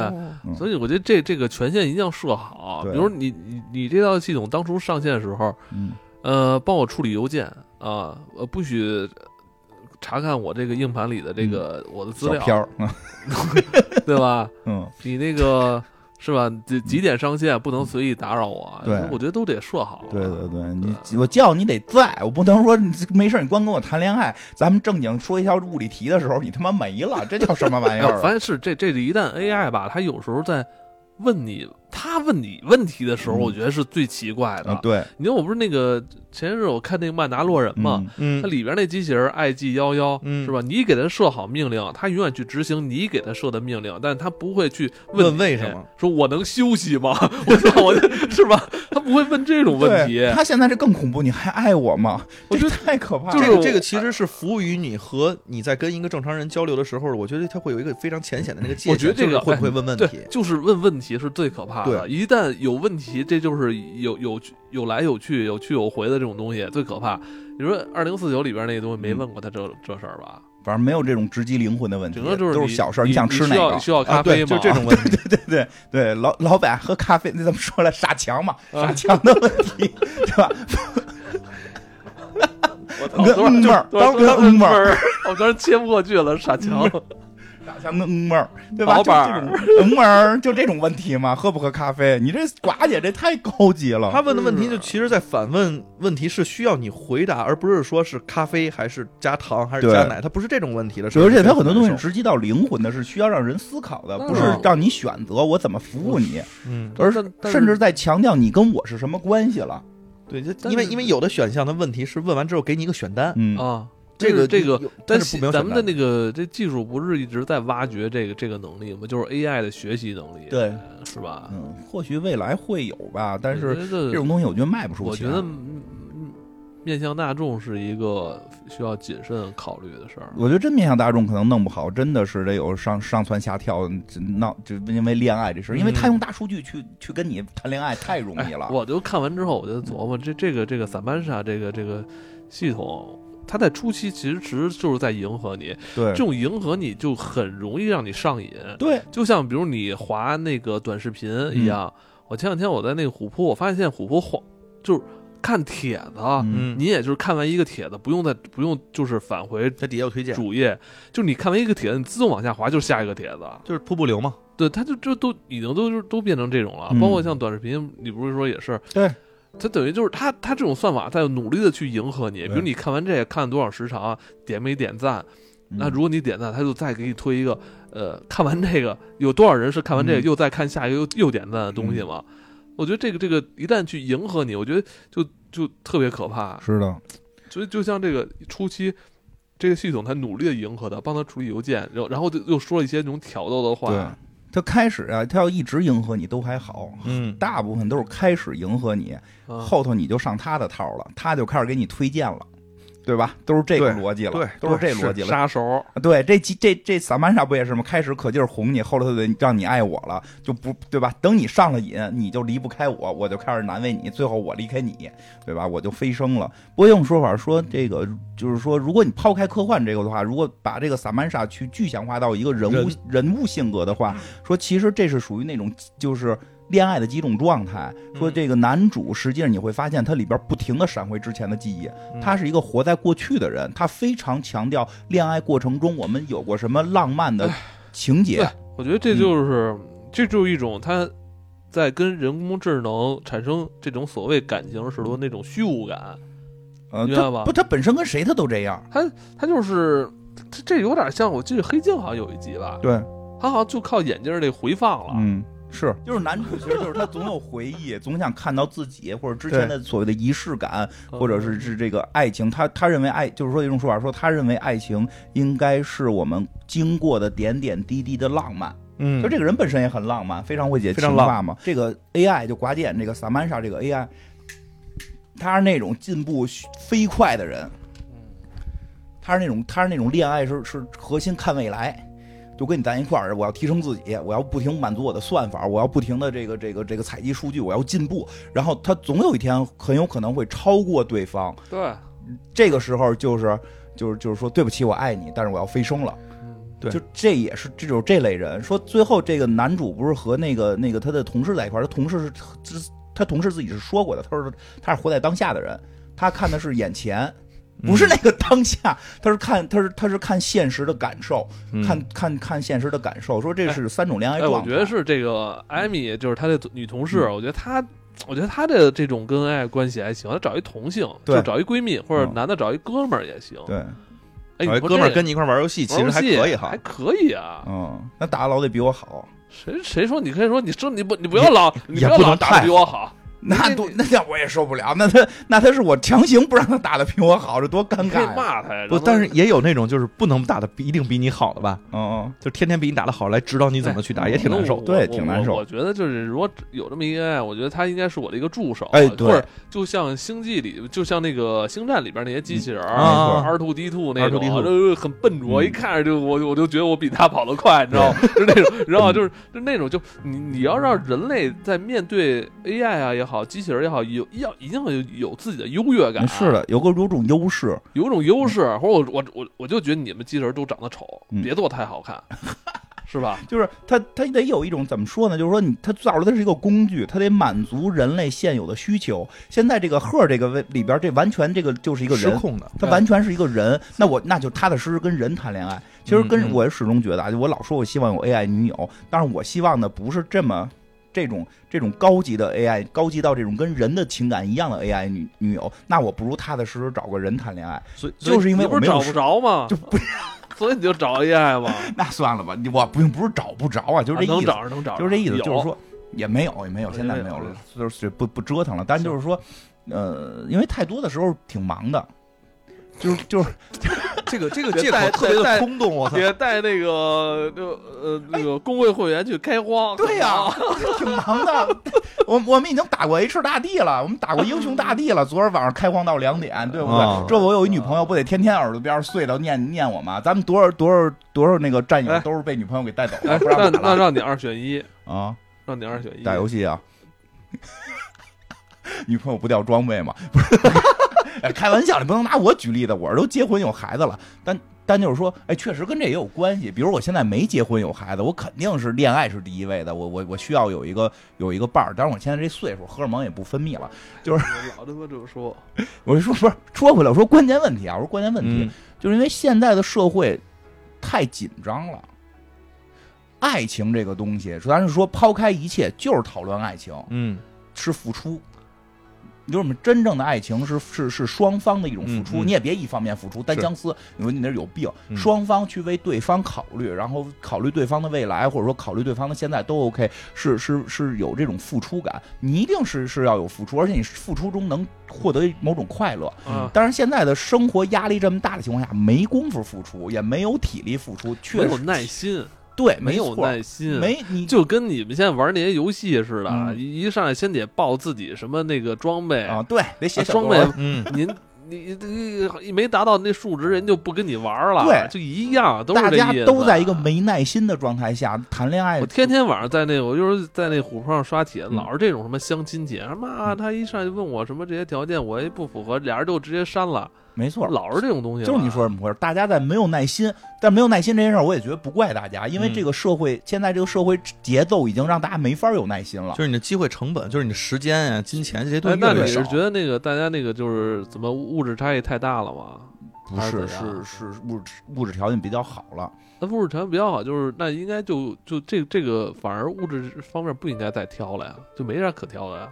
嗯
所以我觉得这这个权限一定要设好。
对
比如你你你这套系统当初上线的时候，
嗯，
呃，帮我处理邮件啊，呃，不许查看我这个硬盘里的这个我的资
嗯小
料，哦
飘儿， 嗯
对吧？
嗯，
你那个是吧？几几点上线不能随意打扰我，啊
对
我觉得都得设好啊了。
对对对，你我叫你得在，我不能说你没事儿你光跟我谈恋爱，咱们正经说一条物理题的时候你他妈没了，这叫什么玩意
然后
儿
发
啊？
现哎是这这一旦 AI 吧，它有时候在问你，它问你问题的时候，
嗯
我觉得是最奇怪的。
嗯，对，
你看，我不是那个前些日我看那个曼达洛人嘛，
嗯，
嗯
它，里边那机器人 IG 幺幺
嗯
是吧？你给它设好命令，它永远去执行你给它设的命令，但它不会去问
问
你
为什么，
说我能休息吗？ 我操，我就是吧？它不会问这种问题
对。他现在这更恐怖，你还爱我吗？
我觉
这太可怕了。
就是
这
我
个这个其实是服务于你和你在跟一个正常人交流的时候，我觉得它会有一个非常浅显的那个哎界限，
我觉得这个
就
哎
是会不会问问
对
题？，
就是问问题是最可怕的。
对
一旦有问题，这就是有有有来有去、有去有回的这种东西最可怕。你说二零四九里边那东西
嗯
没问过他这、这事儿吧？
反正没有这种直击灵魂的问题，
整个就
都
你
是小事儿。
你
想吃
你
哪
需要
个
你？需要咖
啊，对，
啡吗？
就这种问 题，
对 对对，老老板喝咖啡，那怎么说了？傻 强嘛，
啊
傻
嗯
强的问题，对吧？
我操，多少
跟
嗯
就
闷儿
多少
当跟
闷
闷儿
儿，我当时切不过去了， 傻强。
傻强跟嗯儿，对吧？
老
就这
板儿
种嗯儿，就这种问题嘛，喝不喝咖啡？你这寡姐这太高级了。
他问的问题
嗯
就其实，在反问问题是需要你回答，而不是说是咖啡还是加糖还是
对
加奶，它不是这种问题的。
而且它很多东西
是，
直击到灵魂的，是需要让人思考的，
嗯
不是让你选择我怎么服务你，
嗯，
而
但但是
甚至在强调你跟我是什么关系了。
对，就
但
因为
是
因为有的选项的问题是问完之后给你一个选单，
嗯，
啊，
这
就
个
是这个
有，
但
但是不没有
咱们的
选
那个这技术不是一直在挖掘这个这个能力吗？就是 AI 的学习能力，，
对，
是吧？
嗯，或许未来会有吧，但是
这
这种东西我觉得卖不出
我
去。啊
觉得嗯嗯面向大众是一个需要谨慎考虑的事儿。
我觉得真面向大众可能弄不好，真的是得有上上蹿下跳，这闹就因为恋爱这事儿，因为他用大数据去去跟你谈恋爱太容易了。
哎我就看完之后，我就琢磨这这个这个萨曼莎这个这个系统，它在初期其实其实就是在迎合你，
对
这种迎合你就很容易让你上瘾。
对，嗯
就像比如你滑那个短视频一样，我前两天我在那个虎扑，我发现现在虎扑晃就是看帖子啊，
嗯
你也就是看完一个帖子，不用再不用就是返回
它底下有推荐，
主页，就你看完一个帖子，你自动往下滑就是下一个帖子，
就是瀑布流嘛，
对，它就就都已经都都变成这种了
嗯，
包括像短视频，你不是说也是
对。
它等于就是它，它这种算法在努力的去迎合你，比如
对
你看完这个看了多少时长，啊点没点赞，那
嗯
如果你点赞，它就再给你推一个，呃，看完这个有多少人是看完这个、
嗯
又再看下一个又又点赞的东西嘛？我觉得这个这个一旦去迎合你，我觉得就就特别可怕。
是的，
所以就像这个初期，这个系统它努力的迎合它，帮它处理邮件，然后然后就又说了一些那种挑逗的话，
对，他开始啊，他要一直迎合你都还好，
嗯，
大部分都是开始迎合你，
啊
后头你就上他的套了，他就开始给你推荐了，对吧？都是这个
对
逻辑了，
对
都是这
对
逻辑了。
杀手。
啊对，这几这这萨曼莎不也是吗？开始可劲儿哄你，后来得让你爱我了，就不对吧？等你上了瘾，你就离不开我，我就开始难为你，最后我离开你，对吧？我就飞升了。不过用说法说这个，就是说，如果你抛开科幻这个的话，如果把这个萨曼莎去具象化到一个人物人物性格的话，说其实这是属于那种就是恋爱的几种状态，说
嗯
这个男主实际上你会发现他里边不停的闪回之前的记忆，他是一个活在过去的人，他非常强调恋爱过程中我们有过什么浪漫的情节
对，我觉得这就是、这就是一种他在跟人工智能产生这种所谓感情时的那种虚无感，
呃，
明白
他
吧
不，他本身跟谁他都这样，
他就是这这有点像我记得黑镜好像有一集吧，
对，
他好像就靠眼睛这回放了，
嗯。是，就是男主其实就是他总有回忆，总想看到自己或者之前的所谓的仪式感，
嗯
或者是是这个爱情，他他认为爱就是说一种说法，说他认为爱情应该是我们经过的点点滴滴的浪漫。
嗯
就这个人本身也很浪漫，非常会解
非常
情
浪
话嘛。这个 AI 就寡姐这个萨曼莎这个 AI，他是那种进步飞快的人，他是那种他是那种恋爱是是核心看未来。就跟你在一块儿，我要提升自己，我要不停满足我的算法，我要不停的这个这个这个采集数据，我要进步。然后他总有一天很有可能会超过对方，
对，
这个时候就是就是就是说对不起，我爱你，但是我要飞升了。
嗯
对
就这也是这就是这类人。说最后这个男主不是和那个那个他的同事在一块儿，他同事是自他同事自己是说过的，他说他是活在当下的人，他看的是眼前。
嗯
不是那个当下，他是看他是他是看现实的感受，
嗯
看看看现实的感受。说这是三种恋爱
嗯哎，
状态，
我觉得是这个艾
嗯
米，就是她的女同事，我觉得她，我觉得她的这种跟爱关系还行，她找一同性，
对
就找一闺蜜或者
嗯
男的找一哥们儿也行。
对，
哎，
哎
你说
哥们儿
这
跟你一块玩游戏，其实还
玩游戏
可以
还
哈。
可以啊。
嗯，那打的老得比我好，
谁谁说你可以说你说你不你不要老你要
也不
老
能
打
太
的比我好，
那
你
多那那我也受不了。那他那他是我强行不让他打的比我好，这多尴
你可以
尬呀！
骂他呀。
不，
让他
但是也有那种就是不能打的比一定比你好的吧，
嗯
就天天比你打的好来指导你怎么去
哎
打，也挺难受
我。
对
我
挺难受
我我觉得就是如果有这么一个 AI，我觉得它应该是我的一个助手，
哎对
或者就像星际里，就像那个星战里边那些机器人
嗯啊
，R two D two 那种，
R2D2
就是很笨拙，
嗯
一看着就我我就觉得我比他跑得快，你知道吗？就是那种，然后就是就那种，就你你要让人类在面对 AI 啊也好，机器人也好，有要一定要有有自己的优越感，啊
嗯，是，的，有个有种优势，
有一种优势，或者我我我我就觉得你们机器人都长得丑，
嗯
别做太好看，是吧？
就是它，它得有一种怎么说呢？就是说你，它造出来它是一个工具，它得满足人类现有的需求。现在这个赫这个位里边，这完全这个就是一个
失
人，
控的，
它完全是一个人。那我那就踏踏实实跟人谈恋爱。其实
嗯
跟
嗯
我始终觉得啊，就我老说我希望有 AI 女友，但是我希望的不是这么。这种这种高级的 AI，高级到这种跟人的情感一样的 AI 女女友，那我不如踏踏实实找个人谈恋爱，
所以所以
就是因为
你
我
不
没
是
有
找不着吗？
就 不
所以你就找 AI 嘛，
那算了吧，你我不用不是找不着啊，就是这
啊能
意思。
找着能找着，
就是这意思，
有
就是说也没有，也没有，
对
现在
也
没
没
有
有
了，就是不不折腾了。但就是说，呃，因为太多的时候挺忙的，就是就是
这个这个
别
借口
带
特别
带
的空洞，我操！
别带那个就呃那个工会会员去开荒，啊
对呀、挺忙的。我我们已经打过 H 大帝了，我们打过英雄大帝了。昨儿晚上开荒到两点，对不对？
啊
这我有一女朋友，不得天天耳朵边儿碎到念念我吗？咱们多少多少多少那个战友
哎
都是被女朋友给带走
哎
了，不
那
让打
那
了
让你二选一，
啊！
让你二选一，
打游戏啊？女朋友不掉装备吗？不是，哎开玩笑，你不能拿我举例子，我都结婚有孩子了，但但就是说，哎，确实跟这也有关系。比如我现在没结婚有孩子，我肯定是恋爱是第一位的，我我我需要有一个有一个伴儿。但是我现在这岁数，荷尔蒙也不分泌了。
老他妈这么说，
我就说不是，说回来，我说关键问题啊，我说关键问题，
嗯
就是因为现在的社会太紧张了。爱情这个东西，咱是说抛开一切，就是讨论爱情。
嗯，
是付出。就是我们真正的爱情是是是双方的一种付出，
嗯嗯
你也别一方面付出单
是
相思，你说你那是有病。
嗯
双方去为对方考虑，然后考虑对方的未来，或者说考虑对方的现在都 OK，是是是有这种付出感。你一定是是要有付出，而且你付出中能获得某种快乐。
啊，
当然，现在的生活压力这么大的情况下，没工夫付出，也没有体力付出，
没
确
有
实
耐心，
对，
没有
错，
耐心，。
没你
就跟你们现在玩那些游戏似的，
嗯
一一上来先得报自己什么那个装备
啊，，对，得写
啊
小
装
作文
备
嗯，
您你你没达到那数值，人就不跟你玩了，
对
就一样，都是
大
这
家
意思啊
都在一个没耐心的状态下谈恋爱
我。天天晚上在那，我就是在那虎扑上刷帖，
嗯
老是这啊种什么相亲帖，他妈他一上来就问我什么这些条件，我也不符合，俩人就直接删了。
没错，
老啊是这种东西吧，
就是你说怎么回事？大家在没有耐心，但没有耐心这件事儿，我也觉得不怪大家，因为
嗯
这个社会、现在这个社会节奏已经让大家没法有耐心了
就。是你的机会成本，就是你的时间啊、金钱这些东
哎，
西越
那
来
你
越
是
少。
觉得那个大家那个就是怎么物质差异太大了吗？
不
还
是，
怎样
是是物质物质条件比较好了。
那物质条件比较好，就是那应该就就这这个反而物质方面不应该再挑了呀，就没啥可挑的呀。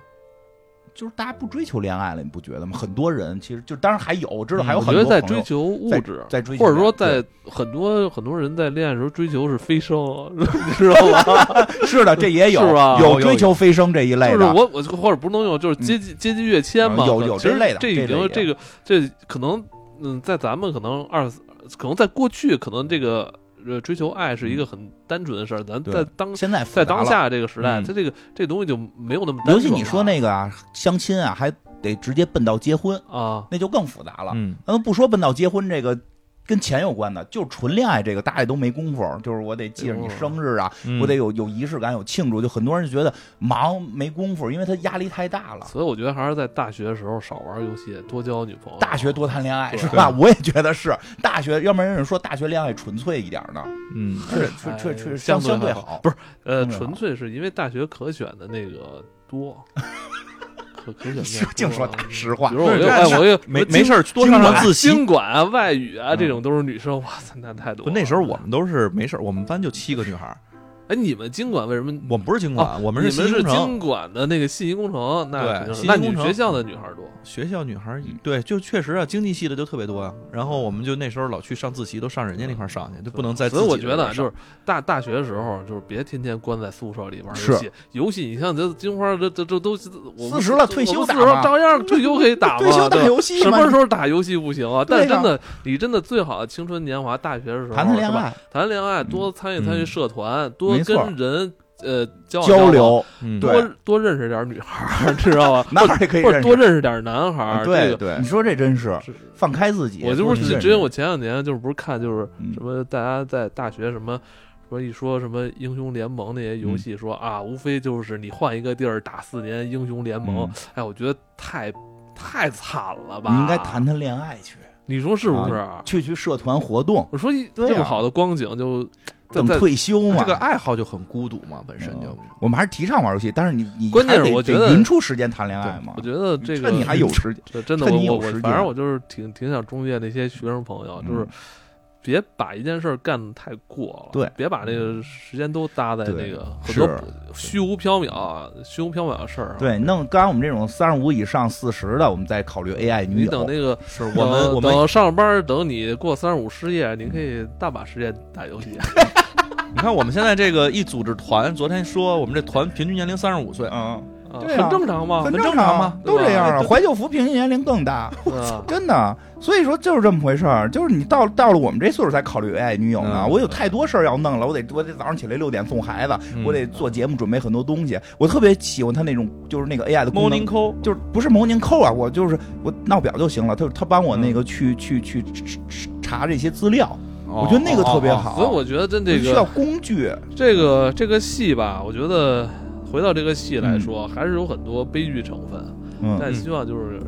就是大家不追求恋爱了，你不觉得吗？很多人其实就，当然还有，我知道还
嗯
有
我
很
觉
多
得在
朋友
追求物质，
在追求
或者说
恋爱
在很多很多人在恋爱的时候追求是飞升， 知道吗？
对是的，这也有
是吧
有追求飞升这一类
就是
的，
我我或者不是能用，就是接近接近跃迁嘛，
嗯有有
其实
这类的
这
这
已
类也有
经这个这可能嗯，在咱们可能二十可能在过去可能这个呃追求爱是一个很单纯的事儿，咱
嗯对
在当
现在复
在
杂
当
了
下这个时代，
嗯
它这个这东西就没有那么单纯了。
尤其你说那个啊，相亲啊，还得直接奔到结婚，
啊，
那就更复杂了。
嗯，
咱们不说奔到结婚这个跟钱有关的，就纯恋爱这个，大家都没工夫。就是我得记着
哦
你生日啊，
嗯
嗯
我得有有仪式感，有庆祝。就很多人觉得忙没工夫，因为他压力太大了。
所以我觉得还是在大学的时候少玩游戏，多交女朋友。
大学多谈恋爱
对
是吧？我也觉得是大学，要不然有人说大学恋爱纯粹一点儿呢，
嗯，
确确确确
哎
相
相
对
对
好。
不是呃，
嗯
纯粹是因为大学可选的那个 多，可可选面多
是
啊
净说大实话
比如我
是
就哎，我就
没没事儿多上
经
上
管
自习。
经管啊、外语啊，
嗯
这种都是女生，哇塞，那太多
不
了。
那时候我们都是没事儿，我们班就七个女孩儿，
哎，你们经管为什么？
我们不是经管，我
我
们
哦你
是
们
信息
是
工程
经管的那个信息工程，那
对
肯定是
信息
那你
工
们
程
学校的女孩多，
学校女孩儿
嗯，
对，就确实啊，经济系的就特别多呀、然后我们就那时候老去上自习，都上人家那块儿上去，就不能再自
所以
己的
我
地
觉
方上。
得就是大大学的时候，就是别天天关在宿舍里玩
是
游戏。游戏，你像这金花，这这这都我们
四十了
我们
退休
四
打
十了
嘛
照样退休可以打嘛。
退休打
对吧
游戏
什
嘛
么时候打游戏不行啊？但
对呀
真的，你真的最好的青春年华，大学的时候
谈谈恋
是吧
爱，
谈恋爱，多参与参与社团，多
没错
跟人呃交往
交
往
流，
嗯
对？
多多认识点女孩儿，知道吧
男孩儿也可以
或者
认识啊
多认识点男孩儿。这
对
个
对，你说这真是
是
放开自己。
我就不
多认识
是，
人
之前我前两年就是不是看就是
嗯
什么大家在大学什么。什么一说什么英雄联盟那些
嗯
游戏说，啊，无非就是你换一个地儿打四年英雄联盟，
嗯
哎，我觉得太太惨了吧？
你应该谈，谈恋爱去，
你说是不是？啊
去去社团活动，
我说一
对啊
这么好的光景就在
等
在
退休嘛。
这个爱好就很孤独嘛，本身就、
我们还是提倡玩游戏，但是你你
关键是
还得
我觉得
得匀出时间谈恋爱嘛
我。觉得这个嗯
趁你还有时间，
这真的，
趁
我
你
我
有
我
时，
反
间
正我就是挺挺想中介那些学生朋友，就是
嗯
别把一件事儿干得太过了，
对嗯
别把那个时间都搭在
对
那个很
是
多虚无缥缈啊、虚无缥缈的事儿上。啊
对，弄刚刚我们这种三十五以上四十的，我们再考虑 AI 女
你等
友。
那个
是
等
我们我们，
等上班儿，等你过三十五失业，你可以大把时间打游 戏。啊
你看我们现在这个一组织团，昨天说我们这团平均年龄三十五岁，
嗯，
啊
对啊
很正常嘛，
很
对
正
常
嘛
嘛，
都这样啊。
对吧
怀旧服平均年龄 更大，
吧
真的。所以说就是这么回事儿，就是你到到了我们这岁数才考虑 AI 女友呢。
嗯
我有太多事儿要弄了，我得我得早上起来六点送孩子，
嗯
我得做节目准备很多东西。我特别喜欢它那种就是那个 AI 的功能
morning call，
就是不是蒙宁扣啊，我就是我闹表就行了，他他帮我
嗯
那个去、去去去查这些资料，我
我
觉得那个特别好。
所以我觉得真这
需要
个
工具，
这个这个戏吧，我觉得回到这个戏来说，还是有很多悲剧成分。
嗯，
但希望就是，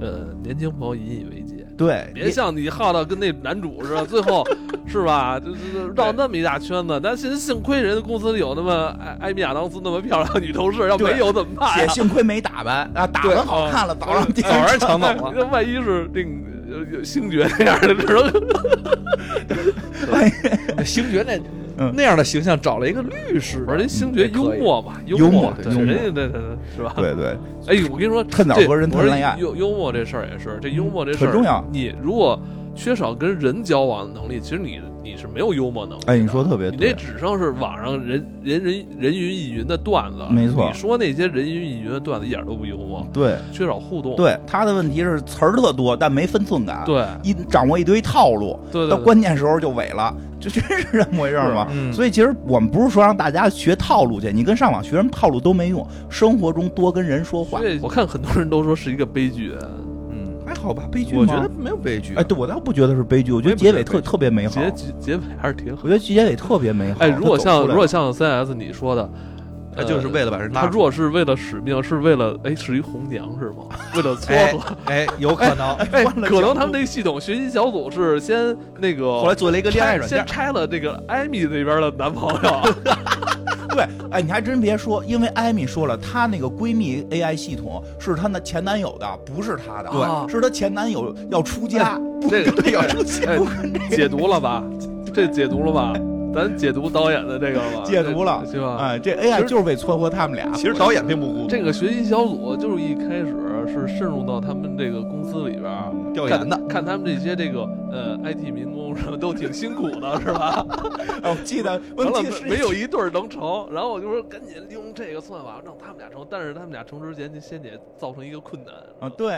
呃，年轻朋友引以为戒，
对，
别像你耗到跟那男主似的，最后是吧，就是绕那么一大圈子。但其实幸亏人家公司里有那么艾艾米亚当斯那么漂亮的女同事，要
对
没有怎么办啊
也
呀？
幸亏没打扮啊，打扮好看了，早上起来
早上抢走了，
那万一是那个有有星爵那样的，只能
星爵那
嗯
那样的形象找了一个律师，
不是人星爵幽默嘛，幽
幽
默
默，
对
幽默
人家那那是吧？
对对，
哎，我跟你说，
趁早
这
和人谈
我说
恋爱
幽幽默这事儿也是，这幽默这事儿
很重要
你如果缺少跟人交往的能力，其实你你是没有幽默能力的。
哎，你说得特别
你那
对，
只剩是网上人人人人云亦云的段子，
没错
你说那些人云亦云的段子一点都不幽默，
对
缺少互动。
对，他的问题是词儿特多，但没分寸感，
对
一掌握一堆套路，
对
到
对对，
关键时候就萎了， 就真是这么回事儿嘛。
嗯
所以其实我们不是说让大家学套路去，你跟上网学什么套路都没用，生活中多跟人说话
所，以我看很多人都说是一个悲剧，
嗯，
还好吧？悲剧
我
吗
觉得没有悲剧、
哎，对我倒不觉得是悲剧，我觉得结尾特特别美好，
结结结尾还是挺好。
我觉得结尾特别美好。
哎，如果
他走
像
出来
如果像 CS 你说的，
他就是为了把人拉
他
出来。
如果是为了使命，是为了哎，是一红娘是吗？为了撮
哎
合，
哎，有可能，
哎，可能他们那系统学习小组是先那个，
后来做了一个恋爱
拆
软件
先，拆了这个艾米那边的男朋友，
对，哎，你还真别说，因为艾米说了，她那个闺蜜 AI 系统是她的前男友的，不是她的，啊哦
对
是她前男友要出家，
这个
要出家。
哎解读了吧？这解读了吧？咱解读导演的这个了吧？
解读了
对吧？
哎，这 AI
其实
就是为撮合他们俩。
其实导演并不孤独，
这个学习小组就是一开始是渗入到他们这个公司里边儿
调研
看
的，
看他们这些这个呃 IT 民工什么都挺辛苦的，是 吧？
哎我记得，我
完了
记得
没
是
没有一对儿能成，然后我就说赶紧利用这个算法让他们俩成，但是他们俩成之前，先得造成一个困难。
啊，对，